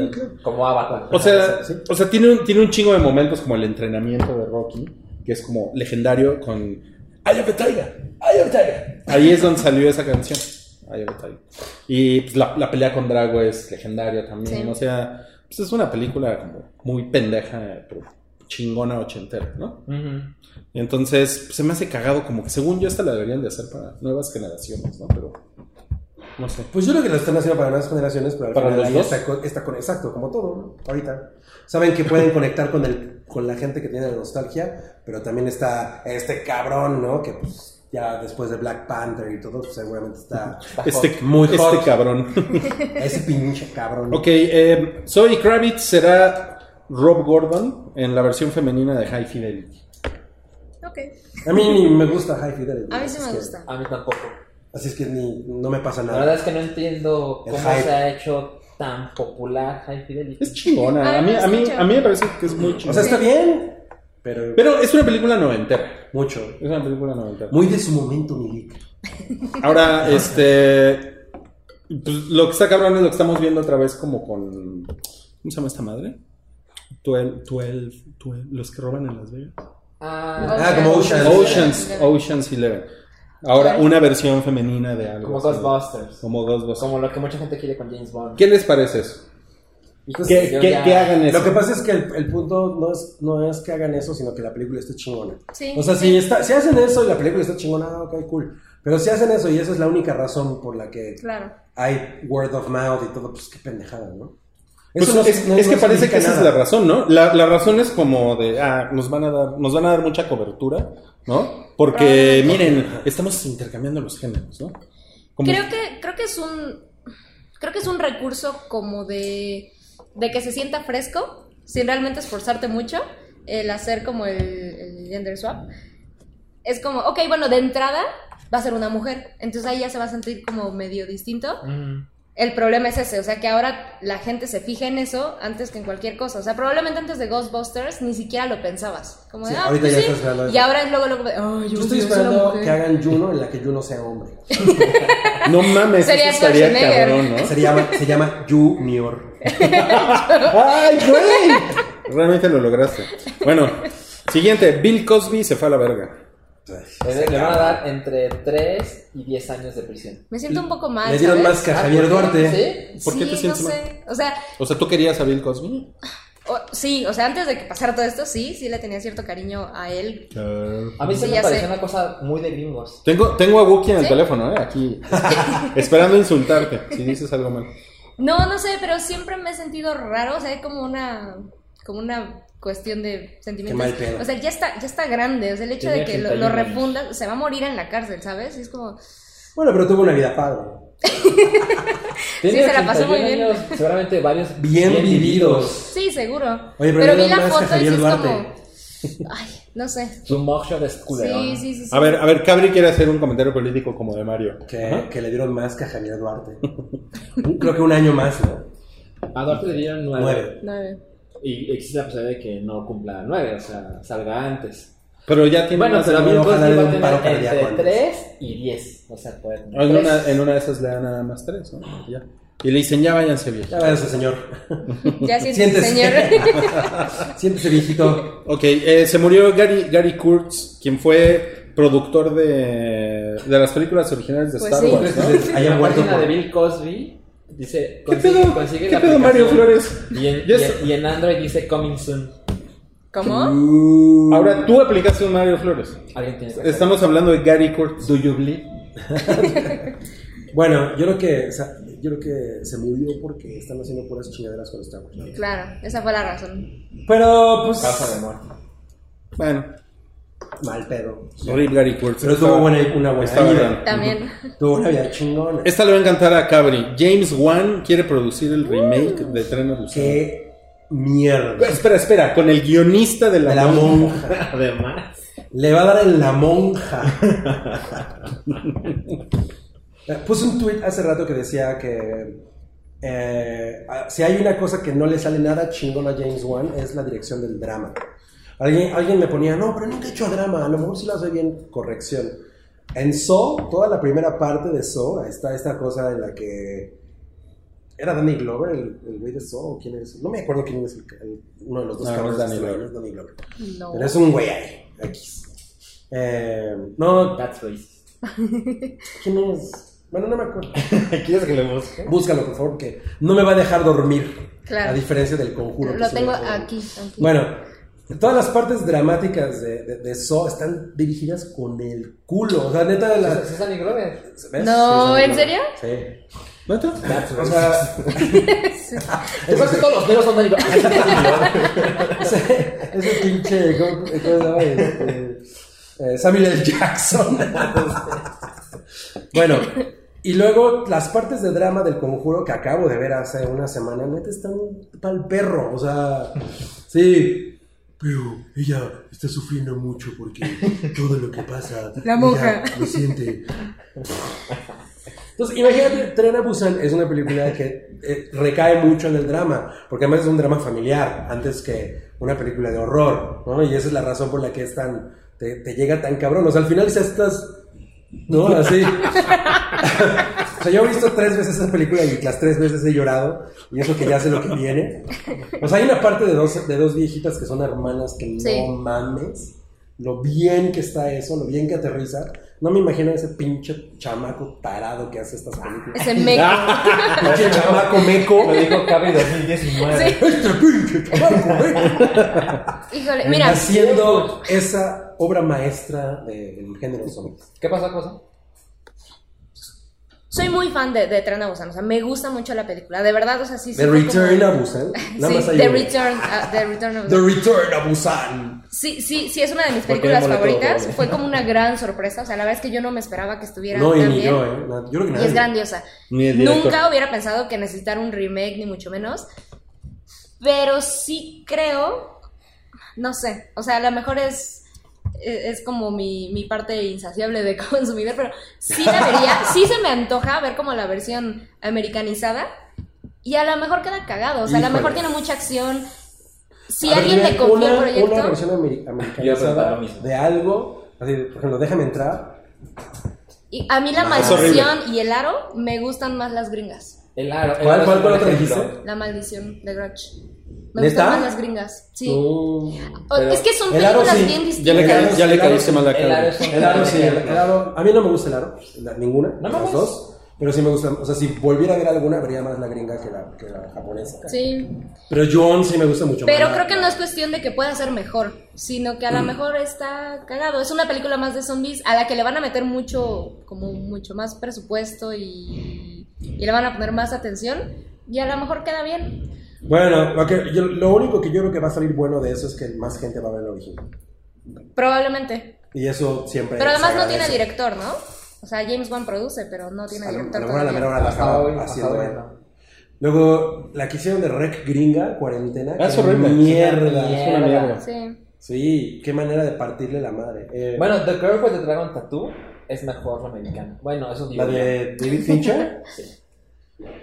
D: Como Avatar.
C: O sea,
B: Sí.
C: o sea tiene, un, tiene un chingo de momentos como el entrenamiento de Rocky, que es como legendario con Eye of the Tiger, Eye of the Tiger. Ahí es donde salió esa canción, Eye of the Tiger. Y pues, la, la pelea con Drago es legendaria también.
E: Sí.
C: O sea, pues es una película como muy pendeja, pero chingona ochentera, ¿no?
D: Ujú.
C: Entonces, pues, se me hace cagado como que según yo esta la deberían de hacer para nuevas generaciones, ¿no? Pero no sé.
B: Pues yo creo que lo están haciendo para nuevas generaciones, pero al
C: ¿Para
B: final
C: los
B: ahí
C: dos?
B: Está, con- está con, exacto, como todo, ¿no? Ahorita. Saben que pueden conectar con, el, con la gente que tiene la nostalgia, pero también está este cabrón, ¿no? Que pues ya después de Black Panther y todo, pues, seguramente está
C: Este,
B: muy
C: este
B: hot.
C: cabrón.
B: ese pinche cabrón.
C: Ok, eh, Zoe Kravitz será Rob Gordon en la versión femenina de High Fidelity.
E: Ok.
B: A mí ni me gusta High Fidelity.
E: A mí
B: así
E: sí me
B: es que-
E: gusta.
D: A mí tampoco.
B: Así es que ni, no me pasa
D: La verdad
B: nada.
D: es que no entiendo
B: El
D: cómo
B: hype.
D: se ha hecho tan popular High Fidelity.
C: Es chingona. A mí, a mí, a mí me parece que es muy
B: O
C: chingona.
B: sea, está bien, pero
C: Pero es una película noventera.
B: mucho.
C: Es una película noventera.
B: Muy de su momento, Milik.
C: Ahora, este. pues, lo que está cabrón es lo que estamos viendo otra vez, como con. ¿Cómo se llama esta madre? Tuel, tuel, tuel, los que roban en Las Vegas.
D: Ah,
B: Ah, como Ocean's.
C: Oceans,
E: Eleven.
C: Oceans Eleven. Ahora, una versión femenina de algo.
D: como
C: así.
D: Ghostbusters.
C: Como Ghostbusters.
D: Como lo que mucha gente quiere con James Bond.
C: ¿Qué les parece eso?
D: Hijos,
C: Que,
D: yo
C: que-
D: ya-
C: que hagan eso.
B: Lo que pasa es que el, el punto no es, no es que hagan eso, sino que la película esté chingona.
E: Sí.
B: O sea, si, está, si hacen eso y la película está chingona, ah, ok, cool. Pero si hacen eso y esa es la única razón por la que
E: Claro.
B: hay word of mouth y todo, pues qué pendejada, ¿no?
C: Pues
B: Eso no-
C: es,
B: no-
C: es
B: no
C: que parece que
B: significa
C: esa es
B: nada.
C: la razón, ¿no? La, la razón es como de, ah, nos van a dar, nos van a dar mucha cobertura, ¿no? Porque,
E: Probablemente.
C: miren, estamos intercambiando los géneros, ¿no? Como-
E: Creo que, creo que es un. Creo que es un recurso como de. de que se sienta fresco, sin realmente esforzarte mucho, el hacer como el, el gender swap. Es como, ok, bueno, de entrada va a ser una mujer. Entonces ahí ya se va a sentir como medio distinto.
D: Mm.
E: El problema es ese, o sea que ahora la gente se fija en eso antes que en cualquier cosa. O sea, probablemente antes de Ghostbusters ni siquiera lo pensabas. Como de,
B: Sí,
E: ah,
B: ahorita
E: pues
B: ya
E: sí.
B: estás hablando de
E: Y
B: eso.
E: ahora es luego, luego, de, "Ay,
B: Yo estoy
E: quiero ser una
B: esperando
E: mujer".
B: que hagan Juno en la que Juno sea hombre.
C: No mames,
E: Sería
C: eso estaría
E: Schwarzenegger.
C: cabrón, ¿no?
B: Se llama, se llama Junior.
C: ¡Ay, güey! Realmente lo lograste. Bueno, siguiente, Bill Cosby se fue a la verga.
D: Le, le van a dar entre 3 y 10 años de prisión. Ah,
E: Me siento un poco mal.
B: Le dieron
E: ¿sabes?
B: más que a Javier Duarte.
D: ¿Sí?
C: ¿Por qué
E: sí,
C: te sientes
E: no
C: mal?
E: sé. O sea,
C: O sea, ¿tú querías a Bill Cosby?
E: o- sí, o sea, antes de que pasara todo esto, sí, sí le tenía cierto cariño a él.
D: A mí se
E: Sí,
D: me
E: ya
D: pareció
E: sé.
D: una cosa muy de gringos.
C: Tengo, tengo a Wookie en el
E: ¿Sí?
C: teléfono, ¿eh? Aquí, esperando insultarte si dices algo mal.
E: No, no sé, pero siempre me he sentido raro, o sea, es como una como una cuestión de sentimientos.
B: Qué mal pedo.
E: O sea, ya está ya está grande, o sea, el hecho
D: Tenía
E: de que lo,
D: 81
E: lo
D: años.
E: refunda, se va a morir en la cárcel, ¿sabes? Y es como
B: Bueno, pero tuvo una vida padre.
E: Sí, se la pasó muy
D: 81
E: bien.
D: años, seguramente varios
B: Bien, vividos.
E: Sí, seguro.
B: Oye, pero
E: pero
B: le
E: vi
B: dan
E: la
B: más que
E: foto y
B: Javier
E: sí es
B: Duarte.
E: como ay, no sé.
D: Su mugshot es culerón.
E: Sí, sí, sí. sí.
C: A ver, a ver, Cabri quiere hacer un comentario político como de Mario.
B: Que, que le dieron más que a Javier Duarte. Creo que un año más, ¿no?
D: A Duarte le dieron 9.
B: Nueve.
E: No,
D: Y existe la posibilidad de que no cumpla 9, o sea, salga antes.
C: Pero ya tiene
D: Bueno,
C: más-
D: pero a mí
B: ojalá
D: Cosby
B: le dé
D: va
B: un
D: a
B: paro
D: tener
B: cardíaco
D: entre
B: antes.
D: 3 y 10. O sea, puede tener
C: en,
D: tres.
C: una, en una de esas le dan nada más tres, ¿no? Y ya. Y le dicen, ya váyanse bien.
B: Ya váyase, señor.
E: no. Ya sientes,
B: Siéntese.
E: señor.
B: Siéntese, viejito.
C: Ok, eh, se murió Gary, Gary Kurtz, quien fue productor de, de las películas originales de
E: Pues
C: Star
E: sí.
C: Wars, ¿no?
B: Haya
D: la
B: muerto
D: página
B: por-
D: de Bill Cosby dice:
C: ¿Qué
D: consigue,
C: pedo?
D: consigue
C: ¿Qué
D: la
C: pedo, Mario
D: aplicación.
C: Flores?
D: Y en,
C: Yo
D: y en-
C: sé-
D: y en Android dice Coming Soon.
E: ¿Cómo?
B: Mm.
C: Ahora tú aplicaste un Mario Flores.
D: Alguien tiene que
C: Estamos hablando de Gary Kurtz.
D: Do you believe?
B: Bueno, yo creo que, o sea, yo creo que se murió porque están haciendo puras chingaderas con Star Wars.
E: Claro, esa fue la razón.
B: Pero, pues,
D: Causa de muerte.
C: Bueno,
B: mal pedo.
C: Rip Gary Kurtz.
B: Pero
C: Estaba-
B: tuvo buena- una buena
C: estaba
B: vida.
C: raro.
E: También.
B: Tuvo una vida chingona.
C: Esta le va a encantar a Cabri. James Wan quiere producir el remake de Tren a Busan.
B: Qué mierda.
C: Espera, espera, con el guionista de la,
B: De la monja.
D: Además,
B: Le va a dar en la monja. Puse un tweet hace rato que decía que eh, si hay una cosa que no le sale nada chingón a James Wan es la dirección del drama. Alguien, alguien me ponía, no, pero nunca he hecho drama, a lo mejor sí lo hace bien, corrección. En So, toda la primera parte de So, está esta cosa en la que... ¿Era Danny Glover el, el güey de So? ¿O ¿Quién es? No me acuerdo quién es el- el- uno de los dos
C: No, no
B: cabrones
C: es
B: de
C: Danny
B: este güey,
C: Glover.
B: no es Danny Glover.
E: No.
B: Pero es un güey ahí, X. Eh, no,
D: that's racist.
B: ¿quién es? Bueno, no me acuerdo.
D: ¿Quieres que le busque?
B: Búscalo, por favor, porque no me va a dejar dormir.
E: Claro.
B: A diferencia del conjuro. que
E: Lo
B: sí
E: tengo
B: me deja dormir.
E: aquí, aquí.
B: Bueno, todas las partes dramáticas de, de, de Saw están dirigidas con el culo. O sea, neta de las.
D: ¿Es Danny Glover?
B: ¿ves?
E: No,
B: Sí,
E: ¿en serio?
B: Sí.
C: ¿Neta?
B: O sea,
D: ¿Te parece que todos los negros son Danny Glover?
B: ese, ese pinche. ¿Cómo, cómo se llama? Este, eh, Samuel L. Jackson. bueno, y luego las partes de drama del conjuro que acabo de ver hace una semana, neta, están pa'l perro. O sea, sí. Pero ella está sufriendo mucho porque todo lo que pasa.
E: La monja.
B: ella Lo siente. Entonces, imagínate, Tren a Busan es una película que eh, recae mucho en el drama, porque además es un drama familiar, antes que una película de horror, ¿no? Y esa es la razón por la que es tan, te, te llega tan cabrón. O sea, al final si estás, ¿no? Así. o sea, yo he visto tres veces esa película y las tres veces he llorado, y eso que ya sé lo que viene. O sea, hay una parte de dos, de dos viejitas que son hermanas que
E: Sí.
B: no mames. Lo bien que está eso, lo bien que aterriza. No me imagino ese pinche chamaco tarado que hace estas películas.
E: Ese meco.
B: Ah. Pinche chamaco meco.
D: Me dijo Cabri 2019.
E: Sí.
B: Este pinche chamaco meco.
E: Híjole, mira.
B: Haciendo esa obra maestra de- del género zombie.
D: ¿Qué pasó, cosa?
E: Soy muy fan de, de Tren a Busan, o sea, me gusta mucho la película, de verdad, o sea, sí. sí
B: The
E: fue como-
B: Return a Busan. Nada más
E: Sí,
B: hay
E: The
B: uno.
E: Return, ah, The Return of
B: The Return a Busan.
E: Sí, sí, sí, es una de mis
D: Porque
E: películas
D: démosle todo,
E: favoritas.
D: güey.
E: Fue como una gran sorpresa, o sea, la verdad es que yo no me esperaba que estuviera
B: No, y
E: tan
B: ni
E: bien.
B: yo, ¿eh? No, Yo creo que
E: Y es
B: nadie.
E: grandiosa.
C: Ni el director.
E: Nunca hubiera pensado que necesitar un remake, ni mucho menos. Pero sí creo, no sé, o sea, a lo mejor es, e-, es como mi, mi parte insaciable de consumidor, pero sí la vería, sí se me antoja ver como la versión americanizada. Y a lo mejor queda cagado, o sea, a lo mejor
B: Híjole.
E: tiene mucha acción. Si
B: A ver,
E: alguien le
B: dime
E: confió el
B: una- Una
E: proyecto.
B: versión ameri-
D: preguntar
B: americanizada
D: lo mismo.
B: de algo. Así, por ejemplo, déjame entrar.
E: Y a mí la
C: Ah, es
E: maldición y el aro me gustan más las gringas.
D: El aro.
B: ¿Cuál-
D: el aro
B: cuál-
D: es un
B: cuál
D: buen
B: otra
D: ejemplo.
B: dijiste?
E: La maldición de Grudge.
B: ¿Neta? Uh,
E: Me gustan más las gringas. Sí.
D: Tú,
E: O-
D: pero
E: es que son
B: el aro
E: películas
B: sí.
C: Ya
E: bien
C: le,
E: distintas.
C: ca- ya le caíste mal a
D: El aro
C: Cabri.
D: es un
B: El aro
D: buen
B: sí, el,
D: ejemplo.
B: el aro. A mí no me gusta el aro, la- ninguna,
D: No
B: las
D: mames.
B: dos. Pero sí me gusta, o sea, si volviera a ver alguna, vería más la gringa que la, que la japonesa.
E: Sí.
B: Pero John sí me gusta mucho
E: Pero
B: más.
E: creo que no es cuestión de que pueda ser mejor, sino que a lo
B: Mm.
E: mejor está cagado. Es una película más de zombies a la que le van a meter mucho, como mucho más presupuesto y, y le van a poner más atención. Y a lo mejor queda bien.
B: Bueno, lo, que- yo- lo único que yo creo que va a salir bueno de eso es que más gente va a ver el original.
E: Probablemente.
B: Y eso siempre.
E: Pero
B: se
E: además no tiene
B: agradece.
E: director, ¿no? O sea, James Wan produce, pero no tiene
B: A lo-
E: director.
B: a lo mejor a la
E: todavía.
B: mera hora la
D: Hasta
B: acaba
D: hoy, hasta
B: haciendo
D: hoy,
B: él.
D: no.
B: Luego, la que hicieron de Rec Gringa, cuarentena.
C: Ah, es
B: qué
C: horrible.
B: Mierda.
C: Es una mierda.
E: Sí.
B: Sí, qué manera de partirle la madre. Eh,
D: Bueno, The Girl with the Dragon Tattoo es mejor la americana. Bueno, eso digo.
B: la de David Fincher.
D: Sí.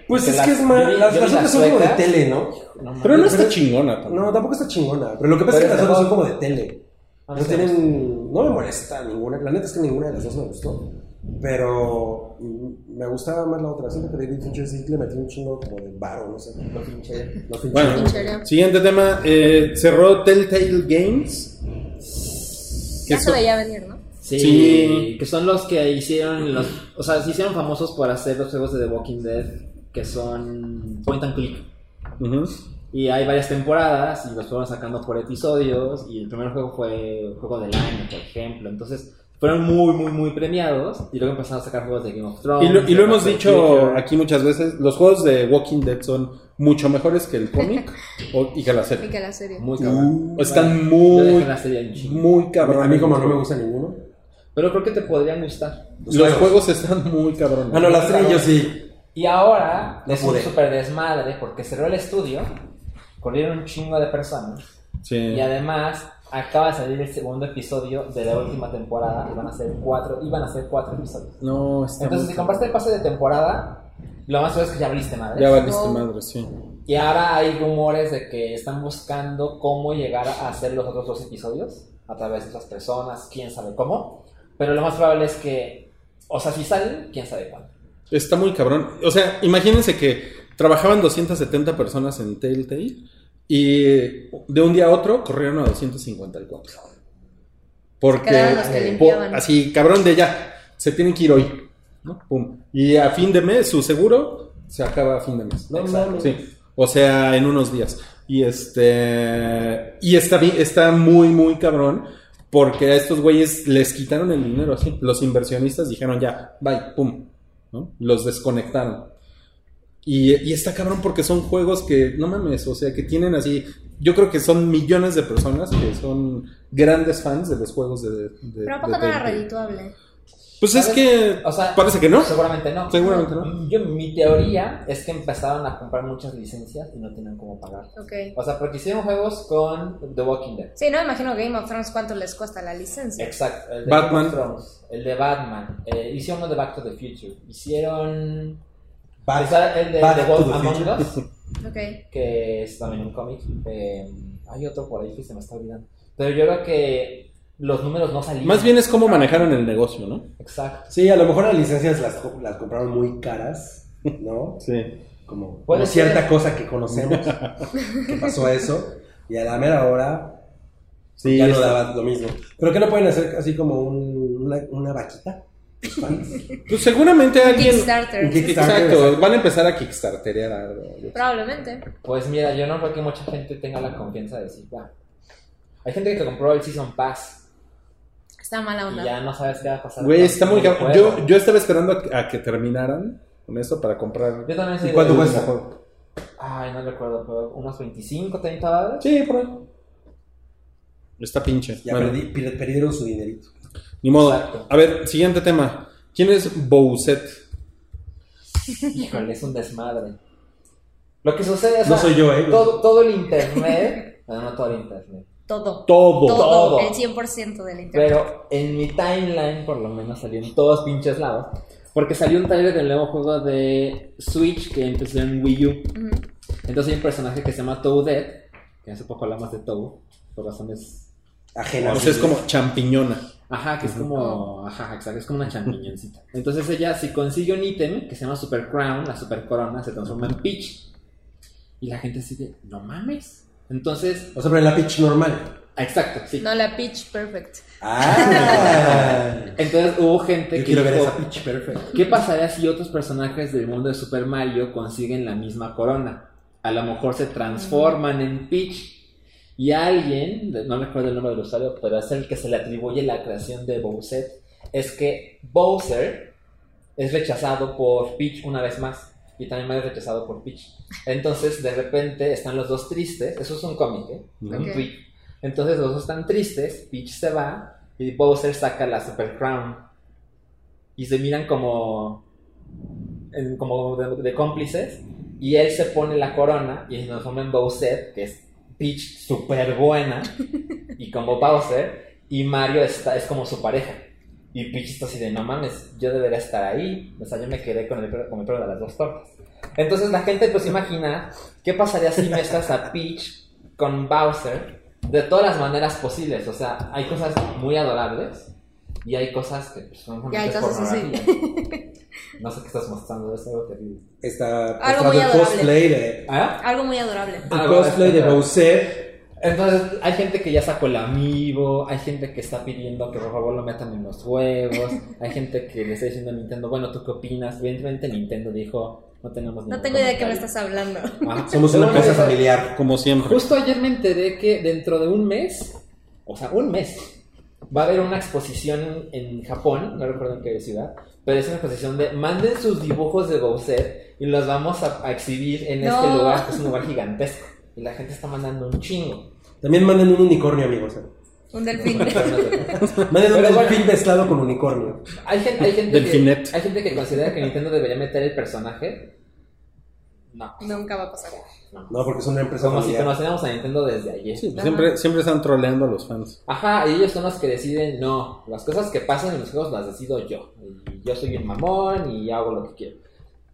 B: Pues
D: Que
B: es
D: las-
B: que es más.
D: yo vi-
B: Las
D: yo vi
B: las otras
D: las
B: son como de
D: suecas.
B: tele, ¿no?
D: No,
C: Pero no
D: mames.
C: está chingona. tampoco.
B: No, tampoco está chingona. Pero lo que pasa es
D: Pero
B: que las
D: es
B: otras son
D: mejor.
B: como de tele.
D: Ah,
B: No
D: sí.
B: tienen. No me molesta ninguna. La neta es que ninguna de las dos me gustó. Pero mm, me gustaba más la otra. Siento que David Fincher sí le metió un chingo como de varo, no sé.
D: Lo pinché.
B: No, Fincher.
C: Bueno,
E: Pinchería.
C: siguiente tema. eh, cerró Telltale Games.
E: Ya
C: Eso-
E: se veía venir, ¿no?
D: Sí,
C: Sí.
D: que son los que hicieron los, o sea, se hicieron famosos por hacer los juegos de The Walking Dead que son point and click.
C: Ujú.
D: Y hay varias temporadas y los fueron sacando por episodios y el primer juego fue el juego del año, por ejemplo. Entonces, fueron muy, muy, muy premiados y luego empezaron a sacar juegos de Game of Thrones.
C: Y lo, y lo
D: de
C: hemos
D: Back to the
C: dicho
D: Future.
C: aquí muchas veces, los juegos de Walking Dead son mucho mejores que el cómic o- y que la
E: Y
C: serie.
E: que la serie.
D: Muy cabrón.
C: Uh, Están
D: Yo dejé
C: muy,
D: la serie en chingo.
C: muy cabrones.
B: A mí como no me gusta ninguno.
D: Pero creo que te podrían gustar.
C: Los juegos. juegos están muy cabrones.
B: Ah, no, las tres yo sí.
D: Y ahora es un
B: pude.
D: super desmadre porque cerró el estudio, corrieron un chingo de personas
C: Sí.
D: y además acaba de salir el segundo episodio de la última temporada y van a ser cuatro, iban a ser cuatro episodios.
C: No, está
D: Entonces
C: muy
D: si compraste el pase de temporada, lo más seguro es que ya abriste madre.
C: Ya valiste
E: No.
C: madre, sí.
D: Y ahora hay rumores de que están buscando cómo llegar a hacer los otros dos episodios a través de otras personas, quién sabe cómo. Pero lo más probable es que, o sea, si salen, quién sabe cuándo.
C: Está muy cabrón. O sea, imagínense que trabajaban 270 personas en Telltale y de un día a otro corrieron a 254. Porque
E: Quedaron los que
C: eh,
E: limpiaban.
C: po- así, cabrón de ya, se tienen que ir hoy. ¿no? Pum. Y a fin de mes, su seguro se acaba a fin de mes.
B: No
D: Exacto.
B: mames.
C: Sí, o sea, en unos días. Y este. Y está, bi- está muy, muy cabrón. Porque a estos güeyes les quitaron el dinero, así. Los inversionistas dijeron ya, bye, pum. ¿no? Los desconectaron. Y, y está cabrón porque son juegos que, no mames, o sea, que tienen así. Yo creo que son millones de personas que son grandes fans de los juegos de. de-
E: Pero
C: de-
E: ¿a poco no
C: de-
E: era redituable?
C: Pues es
D: ¿Sabes?
C: que.
D: O sea,
C: parece que no.
D: Seguramente no. Mm,
C: Seguramente no.
D: Yo, mi teoría es que empezaron a comprar muchas licencias y no tienen cómo pagar.
E: Ok.
D: O sea, porque hicieron juegos con The Walking Dead.
E: Sí, no me imagino Game of Thrones cuánto les cuesta la licencia.
D: Exacto. El de
C: Batman.
D: Game of Thrones, el de Batman. eh, hicieron uno de Back to the Future. Hicieron.
C: Ah,
B: Back-
D: está el de
B: Back
D: The
B: to
D: Wolf
B: the
D: Among
B: Future.
D: Us,
E: Ok.
D: que es también un cómic. eh, hay otro por ahí que se me está olvidando. Pero yo creo que los números no salían.
C: Más bien es como manejaron el negocio, ¿no?
D: Exacto.
B: Sí, a lo mejor las licencias las, co- las compraron muy caras, ¿no?
C: Sí.
B: Como,
D: Puede
B: como cierta
D: ser.
B: cosa que conocemos que pasó eso. Y a la mera hora
C: Sí,
B: ya no
C: está-
B: daba lo mismo. ¿Pero qué no pueden hacer así como un- una, una vaquita? Los fans.
C: Pues seguramente alguien.
E: Kickstarter.
B: ¿Qué-
C: Exacto, van a empezar a kickstarterear algo. yo creo.
E: Probablemente.
D: Pues mira, yo no creo que mucha gente tenga la confianza de decir, va. Hay gente que compró el Season Pass
E: Está mala
D: y
E: onda.
D: ya no sabes qué va a pasar.
C: Güey,
D: con-
C: está muy
D: con el
C: cabrón.
D: juego.
C: Yo, yo estaba esperando a que, a que terminaran con eso para comprar.
D: Yo también soy
B: ¿Y
D: de-
B: cuánto
D: de-
B: cuesta?
D: Ay, no recuerdo, pero unos 25, 30 dólares.
C: Sí, por ahí. Está pinche.
B: Ya
C: Bueno,
B: perdí- per- perdieron su dinerito.
C: Ni modo.
D: Exacto.
C: A ver, siguiente tema. ¿Quién es Bowset?
D: Híjole, es un desmadre. Lo que sucede es
B: No soy yo, ¿eh?
D: todo, todo el internet, bueno, no todo el internet,
E: Todo.
C: Todo.
E: Todo.
D: Todo.
E: El 100% del internet.
D: pero en mi timeline por lo menos salió en todos pinches lados. Porque salió un trailer del nuevo juego de Switch que empezó en Wii U.
E: Ujú.
D: Entonces hay un personaje que se llama Toadette, que hace poco hablamos de Toad, por razones...
B: Ajena.
C: O sea, es como champiñona.
D: Ajá, que es como... Ajá, exacto, es como una champiñoncita. Entonces ella, si consigue un ítem que se llama Super Crown, la Super Corona, se transforma en Peach. Y la gente sigue, no mames. Entonces,
B: O sea, pero en la pitch normal.
D: ah, exacto, sí.
E: No, la pitch perfect.
B: Ah,
D: Entonces hubo gente
B: yo
D: que
B: quiero ver
D: dijo,
B: esa pitch perfecta.
D: ¿qué pasaría si otros personajes del mundo de Super Mario consiguen la misma corona? A lo mejor se transforman en Peach. Y alguien, no recuerdo el nombre del usuario, pero es el que se le atribuye la creación de Bowser, es que Bowser es rechazado por Peach una vez más. Y también Mario es rechazado por Peach. Entonces, de repente, están los dos tristes. Eso es un cómic, ¿eh? un
E: Ok.
D: tweet. Entonces los dos están tristes, Peach se va y Bowser saca la Super Crown. Y se miran como, en- como de, de cómplices. Y él se pone la corona y se transforma en Bowser, que es Peach super buena. y como Bowser. ¿eh? Y Mario está, es como su pareja. Y Peach está así de, no mames, yo debería estar ahí. O sea, yo me quedé con el, perro- con el perro de las dos tortas. Entonces la gente pues imagina, ¿qué pasaría si mezclas a Peach con Bowser de todas las maneras posibles. O sea, hay cosas muy adorables y hay cosas que pues, son
E: Y hay
D: muchas
E: cosas así.
D: pornografía. No sé qué estás mostrando, es algo terrible.
B: Está
E: Algo muy
B: mostrando el
E: adorable.
B: cosplay de,
D: ¿Ah?
E: Algo muy adorable.
B: el cosplay de Bowser
D: Entonces, hay gente que ya sacó el amigo, hay gente que está pidiendo que por favor lo metan en los juegos, hay gente que le está diciendo a Nintendo, bueno, ¿tú qué opinas? Evidentemente Nintendo dijo, no tenemos
E: No
D: ningún
E: tengo idea de qué me
D: comentario".
E: estás hablando.
D: Ajá.
F: Somos una
D: Seguramente-
F: empresa familiar.
C: Como siempre.
D: Justo ayer me enteré que dentro de un mes, o sea, un mes, va a haber una exposición en Japón, no recuerdo en qué ciudad, pero es una exposición de manden sus dibujos de Bowser y los vamos a, a exhibir en este
E: No.
D: lugar, que es un lugar gigantesco. Y la gente está mandando un chingo.
B: También manden un unicornio, amigos. ¿eh?
E: Un delfín.
D: Pero no sé.
B: Manden un
D: Pero bueno.
B: delfín mezclado con unicornio.
D: Hay gente, hay gente que,
C: Delfinet.
D: hay gente que considera que Nintendo debería meter el personaje. No.
E: Nunca va a pasar.
B: No, porque es una empresa
D: Como si
B: familiar.
D: conociéramos a Nintendo desde ayer.
C: Sí, pues siempre, siempre están troleando a los fans.
D: Ajá, y ellos son los que deciden, no, las cosas que pasan en los juegos las decido yo. Y yo soy un mamón y hago lo que quiero.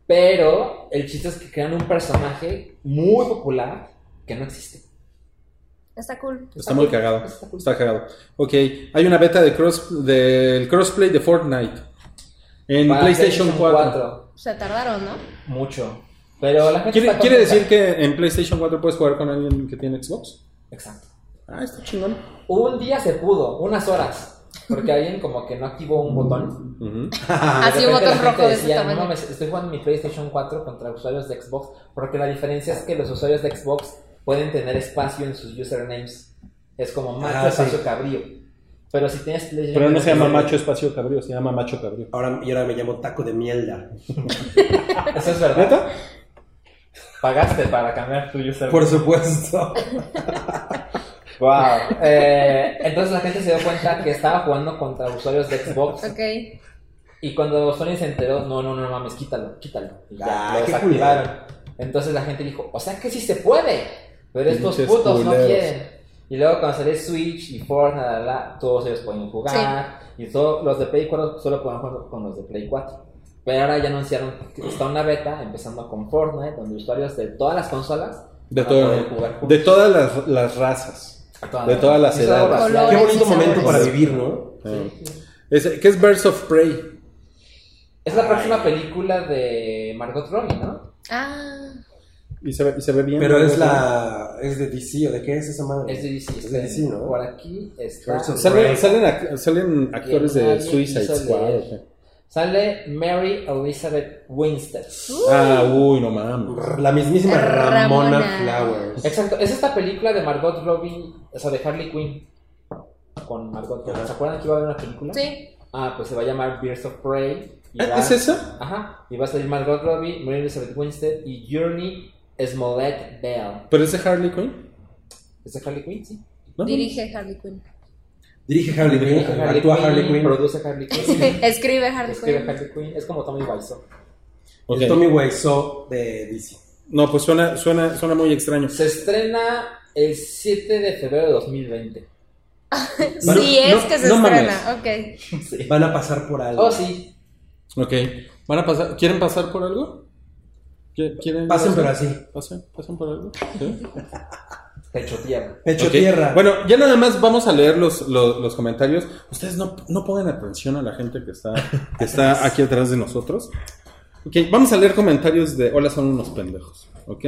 D: Pero el chiste es que crean un personaje muy popular que no existe.
E: Está cool.
C: Está muy cagado. Está cagado. Ok, hay una beta de cross, del crossplay de Fortnite. En
D: Para
C: PlayStation 4.
E: Se tardaron, ¿no?
D: Mucho. Pero la gente
C: ¿Quiere,
D: está
C: quiere
D: contenta.
C: decir que en PlayStation 4 puedes jugar con alguien que tiene Xbox?
D: Exacto.
C: Ah, está chingón.
D: Un día se pudo, unas horas. Porque alguien como que no activó un botón.
C: Ujú.
E: Ah, sí,
D: De
E: un
D: repente la
E: botón rojo
D: gente
E: de ese
D: decía, "No
E: tamaño.
D: mames, estoy jugando mi PlayStation 4 contra usuarios de Xbox, porque la diferencia es que los usuarios de Xbox pueden tener espacio en sus usernames. Es como macho
B: Ah, sí.
D: espacio cabrío. Pero si tienes PlayStation
C: Pero no se llama
D: Entonces,
C: macho espacio cabrío, se llama macho cabrío.
B: Ahora, y ahora me llamo taco de mierda.
D: Eso es verdad.
C: ¿Neta?
D: Pagaste para cambiar tu username.
B: Por supuesto.
D: Wow. Eh, entonces la gente se dio cuenta que estaba jugando contra usuarios de Xbox.
E: Ok.
D: Y cuando Sony se enteró, no, no, no mames, quítalo, quítalo. Y ya,
B: Ah,
D: lo
B: qué
D: desactivaron. Entonces la gente dijo, o sea que sí se puede, pero estos
C: Pinches
D: putos no
C: culeros.
D: quieren. Y luego cuando salió Switch y Fortnite, la, la, la, todos ellos podían jugar. Y todos los de Play 4 solo podían jugar con los de Play 4. Pero ahora ya anunciaron que está una beta, empezando con Fortnite, donde usuarios de todas las consolas
C: De,
D: van a
C: todo-
D: poder jugar
C: de
D: juntos.
C: todas las, las razas.
D: A todas
C: de
D: las-
C: todas las
D: y eso es algo
C: edades.
D: racional.
B: Qué
E: Colores y
B: bonito momento
E: sabores.
B: para vivir, ¿no?
C: Eh, es- ¿Qué es Birds of Prey?
D: Es la próxima película de Margot Robbie, ¿no?
E: Ah.
C: Y se ve, y se ve bien.
B: Pero es la. ¿Es de DC o de qué es esa madre?
D: Es de DC.
B: Es de DC, ¿no?
D: Por aquí está.
B: Birds of
C: Salen,
B: Prey.
C: salen ac- salen actores de
D: Alguien
C: Suicide
D: hizo
C: Squad.
D: leer.
C: ¿o qué?
D: Sale Mary Elizabeth Winstead.
C: Ah, uy, no mames.
B: La mismísima Ramona,
E: Ramona.
B: Flowers.
D: Exacto, es esta película de Margot Robbie, o sea, de Harley Quinn. Con Margot Robbie. ¿Se acuerdan que iba a haber una película?
E: Sí.
D: Ah, pues se va a llamar Birds of Prey. y
B: Ah,
C: ¿Eh,
D: va-
C: ¿Es esa?
D: Ajá. Y va a salir Margot Robbie, Mary Elizabeth Winstead y Journey Smollett Bell.
C: ¿Pero es de Harley Quinn?
D: ¿Es de Harley Quinn? Sí.
C: ¿No?
E: Dirige Harley Quinn.
B: Dirige Harley Quinn, actúa Harley Quinn.
D: Produce Harley Quinn.
E: Escribe Harley
D: Escribe
E: Quinn.
D: Harley Quinn. Es como Tommy Wiseau.
C: Ok.
B: Es Tommy Wiseau de DC.
C: No, pues suena, suena, suena muy extraño.
D: Se estrena el 7 de febrero de 2020.
E: Si
B: Bueno,
E: es
C: no-
E: que se
C: no
E: estrena. Ok.
B: Van a pasar por algo.
D: Oh, sí.
C: Ok. ¿Van a pasar, ¿Quieren pasar por algo? ¿Qui- ¿Quieren
B: Pasen, pero así.
C: ¿Pasen, pasen por algo? ¿Sí?
D: Pecho tierra.
B: Pecho
C: Ok.
B: tierra.
C: Bueno, ya nada más vamos a leer los, los, los comentarios. Ustedes no, no pongan atención a la gente que está, que está aquí atrás de nosotros. Ok, vamos a leer comentarios de Hola, son unos pendejos. Ok.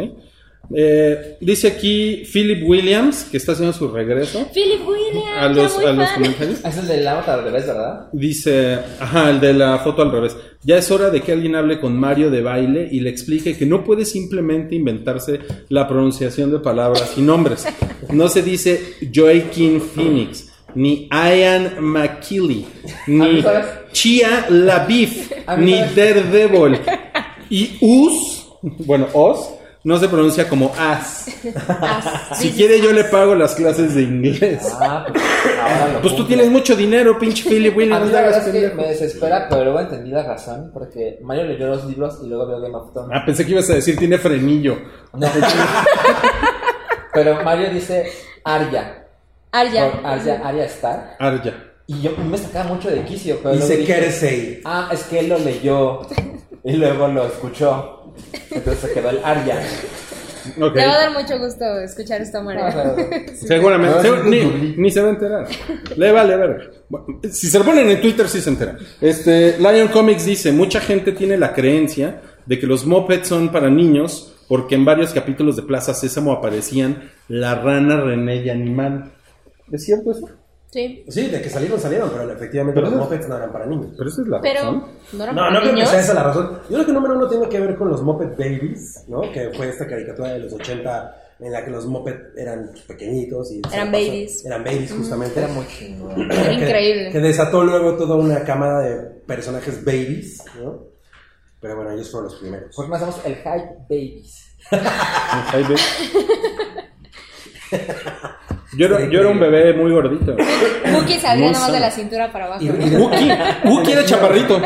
C: Eh, dice aquí Philip Williams, que está haciendo su regreso
E: Philip Williams.
C: a los,
E: muy
C: a los
E: fan.
C: comentarios.
D: Ah, Es el del avatar al revés, ¿verdad?
C: Dice, ajá, el de la foto al revés. Ya es hora de que alguien hable con Mario de baile y le explique que no puede simplemente inventarse la pronunciación de palabras y nombres. No se dice Joaquin Phoenix, ni Ian McKilly, ni
D: ¿sabes?
C: Chia Labif,
D: A mí,
C: ni
D: ¿sabes?
C: Daredevil. Y Us, bueno, Os, no se pronuncia como As.
E: Ah,
C: Si
E: sí,
C: quiere yo le pago las clases de inglés.
D: Ah, pues ahora lo
C: Pues tú
D: cumplo.
C: tienes mucho dinero, pinche Philip
D: A
C: Williams.
D: mí
C: no
D: la
C: hagas
D: verdad es que
C: pendejo.
D: me desespera, pero luego entendí la razón, porque Mario leyó los libros y luego vio Game of Thrones.
C: Ah, pensé que ibas a decir tiene frenillo.
D: No. pero Mario dice Arya. Por
E: Arya.
D: Arya, Arya Stark.
C: Arya.
D: Y yo me sacaba mucho de quicio, pero luego
B: Dice
D: dije,
B: Kersey.
D: Ah, es que él lo leyó y luego lo escuchó. Entonces se quedó el Arya.
C: Ok.
E: Le va a dar mucho gusto escuchar esto,
B: Ah,
E: María.
C: Seguramente.
D: Ah,
C: segu-
D: sí,
C: ni, ni se va a enterar. Le vale verga. Bueno, Si se lo ponen en Twitter, sí se entera. Este, Lion Comics dice: Mucha gente tiene la creencia de que los mopeds son para niños porque en varios capítulos de Plaza Sésamo aparecían la rana René y Animal. ¿Es cierto eso?
F: Sí.
B: Sí, de que salieron, salieron, pero efectivamente
C: Pero
B: los
C: no-
B: mopeds no eran para niños.
C: Pero esa es la razón.
F: Pero, ¿no eran
B: No,
F: para
B: no creo que
F: niños?
B: sea esa la razón. Yo creo que número uno tiene que ver con los Muppet Babies, ¿no? Que fue esta caricatura de los 80 en la que los Muppet eran pequeñitos y... se
F: Eran
B: la pasó-
F: babies.
B: Eran babies, justamente.
D: Era muy chingón.
F: Era
B: Que-
F: increíble.
B: Que desató luego toda una camada de personajes babies, ¿no? Pero bueno, ellos fueron los primeros.
D: Porque más hacemos el Hype Babies.
C: Ahí ves. Yo era, yo era un bebé muy gordito.
F: Cookie salía
C: No
F: nada más
C: sé.
F: de la cintura para abajo.
B: Y-
F: ¿no?
B: y-
C: Wookie, Wookie era chaparrito,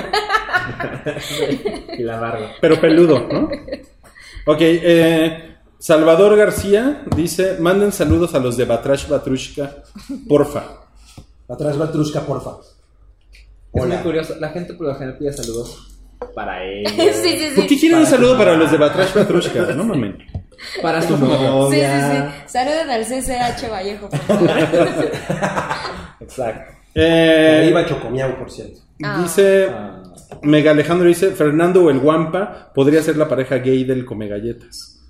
D: Y la barba.
C: pero peludo, ¿no? Ok, eh, Salvador García dice: manden saludos a los de Batrash Batrushka, porfa.
B: Atrás Batrushka, porfa.
D: Es muy
B: Hola.
D: curioso. La gente por lo general pide saludos para ellos.
F: sí, sí,
C: ¿Por qué
F: sí.
C: quieren un saludo para los de Batrash Batrushka? No mames.
D: Para su
F: Sí, sí,
D: novia.
F: sí. Saluden al CCH Vallejo. por favor.
D: Exacto.
B: Ahí
C: Eh,
B: va Chocomiao, por cierto.
C: dice
D: Ah.
C: Mega Alejandro: dice Fernando o el Guampa podría ser la pareja gay del Come Galletas.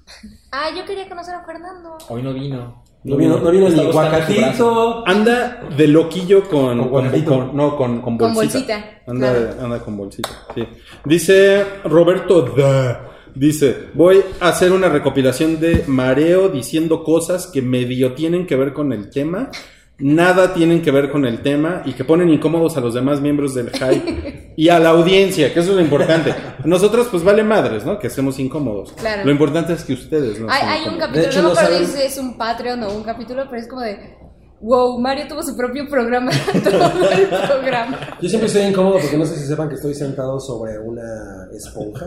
F: Ah, yo quería conocer a Fernando.
D: Hoy no vino.
B: No vino, no vino
D: Está
B: ni
D: buscando su brazo.
B: Guacatito.
C: Anda de loquillo con,
B: Con
C: con,
B: guantelito.
C: con- no, con, con
F: Con
C: bolsita.
F: bolsita,
C: Anda,
F: claro.
C: anda con bolsita, sí. Dice Roberto Da, dice, voy a hacer una recopilación de mareo diciendo cosas que medio tienen que ver con el tema, nada tienen que ver con el tema y que ponen incómodos a los demás miembros del hype y a la audiencia, que eso es lo importante. Nosotros pues vale madres, ¿no? Que estemos incómodos.
F: Claro.
C: Lo importante es que ustedes no. estén
F: Hay, hay un
C: incómodos.
F: capítulo,
B: De hecho,
F: no me
B: no
F: acuerdo
B: saben-
F: si es un Patreon o un capítulo, pero es como de. Wow, Mario tuvo su propio programa. todo el programa.
B: Yo siempre estoy incómodo porque no sé si sepan que estoy sentado sobre una esponja.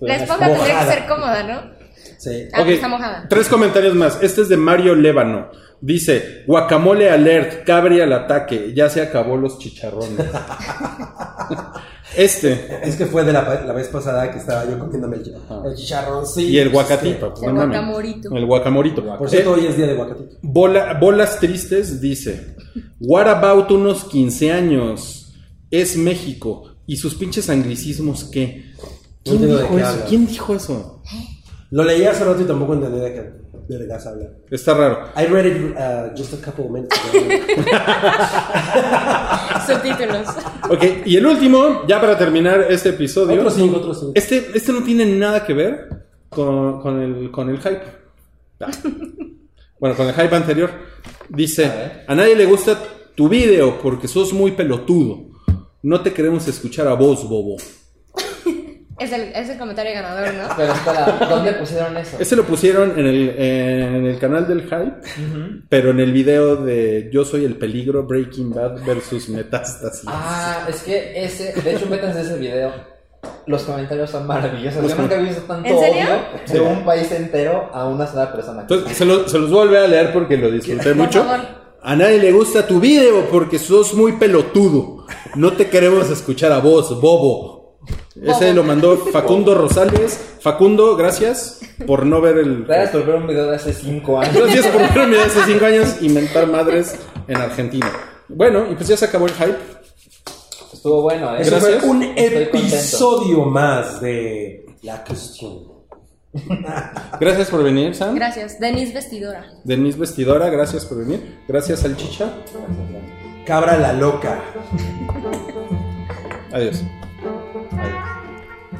F: La esponja tendría que
B: Mojada.
F: ser cómoda, ¿no?
B: Sí.
F: Ah,
C: Ok,
F: pues está mojada.
C: Tres comentarios más. Este es de Mario Lévano. Dice, guacamole alert, cabri al ataque, ya se acabó los chicharrones. este.
B: Es que fue de la, la vez pasada que estaba yo comiéndome el, chi- el chicharroncito.
C: Y el guacatito. pues,
F: El
C: no mames.
F: guacamorito.
C: El guacamorito.
B: Por
C: Eh,
B: cierto, hoy es día de guacatito.
C: bola- bolas tristes dice, what about unos 15 años? Es México. ¿Y sus pinches anglicismos qué? ¿Quién
B: entiendo de
C: dijo
B: qué
C: eso?
B: hablas.
C: ¿Quién dijo eso?
B: Lo leí hace rato y tampoco entendí de qué vergas habla.
C: Está raro.
B: I read it uh, just a couple of minutes ago.
F: Subtítulos.
C: Ok, y el último, ya para terminar este episodio.
B: otro cinco, otro cinco.
C: Este, este no tiene nada que ver con, con el, con el hype. Ah. Bueno, con el hype anterior. Dice, a, nadie le gusta tu video porque sos muy pelotudo. No te queremos escuchar a vos, bobo.
F: Es el, es el comentario ganador, ¿no?
D: Pero espera, ¿dónde pusieron eso?
C: Ese lo pusieron en el, eh, en el canal del hype, pero en el video de Yo soy el peligro, Breaking Bad versus Metástasis.
D: Ah, es que ese, de hecho, métanse ese video. Los comentarios son maravillosos. Yo nunca he visto tanto
E: ¿En serio?
D: odio de un país entero a una sola persona.
C: Entonces, se, lo- se los vuelve a leer porque lo disfruté mucho.
F: favor.
C: A nadie le gusta tu video porque sos muy pelotudo. No te queremos escuchar a vos, bobo. Ese
F: Bobo.
C: lo mandó Facundo Rosales. Facundo, gracias por no ver el.
D: Gracias por ver un video de hace 5 años.
C: Gracias por verme de hace 5 años inventar madres en Argentina. Bueno, y pues ya se acabó el hype.
D: Estuvo bueno, ¿eh?
B: Eso
C: Gracias.
B: fue un
D: Estoy
B: episodio más de La Cuestión.
C: Gracias por venir, Sam.
F: Gracias. Denise Vestidora.
C: Denise Vestidora, gracias por venir. Gracias, Salchicha.
B: Cabra la loca.
C: Adiós.